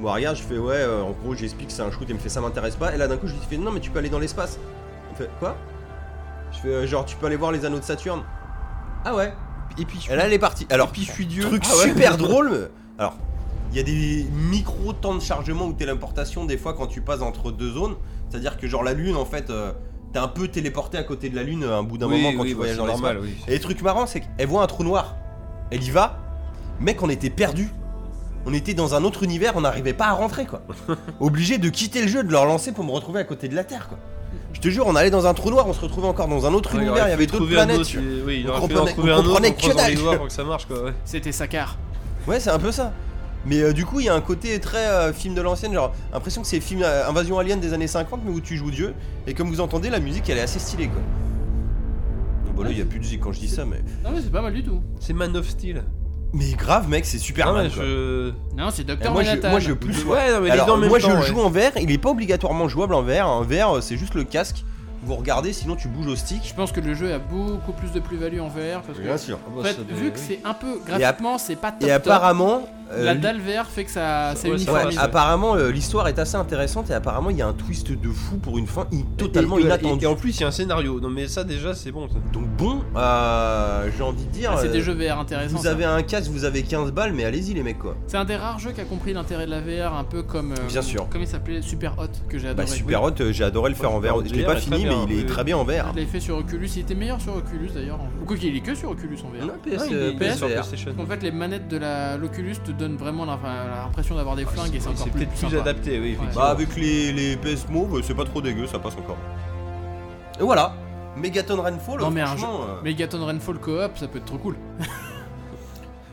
Speaker 1: Moi regarde je fais ouais euh, en gros j'explique c'est un shoot elle me fait ça m'intéresse pas. Et là d'un coup je lui fais non mais tu peux aller dans l'espace. Elle fait quoi Je fais euh, genre tu peux aller voir les anneaux de Saturne. Ah ouais
Speaker 3: Et puis je
Speaker 1: Et là elle est partie. Alors
Speaker 3: puis je suis Dieu.
Speaker 1: truc
Speaker 3: Ah
Speaker 1: <laughs>
Speaker 3: ouais.
Speaker 1: super drôle. mais- Alors, il y a des micro temps de chargement ou téléportation des fois quand tu passes entre deux zones. C'est-à-dire que genre la lune, en fait, euh, t'es un peu téléporté à côté de la lune euh, un bout d'un moment quand tu voyages dans l'espace.
Speaker 3: oui.
Speaker 1: Et le truc marrant, c'est qu'elle voit un trou noir. Elle y va. Mec, on était perdu. On était dans un autre univers, on n'arrivait pas à rentrer <laughs> quoi. Obligé de quitter le jeu, de leur lancer pour me retrouver à côté de la Terre quoi. Je te jure, on allait dans un trou noir, on se retrouvait encore dans un autre univers, il y avait d'autres planètes. tu vois.
Speaker 3: Oui, il
Speaker 1: Vous
Speaker 3: aurait fallu en
Speaker 1: comprenez-
Speaker 3: trouver
Speaker 1: vous
Speaker 3: un autre.
Speaker 1: comprenez
Speaker 3: en
Speaker 1: que
Speaker 3: croisant les
Speaker 1: dalle.
Speaker 3: doigts pour que ça marche quoi. ouais.
Speaker 2: C'était Sakar.
Speaker 1: Ouais, c'est un peu ça. Mais euh, du coup, il y a un côté très euh, film de l'ancienne, genre impression que c'est film euh, Invasion Alien des années 50, mais où tu joues Dieu. Et comme vous entendez, la musique elle est assez stylée quoi. Bon, bah là, il y a plus de musique quand je dis ça, mais.
Speaker 2: Non mais c'est pas mal du tout.
Speaker 3: C'est Man of Steel.
Speaker 1: Mais grave, mec, c'est super
Speaker 3: Ah ouais,
Speaker 1: mal quoi.
Speaker 3: je.
Speaker 2: Non c'est
Speaker 1: Et
Speaker 2: Dr
Speaker 1: moi, je,
Speaker 2: Manhattan.
Speaker 1: moi je pousse.
Speaker 3: Ouais, non, mais les
Speaker 1: Alors,
Speaker 3: deux en même
Speaker 1: moi je
Speaker 3: temps,
Speaker 1: le
Speaker 3: ouais.
Speaker 1: joue en vert, il est pas obligatoirement jouable en vert. En vert, euh, c'est juste le casque. Vous regardez, sinon tu bouges au
Speaker 2: Je
Speaker 1: stick.
Speaker 2: pense que le jeu a beaucoup plus de plus-value en VR parce que
Speaker 1: sûr.
Speaker 3: Ah bah,
Speaker 2: en fait,
Speaker 3: ça doit-
Speaker 2: vu que
Speaker 3: oui.
Speaker 2: c'est un peu graphiquement c'est pas top,
Speaker 1: Et apparemment.
Speaker 2: top,
Speaker 1: euh,
Speaker 2: la
Speaker 1: lui-
Speaker 2: dalle VR fait que ça c'est
Speaker 3: Ouais, ça
Speaker 1: Ouais,
Speaker 2: uniforme.
Speaker 3: va, ça
Speaker 1: apparemment euh, l'histoire est assez intéressante et apparemment il y a un twist de fou pour une fin i- totalement
Speaker 3: Et- et-
Speaker 1: inattendue.
Speaker 3: Et en plus, il y a un scénario. Non, mais ça déjà, c'est bon. ça.
Speaker 1: Donc bon, euh, j'ai envie de dire,
Speaker 2: Ah, c'est des
Speaker 1: euh,
Speaker 2: jeux VR intéressants.
Speaker 1: vous
Speaker 2: ça.
Speaker 1: avez un casque, vous avez 15 balles, mais allez-y les mecs quoi.
Speaker 2: C'est un des rares jeux qui a compris l'intérêt de la VR, un peu comme. euh,
Speaker 1: Bien sûr.
Speaker 2: Comme il s'appelait Super Hot, que j'ai
Speaker 1: Bah
Speaker 2: adoré.
Speaker 1: super hot, euh, j'ai adoré le faire
Speaker 3: Ouais,
Speaker 1: en verre.
Speaker 3: super
Speaker 1: Je l'ai
Speaker 3: hot,
Speaker 1: pas
Speaker 3: très
Speaker 1: fini, mais
Speaker 3: bien,
Speaker 1: il est
Speaker 3: oui.
Speaker 1: très bien en verre.
Speaker 2: Je l'avais fait sur Oculus, il était meilleur sur Oculus d'ailleurs. en- Ou quoi qu'il est que sur Oculus en VR.
Speaker 1: Non, PS,
Speaker 3: Ouais, il est- il est
Speaker 1: euh,
Speaker 3: sur
Speaker 1: PSVR.
Speaker 3: PlayStation.
Speaker 2: En fait, les manettes de la l'Oculus te donne vraiment l'im- l'impression d'avoir des flingues et c'est encore
Speaker 3: Ah, C'est
Speaker 2: plus,
Speaker 3: peut-être plus
Speaker 2: sympa.
Speaker 3: adapté, oui, effectivement.
Speaker 1: Bah, avec les, les PS mauves, c'est pas trop dégueu, ça passe encore. Et voilà, Megaton Rainfall,
Speaker 2: Non, mais un
Speaker 1: franchement. euh,
Speaker 2: Megaton Rainfall Coop, ça peut être trop cool.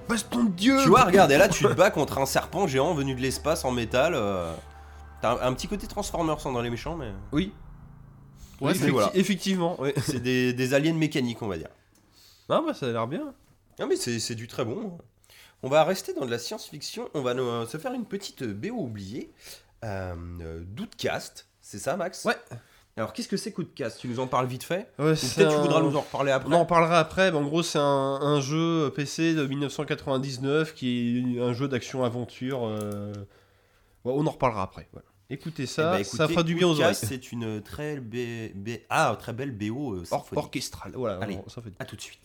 Speaker 3: Baston de Dieu
Speaker 1: Tu vois, regarde, et là tu te bats contre un serpent géant venu de l'espace en métal. euh, T'as un, un petit côté Transformers hein, dans les méchants, mais.
Speaker 3: Oui,
Speaker 2: Ouais,
Speaker 1: Oui,
Speaker 2: c'est-
Speaker 1: mais voilà.
Speaker 3: effectivement, ouais.
Speaker 1: C'est des, des aliens mécaniques, on va dire.
Speaker 3: Ah bah ça a l'air bien.
Speaker 1: Ah, mais c'est c'est du très bon. On va rester dans de la science-fiction, on va nous, euh, se faire une petite BO oubliée. Euh, euh, Doutcast, c'est ça, Max
Speaker 3: Ouais.
Speaker 1: Alors, qu'est-ce que c'est Doutcast Tu nous en parles vite fait
Speaker 3: Ouais,
Speaker 1: Ou
Speaker 3: c'est
Speaker 1: Peut-être tu
Speaker 3: un-
Speaker 1: voudras nous en reparler après.
Speaker 3: On en parlera après, mais en gros c'est un, un jeu PC de 1999 qui est un jeu d'action-aventure. euh, ouais, on en reparlera après. voilà. Écoutez
Speaker 1: Eh
Speaker 3: ça,
Speaker 1: ben,
Speaker 3: ça
Speaker 1: écoutez,
Speaker 3: fera du bien aux oreilles.
Speaker 1: Doutcast, C'est une très, bé- bé- ah, très belle BO euh,
Speaker 3: Or-
Speaker 1: symphonique.
Speaker 3: orchestral, voilà,
Speaker 1: Allez.
Speaker 3: on- ça fait du-
Speaker 1: A tout de suite.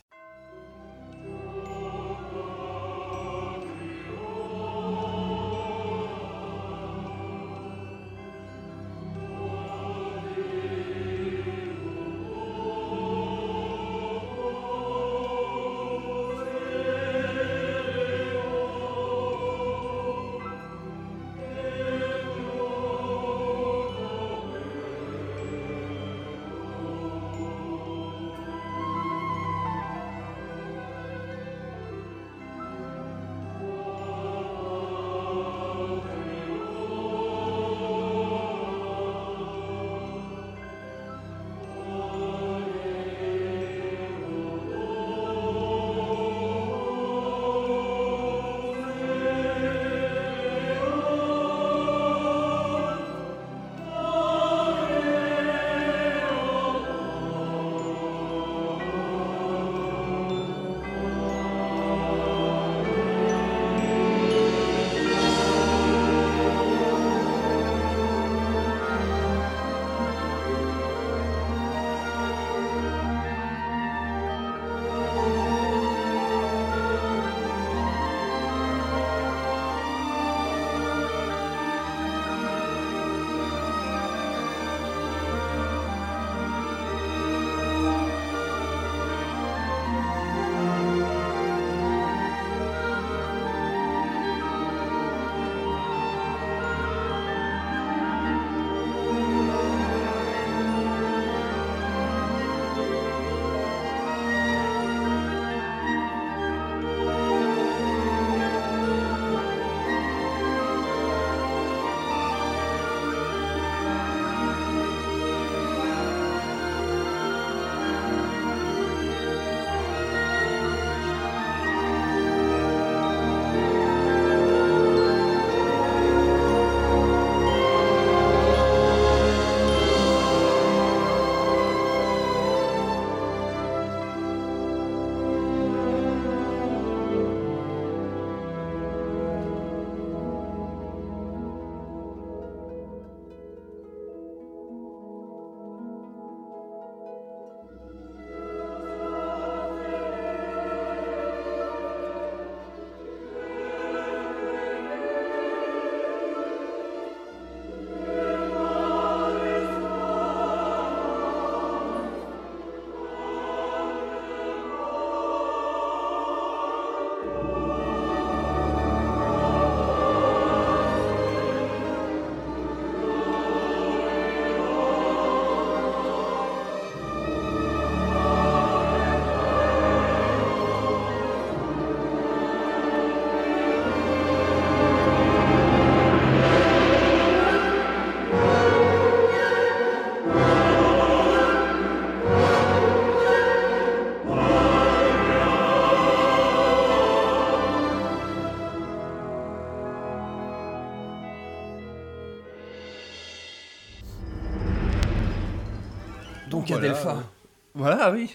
Speaker 1: Donc,
Speaker 3: Voilà,
Speaker 1: Adelpha.
Speaker 3: euh, Voilà, oui.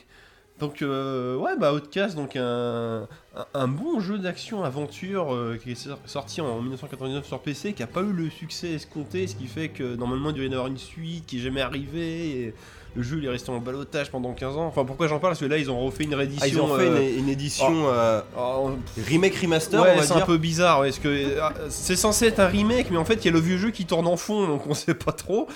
Speaker 3: Donc, euh, ouais, bah, Outcast, donc un, un, un bon jeu d'action-aventure euh, qui est sor- sorti en 1999 sur PC, qui a pas eu le succès escompté, ce qui fait que normalement il devait y en avoir une suite qui est jamais arrivée. et le jeu il est resté en balotage pendant 15 ans. Enfin, pourquoi j'en parle Parce que là, ils ont refait une réédition.
Speaker 1: Ah, ils ont fait
Speaker 3: euh, oh,
Speaker 1: une, une édition euh,
Speaker 3: en-
Speaker 1: remake remaster,
Speaker 3: ouais,
Speaker 1: on va
Speaker 3: c'est
Speaker 1: dire.
Speaker 3: un peu bizarre. ouais, parce que ah, c'est censé être un remake, mais en fait, il y a le vieux jeu qui tourne en fond, donc on sait pas trop.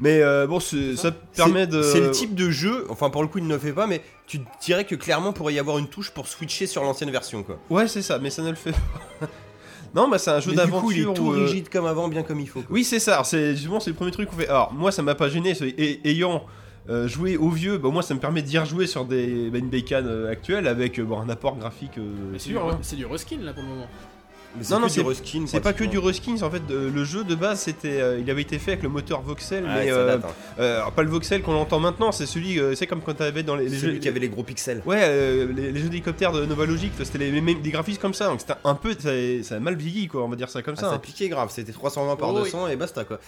Speaker 3: Mais euh, bon, c'est- ça
Speaker 1: C'est-
Speaker 3: permet de.
Speaker 1: C'est le type de jeu, enfin pour le coup il ne le fait pas, mais tu te dirais que clairement pourrait y avoir une touche pour switcher sur l'ancienne version quoi.
Speaker 3: Ouais, c'est ça, mais ça ne le fait pas. <laughs> Non, bah c'est un jeu
Speaker 1: Mais du coup, il
Speaker 3: d'aventure
Speaker 1: est tout
Speaker 3: où, euh,
Speaker 1: rigide comme avant, bien comme il faut. quoi.
Speaker 3: Oui, c'est ça. Alors, C'est justement c'est le premier truc qu'on fait. Alors moi, ça m'a pas gêné. c'est- et- ayant euh, joué au vieux, bah, moi, ça me permet d'y rejouer sur des bah, une bécane euh, actuelle avec euh, bon, un apport graphique. euh,
Speaker 2: Mais c'est
Speaker 3: sûr,
Speaker 2: du,
Speaker 3: hein.
Speaker 2: c'est du reskin là pour le moment.
Speaker 1: Mais
Speaker 3: non, non,
Speaker 1: c'est que du reskin.
Speaker 3: C'est pas que du reskins. En fait, de- le jeu de base, c'était, euh, il avait été fait avec le moteur voxel,
Speaker 1: Ah,
Speaker 3: mais
Speaker 1: ça
Speaker 3: euh,
Speaker 1: date, hein.
Speaker 3: euh, alors, pas le voxel qu'on entend maintenant. C'est celui, euh, c'est comme quand t'avais dans les, les
Speaker 1: C'est
Speaker 3: jeux.
Speaker 1: Celui qui avait les gros pixels.
Speaker 3: Ouais, euh, les, les jeux d'hélicoptères de Nova Logic, c'était les mêmes des graphismes comme ça, donc c'était un peu, ça, ça a mal vieilli quoi, on va dire ça comme
Speaker 1: Ah,
Speaker 3: ça.
Speaker 1: ça
Speaker 3: hein.
Speaker 1: piquait grave, c'était 320 par
Speaker 2: Oh, oui.
Speaker 1: 200 et basta quoi.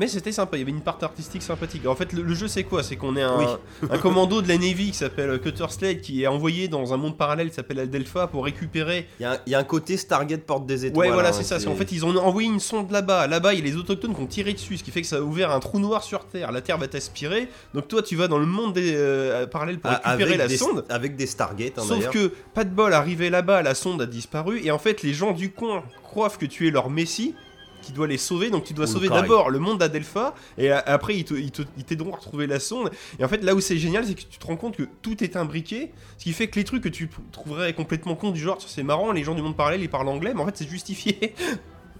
Speaker 3: Mais c'était sympa, il y avait une part artistique sympathique. En fait, le, le jeu c'est quoi C'est qu'on est un,
Speaker 1: Oui.
Speaker 3: <laughs> un commando de la Navy qui s'appelle Cutter Slade qui est envoyé dans un monde parallèle qui s'appelle Aldelpha pour récupérer.
Speaker 1: Il y, a un- il y a un côté Stargate porte des étoiles.
Speaker 3: ouais, voilà,
Speaker 1: hein,
Speaker 3: c'est ça. En fait, ils ont envoyé une sonde là-bas. Là-bas, il y a les autochtones qui ont tiré dessus, ce qui fait que ça a ouvert un trou noir sur Terre. La Terre va t'aspirer. Donc toi, tu vas dans le monde des, euh, parallèle pour
Speaker 1: Ah,
Speaker 3: récupérer la
Speaker 1: des,
Speaker 3: sonde.
Speaker 1: Avec des Stargate hein,
Speaker 3: Sauf
Speaker 1: d'ailleurs.
Speaker 3: que, pas de bol, arrivé là-bas, la sonde a disparu, et en fait, les gens du coin croient que tu es leur messie, qui doit les sauver, donc tu dois
Speaker 1: Ou le
Speaker 3: sauver
Speaker 1: Karai.
Speaker 3: d'abord le monde d'Adelpha, et a- après, ils te- ils te- ils t'aideront à retrouver la sonde. Et en fait, là où c'est génial, c'est que tu te rends compte que tout est imbriqué, ce qui fait que les trucs que tu p- trouverais complètement con, du genre, Tiens, c'est marrant, les gens du monde parallèle, ils parlent anglais, mais en fait, c'est justifié.
Speaker 1: <laughs>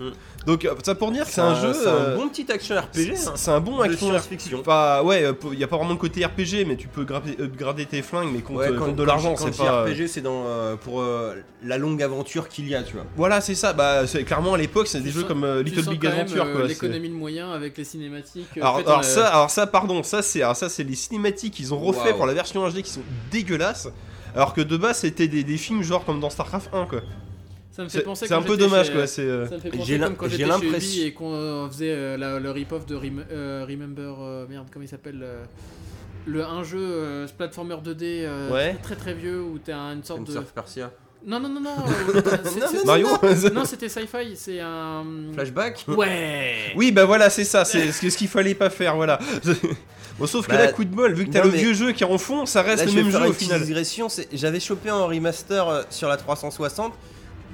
Speaker 1: Mm.
Speaker 3: donc, euh, ça pour dire que c'est un, jeu.
Speaker 1: C'est un
Speaker 3: euh,
Speaker 1: bon petit action RPG.
Speaker 3: c'est-
Speaker 1: hein,
Speaker 3: c'est un bon
Speaker 1: de
Speaker 3: action
Speaker 1: science-fiction.
Speaker 3: Pas, ouais, euh, il y a pas vraiment de côté RPG, mais tu peux graver- upgrader tes flingues, mais contre, euh,
Speaker 1: Ouais,
Speaker 3: contre de l'argent,
Speaker 1: quand je
Speaker 3: c'est
Speaker 1: dis
Speaker 3: pas.
Speaker 1: RPG, c'est dans euh, pour euh, la longue aventure qu'il y a, tu vois.
Speaker 3: Voilà, c'est ça. Bah, c'est clairement à l'époque, c'est des
Speaker 2: Tu
Speaker 3: jeux
Speaker 2: sens-
Speaker 3: comme euh,
Speaker 2: Tu
Speaker 3: Little
Speaker 2: sens
Speaker 3: Big
Speaker 2: quand même,
Speaker 3: Adventure.
Speaker 2: euh,
Speaker 3: quoi, c'est-
Speaker 2: L'économie de moyens avec les cinématiques. euh,
Speaker 3: alors,
Speaker 2: faites,
Speaker 3: alors
Speaker 2: euh,
Speaker 3: ça, alors ça, pardon, ça c'est alors ça c'est les cinématiques ils ont refait
Speaker 1: Waouh.
Speaker 3: pour la version HD qui sont dégueulasses. Alors que de base c'était des, des films genre comme dans Starcraft 1 quoi.
Speaker 2: ça me fait
Speaker 3: C'est
Speaker 2: penser
Speaker 3: c'est
Speaker 2: quand
Speaker 3: un peu
Speaker 2: j'étais
Speaker 3: dommage
Speaker 2: chez-
Speaker 3: quoi.
Speaker 2: <laughs>
Speaker 3: C'est euh, <laughs>
Speaker 2: Ça me fait
Speaker 1: J'ai
Speaker 2: penser
Speaker 1: l'im-
Speaker 2: comme quand
Speaker 1: j'ai
Speaker 2: j'étais chez
Speaker 1: l'impression-
Speaker 2: Ubi et qu'on euh, faisait euh, la- le rip-off de Rem- euh, Remember, euh, merde, comment il s'appelle euh, le un jeu euh, ce platformer 2D euh,
Speaker 3: Ouais.
Speaker 2: très très vieux où t'as une sorte
Speaker 1: Comme
Speaker 2: de
Speaker 1: Surf Persia.
Speaker 2: non non
Speaker 1: <laughs>
Speaker 2: non non euh, c'est- c'est-
Speaker 3: Mario. <laughs>
Speaker 2: non c'était sci-fi c'est un
Speaker 1: Flashback
Speaker 2: ouais
Speaker 3: oui bah voilà c'est ça c'est ce que- ce qu'il fallait pas faire voilà. <laughs> bon, sauf que
Speaker 1: Bah,
Speaker 3: là coup de bol vu que t'as
Speaker 1: non,
Speaker 3: le
Speaker 1: mais-
Speaker 3: vieux jeu qui est en fond ça reste
Speaker 1: Là, je
Speaker 3: le
Speaker 1: vais
Speaker 3: même
Speaker 1: faire
Speaker 3: jeu
Speaker 1: une
Speaker 3: au
Speaker 1: petite
Speaker 3: final.
Speaker 1: digression. c'est- J'avais chopé en remaster euh, sur la 360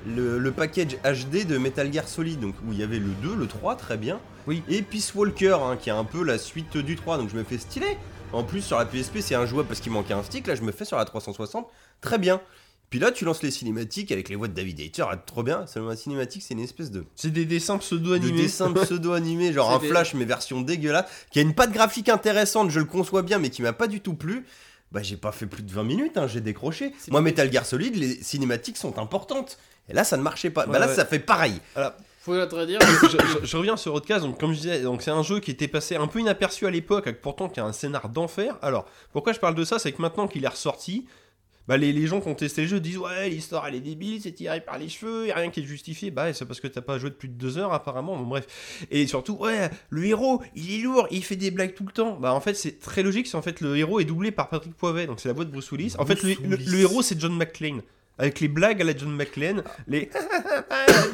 Speaker 1: le, le package HD de Metal Gear Solid, donc où il y avait le 2, le 3, très bien.
Speaker 3: Oui.
Speaker 1: Et Peace Walker, hein, qui est un peu la suite du 3, donc je me fais stylé. En plus, sur la PSP, c'est injouable parce qu'il manquait un stick. Là, je me fais sur la 360, très bien. Puis là, tu lances les cinématiques avec les voix de David Hater, ah, trop bien. Seulement, la cinématique, c'est une espèce de,
Speaker 3: C'est des dessins pseudo
Speaker 1: de
Speaker 3: animés.
Speaker 1: dessin pseudo-animé, genre
Speaker 2: C'est
Speaker 1: un
Speaker 2: des-
Speaker 1: flash, mais version dégueulasse, qui a une patte graphique intéressante, je le conçois bien, mais qui m'a pas du tout plu. Bah, j'ai pas fait plus de 20 minutes, hein, j'ai décroché.
Speaker 2: C'est
Speaker 1: Moi,
Speaker 2: pas-
Speaker 1: Metal Gear Solid, les cinématiques sont importantes. Et là, ça ne marchait pas.
Speaker 3: Ouais,
Speaker 1: bah, là,
Speaker 3: ouais.
Speaker 1: ça fait pareil.
Speaker 2: faut le traduire
Speaker 3: je, je- je reviens sur Outcast, donc comme je disais, donc c'est un jeu qui était passé un peu inaperçu à l'époque, avec pourtant qui a un scénar d'enfer. Alors, pourquoi je parle de ça C'est que maintenant qu'il est ressorti, bah les, les gens qui ont testé le jeu disent Ouais, l'histoire elle est débile, c'est tiré par les cheveux, y a rien qui est justifié. Bah, c'est parce que t'as pas joué depuis deux heures apparemment, bon, bref. Et surtout, ouais, le héros, il est lourd, il fait des blagues tout le temps. Bah, en fait, c'est très logique, c'est en fait le héros est doublé par Patrick Poivet, donc c'est la voix de Bruce Willis. En fait, le, le- le héros c'est John McClane. Avec les blagues à la John McClane, les <laughs>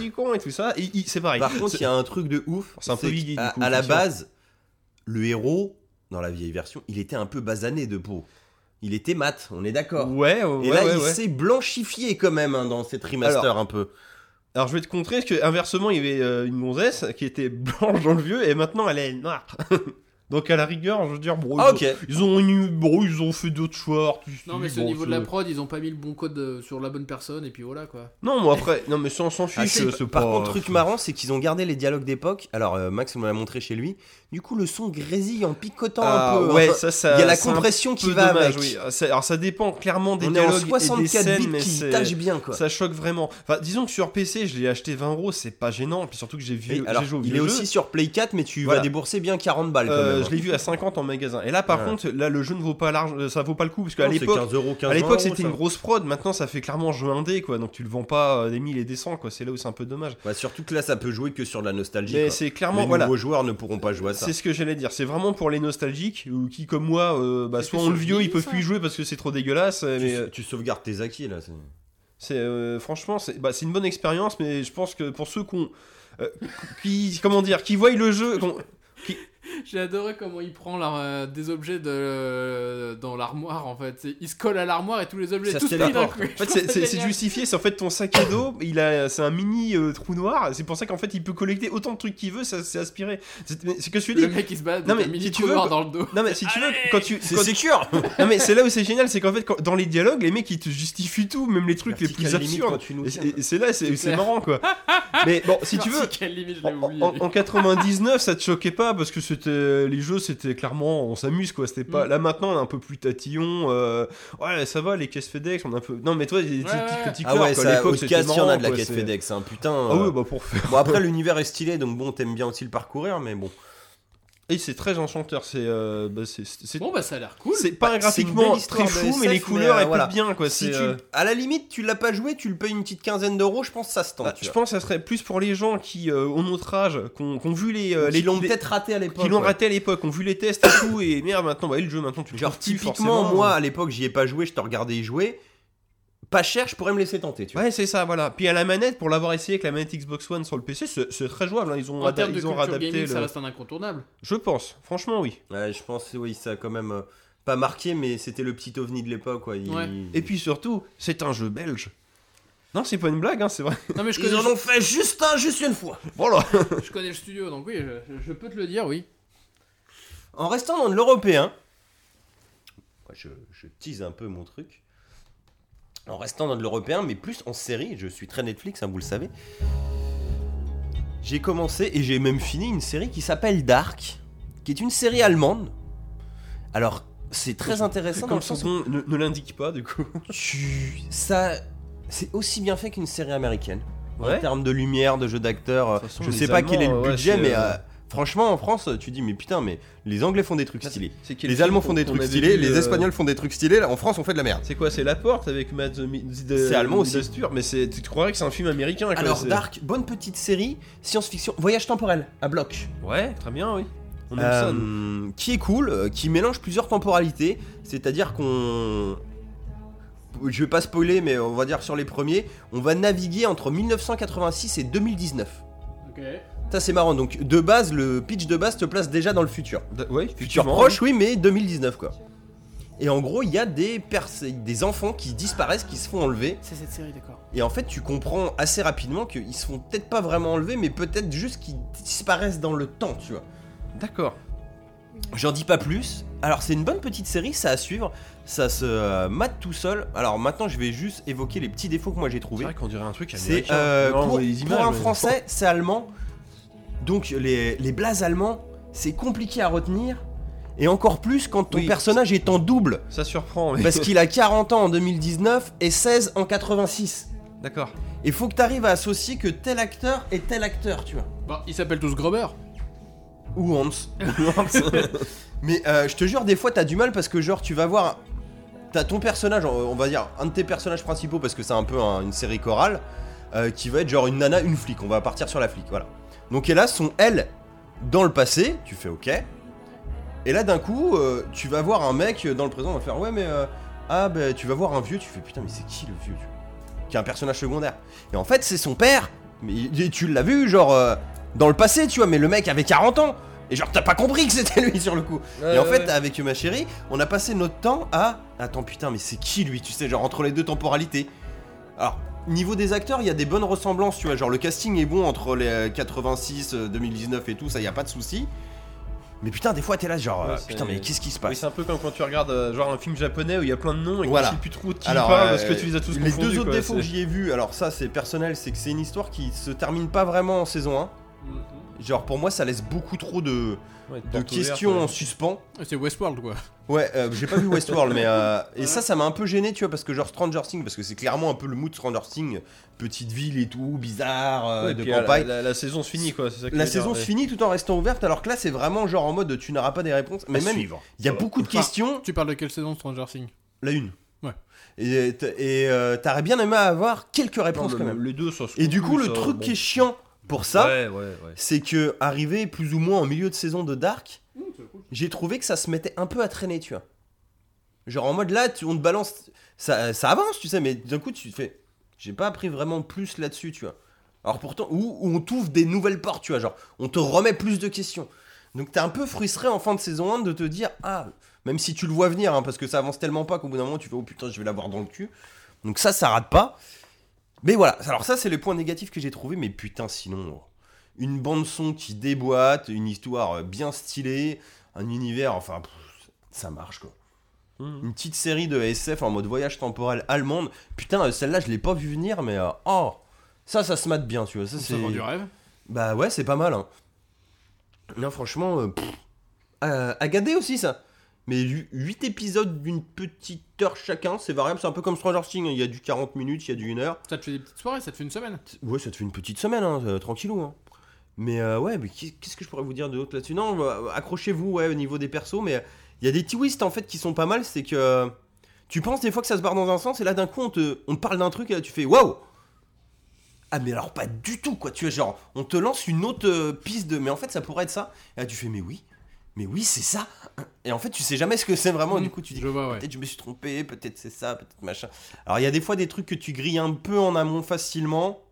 Speaker 3: du con et tout ça, et, il- c'est pareil.
Speaker 1: Par contre, il y a un truc de ouf.
Speaker 3: C'est un peu vide, du
Speaker 1: qu'à-
Speaker 3: coup,
Speaker 1: à, la
Speaker 3: effectivement.
Speaker 1: base, le héros, dans la vieille version, il était un peu basané de peau. Il était mat, on est d'accord.
Speaker 3: Ouais, ouais,
Speaker 1: Et
Speaker 3: ouais,
Speaker 1: là,
Speaker 3: ouais,
Speaker 1: il
Speaker 3: ouais.
Speaker 1: s'est blanchifié quand même hein, dans cette remaster un peu.
Speaker 3: Alors je vais te contrer, parce que inversement, il y avait euh, une gonzesse qui était <laughs> blanche dans le vieux, et maintenant elle est noire. <laughs> Donc à la rigueur, je veux dire, bon,
Speaker 1: Ah,
Speaker 3: ils,
Speaker 1: ok.
Speaker 3: ont, ils ont une- bon, ils ont fait d'autres choix. artistiques,
Speaker 2: non mais ce
Speaker 3: bon,
Speaker 2: niveau de
Speaker 3: c'est-
Speaker 2: la prod ils ont pas mis le bon code euh, sur la bonne personne et puis voilà quoi <laughs>
Speaker 3: Non, mais après, non, mais ça, on s'en
Speaker 1: Ah,
Speaker 3: fiche.
Speaker 1: si,
Speaker 3: c'est
Speaker 1: par
Speaker 3: pas-
Speaker 1: contre, truc marrant, c'est qu'ils ont gardé les dialogues d'époque. Alors, euh, Max me l'a montré chez lui. Du coup, le son grésille en picotant
Speaker 3: Ah,
Speaker 1: un peu.
Speaker 3: ouais,
Speaker 1: hein.
Speaker 3: ça, ça.
Speaker 1: Il y a la
Speaker 3: c'est un
Speaker 1: compression qui
Speaker 3: peu
Speaker 1: va
Speaker 3: dommage,
Speaker 1: avec.
Speaker 3: oui. Ah, c'est- Alors ça dépend clairement des
Speaker 1: On est en
Speaker 3: dialogues et des
Speaker 1: 64
Speaker 3: scènes,
Speaker 1: bits
Speaker 3: mais
Speaker 1: qui
Speaker 3: c'est-
Speaker 1: tâche bien, quoi.
Speaker 3: ça choque vraiment. Enfin, disons que sur PC, je l'ai acheté 20 euros, c'est pas gênant. Puis surtout que j'ai vu,
Speaker 1: Et alors,
Speaker 3: j'ai joué au
Speaker 1: il
Speaker 3: vieux
Speaker 1: est
Speaker 3: jeu.
Speaker 1: aussi sur Play 4, mais tu
Speaker 3: Voilà.
Speaker 1: vas débourser bien 40 balles quand
Speaker 3: Euh,
Speaker 1: même.
Speaker 3: je l'ai vu à 50 en magasin. Et là, par
Speaker 1: Ouais.
Speaker 3: contre, là, le jeu ne vaut pas l'argent, ça vaut pas le coup parce qu'à l'époque, à l'époque, c'était une grosse prod. Maintenant, ça fait clairement jeu indé, quoi. Donc, tu le vends pas euh, des 1000 et des 100, quoi. C'est là où c'est un peu dommage.
Speaker 1: Bah, surtout que là, ça peut jouer que sur de la nostalgie.
Speaker 3: Mais
Speaker 1: quoi.
Speaker 3: c'est
Speaker 1: Les
Speaker 3: clairement, voilà.
Speaker 1: nouveaux joueurs ne pourront pas jouer à ça.
Speaker 3: C'est ce que j'allais dire. C'est vraiment pour les nostalgiques ou qui, comme moi, euh, bah,
Speaker 2: C'est
Speaker 3: soit
Speaker 2: fait
Speaker 3: on le
Speaker 2: sur
Speaker 3: vieux,
Speaker 2: le
Speaker 3: ils peuvent
Speaker 2: ça.
Speaker 3: plus y jouer parce que c'est trop dégueulasse. euh,
Speaker 1: Tu,
Speaker 3: Mais euh,
Speaker 1: tu sauvegardes tes acquis là. c'est-
Speaker 3: c'est euh, franchement, c'est bah, c'est une bonne expérience. Mais je pense que pour ceux qu'on, euh, qui, comment dire, qui voient le jeu, qu'on- qui,
Speaker 2: J'ai adoré comment il prend la- euh, des objets de, euh, dans l'armoire en fait. C'est- Il se colle à l'armoire et tous les objets
Speaker 1: Ça
Speaker 2: tous
Speaker 1: se
Speaker 2: pris d'un
Speaker 1: téléporte.
Speaker 2: coup.
Speaker 3: En fait, c'est- c'est c'est justifié. C'est en fait ton sac à dos. Il a, c'est un mini euh, trou noir. C'est pour ça qu'en fait, il peut collecter autant de trucs qu'il veut. Ça, c'est aspiré. C'est mais c'est que je te dis.
Speaker 2: Le mec il se bat
Speaker 3: Non,
Speaker 2: avec
Speaker 3: mais
Speaker 2: un
Speaker 3: si
Speaker 2: mini
Speaker 3: tu
Speaker 2: trou
Speaker 3: veux,
Speaker 2: noir
Speaker 3: quoi.
Speaker 2: dans le dos.
Speaker 3: Non mais si tu veux, quand tu,
Speaker 1: C'est
Speaker 3: quand-
Speaker 1: secure
Speaker 3: non mais c'est là où c'est génial, c'est qu'en fait, quand- dans les dialogues, les mecs ils te justifient tout, même les trucs les plus
Speaker 1: Vertical limite, quand
Speaker 3: absurdes.
Speaker 1: tu nous
Speaker 3: Et
Speaker 1: tiens.
Speaker 3: c'est- Et c'est là, c'est
Speaker 2: C'est
Speaker 3: c'est
Speaker 2: clair.
Speaker 3: marrant quoi.
Speaker 2: Ah,
Speaker 3: Mais bon,
Speaker 2: <laughs>
Speaker 3: si tu veux,
Speaker 2: Quelle limite, je l'ai
Speaker 3: En,
Speaker 2: oublié.
Speaker 3: en-
Speaker 2: <laughs>
Speaker 3: en 99, ça te choquait pas parce que c'était les jeux, c'était clairement on s'amuse quoi. C'était pas
Speaker 2: Mm.
Speaker 3: là maintenant on est un peu plus tatillon. euh, ouais, ça va les caisses FedEx, on est un peu. Non mais toi, il y a des
Speaker 2: Ouais, ouais.
Speaker 3: petites critiques
Speaker 1: Ah ouais,
Speaker 3: quoi.
Speaker 1: ça,
Speaker 3: L'époque,
Speaker 1: au
Speaker 3: c'était
Speaker 1: cas, il y en a
Speaker 3: marrant,
Speaker 1: de la
Speaker 3: quoi,
Speaker 1: quête
Speaker 3: c'est-
Speaker 1: FedEx, hein, putain.
Speaker 3: Ah
Speaker 1: euh,
Speaker 3: ouais, bah pour faire.
Speaker 1: Bon, <laughs> après, l'univers est stylé, donc bon, t'aimes bien aussi le parcourir, mais bon.
Speaker 3: Et c'est très enchanteur. C'est euh, bah, c'est c'est-
Speaker 2: Bon bah ça a l'air cool.
Speaker 3: c'est pas
Speaker 1: bah, c'est une
Speaker 3: graphiquement
Speaker 1: belle histoire
Speaker 3: très
Speaker 1: de
Speaker 3: fou,
Speaker 1: SF,
Speaker 3: mais les
Speaker 1: mais,
Speaker 3: couleurs
Speaker 1: euh,
Speaker 3: elles
Speaker 1: voilà.
Speaker 3: voilà. bien quoi.
Speaker 1: Si
Speaker 3: c'est,
Speaker 1: tu,
Speaker 3: euh,
Speaker 1: à la limite, tu l'as pas joué, tu le payes une petite quinzaine d'euros, je pense que ça se tente.
Speaker 3: bah,
Speaker 1: tu
Speaker 3: je
Speaker 1: vois.
Speaker 3: pense que ça serait plus pour les gens qui euh, ont notre âge, qu'on qu'on vu les euh, les
Speaker 1: Ils l'ont
Speaker 3: les-
Speaker 1: peut-être raté à l'époque.
Speaker 3: qui l'ont
Speaker 1: ouais.
Speaker 3: raté à l'époque, ont vu les tests et tout, et merde maintenant, bah, le jeu maintenant tu le
Speaker 1: Genre,
Speaker 3: trouves plus,
Speaker 1: typiquement,
Speaker 3: forcément. hein.
Speaker 1: moi, à l'époque, j'y ai pas joué, je te regardais y jouer. Pas cher, je pourrais me laisser tenter, tu vois.
Speaker 3: Ouais, c'est ça, voilà. Puis à la manette, pour l'avoir essayé avec la manette Xbox One sur le PC, c'est c'est très jouable. hein. Ils ont,
Speaker 2: En
Speaker 3: ada-
Speaker 2: termes de
Speaker 3: ils ont
Speaker 2: culture
Speaker 3: adapté
Speaker 2: gaming,
Speaker 3: le-
Speaker 2: ça reste un
Speaker 3: <laughs>
Speaker 2: incontournable.
Speaker 3: Je pense, franchement, oui.
Speaker 1: Ouais, je pense, oui, ça a quand même euh, pas marqué, mais c'était le petit ovni de l'époque, quoi. Ils-
Speaker 2: Ouais.
Speaker 3: Et puis surtout, c'est un jeu belge. Non, c'est pas une blague, hein, c'est vrai.
Speaker 2: Non mais je
Speaker 1: Ils
Speaker 2: connais,
Speaker 1: en ont fait juste un, juste une fois.
Speaker 3: Voilà.
Speaker 2: je connais le studio donc oui, je, je peux te le dire oui.
Speaker 1: En restant dans de l'européen, moi, je, je tease un peu mon truc. En restant dans de l'européen, mais plus en série, je suis très Netflix, hein, vous le savez. J'ai commencé et j'ai même fini une série qui s'appelle Dark, qui est une série allemande. Alors, c'est très intéressant dans
Speaker 3: Comme
Speaker 1: le sens
Speaker 3: son nom ne, ne l'indique pas, du coup.
Speaker 1: où tu- ça, c'est aussi bien fait qu'une série américaine. En
Speaker 3: Ouais.
Speaker 1: termes de lumière, de jeu d'acteur, euh,
Speaker 3: toute façon,
Speaker 1: je
Speaker 3: les
Speaker 1: sais pas quel est le
Speaker 3: Allemands, ouais,
Speaker 1: budget,
Speaker 3: c'est,
Speaker 1: mais
Speaker 3: euh,
Speaker 1: euh, franchement, en France, tu dis, mais putain, mais les Anglais font des trucs
Speaker 3: Là, Ah, c'est-
Speaker 1: stylés.
Speaker 3: c'est quel
Speaker 1: Les
Speaker 3: film
Speaker 1: Allemands font
Speaker 3: qu'on-
Speaker 1: des
Speaker 3: qu'on
Speaker 1: trucs
Speaker 3: avait
Speaker 1: stylés,
Speaker 3: vu,
Speaker 1: les
Speaker 3: euh,
Speaker 1: Espagnols font des trucs stylés, là, en France on fait de la merde.
Speaker 3: C'est quoi C'est La Porte avec Matt Zomi- de-
Speaker 1: C'est allemand aussi.
Speaker 3: d'Astur, mais c'est- tu croirais que c'est un film américain. quoi,
Speaker 1: Alors
Speaker 3: c'est-
Speaker 1: Dark, bonne petite série, science-fiction, voyage temporel, à bloc.
Speaker 3: Ouais, très bien, oui. On aime
Speaker 1: Euh,
Speaker 3: ça. nous.
Speaker 1: qui est cool, euh, qui mélange plusieurs temporalités, c'est-à-dire qu'on... Je vais pas spoiler, mais on va dire sur les premiers, on va naviguer entre 1986 et 2019.
Speaker 2: Ok.
Speaker 1: Ça c'est marrant, donc de base, le pitch de base te place déjà dans le futur.
Speaker 3: Da- Ouais,
Speaker 1: Futur
Speaker 3: effectivement,
Speaker 1: proche, oui, mais 2019 quoi. Et en gros, il y a des, pers- des enfants qui disparaissent, qui se font enlever,
Speaker 2: C'est cette série d'accord.
Speaker 1: Et en fait, tu comprends assez rapidement qu'ils se font peut-être pas vraiment enlever, mais peut-être juste qu'ils disparaissent dans le temps, tu vois.
Speaker 3: D'accord.
Speaker 1: J'en dis pas plus. Alors, c'est une bonne petite série, ça à suivre. Ça se euh, mate tout seul. Alors, maintenant, je vais juste évoquer les petits défauts que moi j'ai
Speaker 3: C'est
Speaker 1: trouvés.
Speaker 3: vrai qu'on dirait un truc américain.
Speaker 1: C'est euh,
Speaker 3: Non,
Speaker 1: pour,
Speaker 3: les
Speaker 1: pour
Speaker 3: images,
Speaker 1: un
Speaker 3: mais-
Speaker 1: français, c'est allemand. Donc, les, les blazes allemands, c'est compliqué à retenir. Et encore plus quand ton
Speaker 3: Oui.
Speaker 1: personnage est en double.
Speaker 3: Ça surprend, mais.
Speaker 1: Parce qu'il
Speaker 3: <laughs>
Speaker 1: a 40 ans en 2019 et 16 en 86.
Speaker 3: <laughs> D'accord.
Speaker 1: Et faut que tu arrives à associer que tel acteur est tel acteur, tu vois.
Speaker 2: Bah ils s'appellent tous Grubber.
Speaker 1: Ou Hans. <laughs> Mais euh, je te jure, des fois, t'as du mal parce que, genre, tu vas voir. T'as ton personnage, on- on va dire, un de tes personnages principaux, parce que c'est un peu un- une série chorale, euh, qui va être genre une nana, une flic. On va partir sur la flic, voilà. Donc, et là, son elle dans le passé, tu fais ok. Et là, d'un coup, euh, tu vas voir un mec euh, dans le présent, on va faire ouais, mais. euh, ah, bah, tu vas voir un vieux, tu fais putain, mais c'est qui le vieux tu vois Qui est un personnage secondaire. Et en fait, c'est son père. Mais il- tu l'as vu, genre, euh, dans le passé, tu vois, mais le mec avait 40 ans. Et genre, t'as pas compris que c'était lui sur le coup. Et en fait, avec ma chérie, on a passé notre temps à. Attends, putain, mais c'est qui lui Tu sais, genre entre les deux temporalités. Alors, niveau des acteurs, il y a des bonnes ressemblances, tu vois. Genre, le casting est bon entre les euh, 86, euh, 2019 et tout, ça, y a pas de souci. Mais putain, des fois, t'es là, genre,
Speaker 3: Ouais,
Speaker 1: euh,
Speaker 3: c'est-
Speaker 1: putain, mais qu'est-ce qui se
Speaker 3: Oui,
Speaker 1: passe
Speaker 3: c'est un peu comme quand tu regardes euh, genre un film japonais où il y a plein de noms et
Speaker 1: Voilà.
Speaker 3: que tu sais plus trop de qui
Speaker 1: Alors,
Speaker 3: parle
Speaker 1: euh,
Speaker 3: parce que tu les as tous
Speaker 1: Les
Speaker 3: confondus,
Speaker 1: deux autres
Speaker 3: quoi,
Speaker 1: défauts que
Speaker 3: c'est-
Speaker 1: j'y ai vus, alors ça, c'est personnel, c'est que c'est une histoire qui se termine pas vraiment en saison 1.
Speaker 2: Mhm.
Speaker 1: Genre, pour moi, ça laisse beaucoup trop de,
Speaker 3: Ouais,
Speaker 1: de
Speaker 3: porte
Speaker 1: questions en
Speaker 3: ouverte,
Speaker 1: suspens.
Speaker 2: C'est Westworld quoi.
Speaker 1: Ouais, euh, j'ai pas vu Westworld, mais euh, et ça, ça m'a un peu gêné, tu vois, parce que genre Stranger Things, parce que c'est clairement un peu le mood Stranger Things, petite ville et tout, bizarre,
Speaker 3: ouais.
Speaker 1: euh,
Speaker 3: Ouais,
Speaker 1: de
Speaker 3: puis, euh,
Speaker 1: campagne.
Speaker 3: La, la- la saison se finit quoi, c'est ça que
Speaker 1: La,
Speaker 3: je veux
Speaker 1: saison
Speaker 3: dire,
Speaker 1: se
Speaker 3: ouais.
Speaker 1: finit tout en restant ouverte, alors que là, c'est vraiment genre en mode tu n'auras pas des réponses. Mais
Speaker 3: À
Speaker 1: même,
Speaker 3: suivre.
Speaker 1: il y a beaucoup de
Speaker 2: Enfin,
Speaker 1: questions.
Speaker 2: Tu parles de quelle saison de Stranger Things
Speaker 1: La une.
Speaker 2: Ouais.
Speaker 1: Et t- et, euh, t'aurais bien aimé avoir quelques
Speaker 3: Non,
Speaker 1: réponses
Speaker 3: mais
Speaker 1: quand même.
Speaker 3: Les deux, ça se
Speaker 1: Et du coup,
Speaker 3: conclut,
Speaker 1: le
Speaker 3: ça,
Speaker 1: truc
Speaker 3: bon.
Speaker 1: qui est chiant pour ça,
Speaker 3: Ouais, ouais, ouais.
Speaker 1: c'est que arrivé plus ou moins en milieu de saison de Dark, j'ai trouvé que ça se mettait un peu à traîner, tu vois. Genre en mode là, tu- on te balance, ça, ça avance, tu sais, mais d'un coup tu te fais, j'ai pas appris vraiment plus là-dessus, tu vois. Alors pourtant, où, où on t'ouvre des nouvelles portes, tu vois, genre on te remet plus de questions. Donc t'es un peu frustré en fin de saison 1 de te dire ah même si tu le vois venir hein, parce que ça avance tellement pas qu'au bout d'un moment tu fais oh putain je vais l'avoir dans le cul. Donc ça ça rate pas. Mais voilà, alors ça c'est les points négatifs que j'ai trouvé mais putain sinon oh. une bande son qui déboîte, une histoire euh, bien stylée, un univers enfin pff, ça marche quoi. Une petite série de SF en mode voyage temporel allemande. Putain, euh, celle-là je l'ai pas vu venir mais euh, oh ça ça se mate bien tu vois, ça
Speaker 2: Ça
Speaker 1: c'est
Speaker 2: vend du rêve.
Speaker 1: bah ouais, c'est pas mal. Hein. Non, franchement, euh, pff. Euh, à garder aussi ça. Mais 8 épisodes d'une petite heure chacun, c'est variable, c'est un peu comme Stranger Things, hein. il y a du 40 minutes, il y a du 1 heure.
Speaker 2: Ça te fait des petites soirées, ça te fait une semaine.
Speaker 1: Ouais, ça te fait une petite semaine, hein, euh, tranquillou. hein. Mais euh, ouais, mais qu'est- qu'est-ce que je pourrais vous dire de d'autre là-dessus Non, euh, accrochez-vous ouais, au niveau des persos, mais il y a des twists en fait qui sont pas mal, c'est que euh, tu penses des fois que ça se barre dans un sens, et là d'un coup on te, on te parle d'un truc, et là tu fais waouh Ah, mais alors pas du tout quoi, tu es genre, on te lance une autre euh, piste de mais en fait ça pourrait être ça, et là tu fais mais oui, mais oui, c'est ça Et en fait tu sais jamais ce que c'est vraiment,
Speaker 2: Mm.
Speaker 1: et du coup tu dis
Speaker 2: Je vois, ouais.
Speaker 1: Peut-être je me suis trompé, peut-être c'est ça, peut-être machin. Alors il y a des fois des trucs que tu grilles un peu en amont facilement,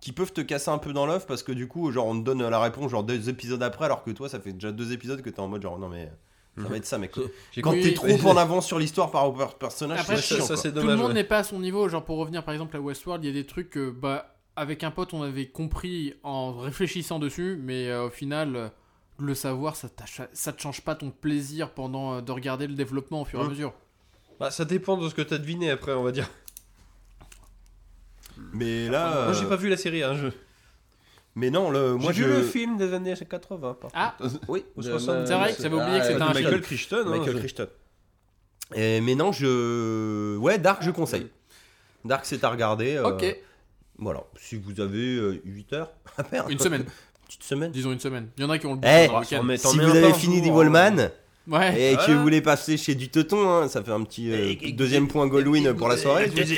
Speaker 1: qui peuvent te casser un peu dans l'œuf parce que du coup, genre on te donne la réponse genre deux épisodes après, alors que toi ça fait déjà deux épisodes que t'es en mode genre non mais ça
Speaker 3: Mhm.
Speaker 1: va être
Speaker 3: <laughs>
Speaker 1: ça mec.
Speaker 3: J'ai
Speaker 1: Quand t'es
Speaker 2: compris.
Speaker 1: trop en avance sur l'histoire par rapport au personnage,
Speaker 2: Après,
Speaker 1: c'est
Speaker 2: ça-
Speaker 1: chiant.
Speaker 3: ça,
Speaker 1: quoi.
Speaker 3: c'est
Speaker 2: Tout le
Speaker 3: dommage.
Speaker 2: monde
Speaker 3: ouais.
Speaker 2: n'est pas à son niveau. Genre, pour revenir par exemple à Westworld, il y a des trucs que, bah, avec un pote, on avait compris en réfléchissant dessus, mais euh, au final, euh, le savoir, ça, t'ach- ça te change pas ton plaisir pendant euh, de regarder le développement au fur et à
Speaker 1: Mmh.
Speaker 3: Mm.
Speaker 2: mesure.
Speaker 3: Bah, ça dépend de ce que t'as deviné après, on va dire.
Speaker 1: Mais là,
Speaker 3: Moi, j'ai
Speaker 1: euh,
Speaker 3: pas vu la série. Hein, je...
Speaker 1: mais non, le, moi
Speaker 3: Moi, j'ai
Speaker 1: je.
Speaker 3: vu le film des années 80, par
Speaker 2: Ah,
Speaker 1: <laughs> Oui,
Speaker 3: Au
Speaker 1: de-
Speaker 3: 70.
Speaker 2: c'est vrai que j'avais oublié que c'était
Speaker 3: contre.
Speaker 2: un
Speaker 3: Ah, De Michael
Speaker 2: film.
Speaker 3: Crichton. hein,
Speaker 1: Michael
Speaker 3: je-
Speaker 1: Crichton. Et, mais non, je. Ouais, Dark, je conseille. Dark, c'est à regarder. euh,
Speaker 2: Ok,
Speaker 1: Voilà, si vous avez 8 heures à faire. <laughs>
Speaker 2: une semaine,
Speaker 1: Petite semaine.
Speaker 2: disons une semaine. Il y en a qui ont le
Speaker 1: Eh,
Speaker 2: bouffé dans le
Speaker 3: on
Speaker 2: week-end.
Speaker 3: met- Mais t'en
Speaker 1: si
Speaker 3: mets
Speaker 1: vous
Speaker 3: un
Speaker 1: avez
Speaker 3: par
Speaker 1: fini
Speaker 3: jour,
Speaker 1: The
Speaker 3: hein. Eh,
Speaker 1: Wallman
Speaker 2: Ouais,
Speaker 1: et que
Speaker 3: Voilà.
Speaker 1: vous voulez passer chez du Toton, hein, ça fait un petit euh, deuxième point Goldwyn pour la soirée.
Speaker 3: Deuxième-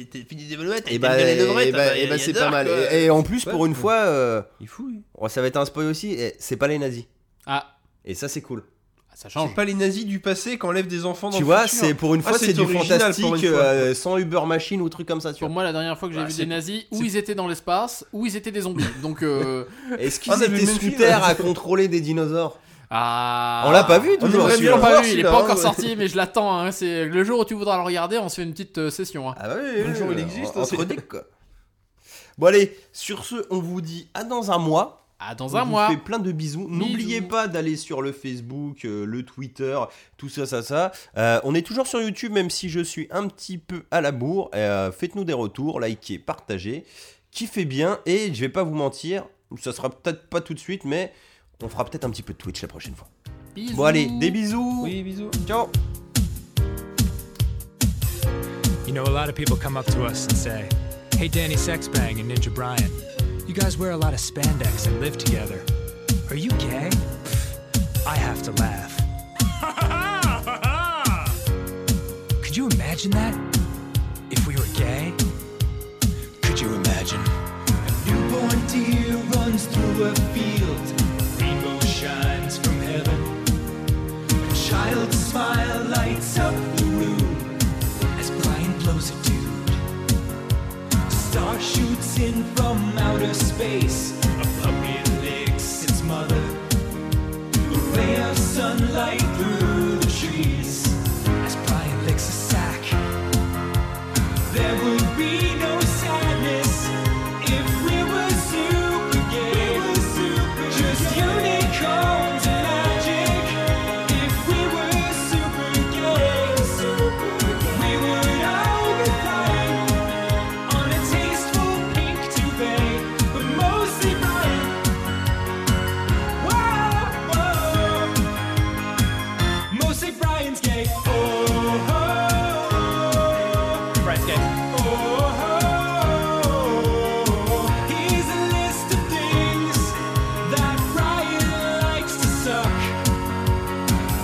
Speaker 5: eh, T'es fini des volets,
Speaker 1: Et bah, eh bah, eh bah, c'est pas mal. Et, et en plus, pour une fois, euh,
Speaker 3: Il fouille.
Speaker 1: oh, ça va être un spoil aussi, eh, c'est pas les nazis.
Speaker 2: ah,
Speaker 1: Et ça, c'est cool.
Speaker 2: ça
Speaker 3: C'est
Speaker 2: change.
Speaker 3: pas les nazis du passé qui enlèvent des enfants dans
Speaker 1: tu
Speaker 3: le
Speaker 1: vois,
Speaker 3: futur.
Speaker 1: c'est pour une
Speaker 3: Ah,
Speaker 1: fois,
Speaker 3: c'est
Speaker 1: c'est du
Speaker 3: original pour une
Speaker 1: fantastique
Speaker 3: fois.
Speaker 1: euh, sans Uber Machine ou truc comme ça. Tu
Speaker 3: <laughs>
Speaker 2: Pour
Speaker 1: vois.
Speaker 2: moi, la dernière fois que j'ai
Speaker 3: Bah,
Speaker 2: vu
Speaker 3: c'est-
Speaker 2: des nazis, ou ils étaient dans l'espace, ou ils étaient
Speaker 1: <laughs>
Speaker 2: des zombies. Donc, euh...
Speaker 1: Est-ce
Speaker 3: Ah,
Speaker 1: qu'ils
Speaker 3: on a vu
Speaker 1: étaient
Speaker 3: le même
Speaker 1: sous
Speaker 3: film,
Speaker 1: terre
Speaker 3: hein.
Speaker 1: à contrôler des dinosaures
Speaker 2: ah.
Speaker 1: On l'a pas vu,
Speaker 3: On
Speaker 1: toujours.
Speaker 3: aimerait bien
Speaker 1: celui-là. oh,
Speaker 2: Je l'ai
Speaker 3: voir,
Speaker 2: pas vu, il est
Speaker 3: celui-là,
Speaker 2: pas
Speaker 3: hein,
Speaker 2: encore
Speaker 3: ouais.
Speaker 2: sorti, mais je l'attends. hein, C'est le jour où tu voudras le regarder, on se fait une petite euh, session. hein.
Speaker 1: Ah bah oui,
Speaker 3: Un
Speaker 1: oui,
Speaker 3: jour,
Speaker 1: oui, en-
Speaker 3: il existe,
Speaker 1: entre
Speaker 3: c'est-
Speaker 1: decks, quoi. Bon allez, sur ce, on vous dit à dans un mois.
Speaker 2: Ah, dans
Speaker 1: On
Speaker 2: un
Speaker 1: vous
Speaker 2: mois.
Speaker 1: fait plein de bisous. N'oubliez pas d'aller sur le Facebook, euh, le Twitter, tout ça, ça, ça. Euh, on est toujours sur YouTube, même si je suis un petit peu à la bourre. Euh, Faites-nous des retours, likez, partagez, kiffez bien. Et je vais pas vous mentir, ça sera peut-être pas tout de suite, mais on fera peut-être un petit peu de Twitch la prochaine fois.
Speaker 2: Bisous.
Speaker 1: Bon allez, des bisous.
Speaker 3: Oui, bisous.
Speaker 1: Ciao.
Speaker 6: You know, a lot of people come up to us and say, Hey, Danny Sexbang and Ninja Brian, you guys wear a lot of spandex and live together. Are you gay? Pff, I have to laugh. <laughs> Could you imagine that? If we were gay? Could you imagine? A newborn deer runs through a field, rainbow shines from heaven. A child's smile lights up the room as Brian blows a dude. A star shoots in from outer space. A puppet licks its mother. A ray of sunlight through the trees. As Brian licks a sack. There would be no sadness if we were super gay. Just unicorns and magic. If we were super gay, we would all be fine on a tasteful pink duvet, but mostly fine. Whoa, whoa. Mostly Brian's gay. Oh, oh, oh. Brian's gay. Oh, oh, oh. he's a list of things that Brian likes to suck.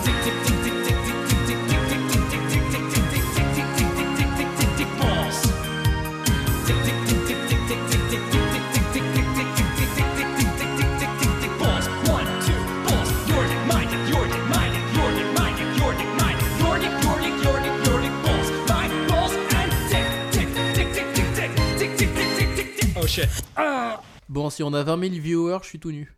Speaker 6: Tick, tick, tick, tick, tick, tick, tick, tick, tick, tick, tick, tick, tick, tick, tick, tick, tick, tick, tick, tick, tick, tick, tick, balls. Tick, tick, tick, tick, tick, tick, tick, tick, tick, tick, tick, tick, tick, tick, tick, tick, tick, tick, tick, tick, tick, tick, tick, balls. One, two, balls. Your dick, my dick, your dick, my dick, your dick, my dick, your dick, my dick, your dick, your dick, your dick, your dick, balls. My balls and tick, tick, tick, tick, tick, tick, tick, tick, tick, tick, tick, tick. Oh shit.
Speaker 2: Bon, si on a 20 000 viewers, je suis tout nu.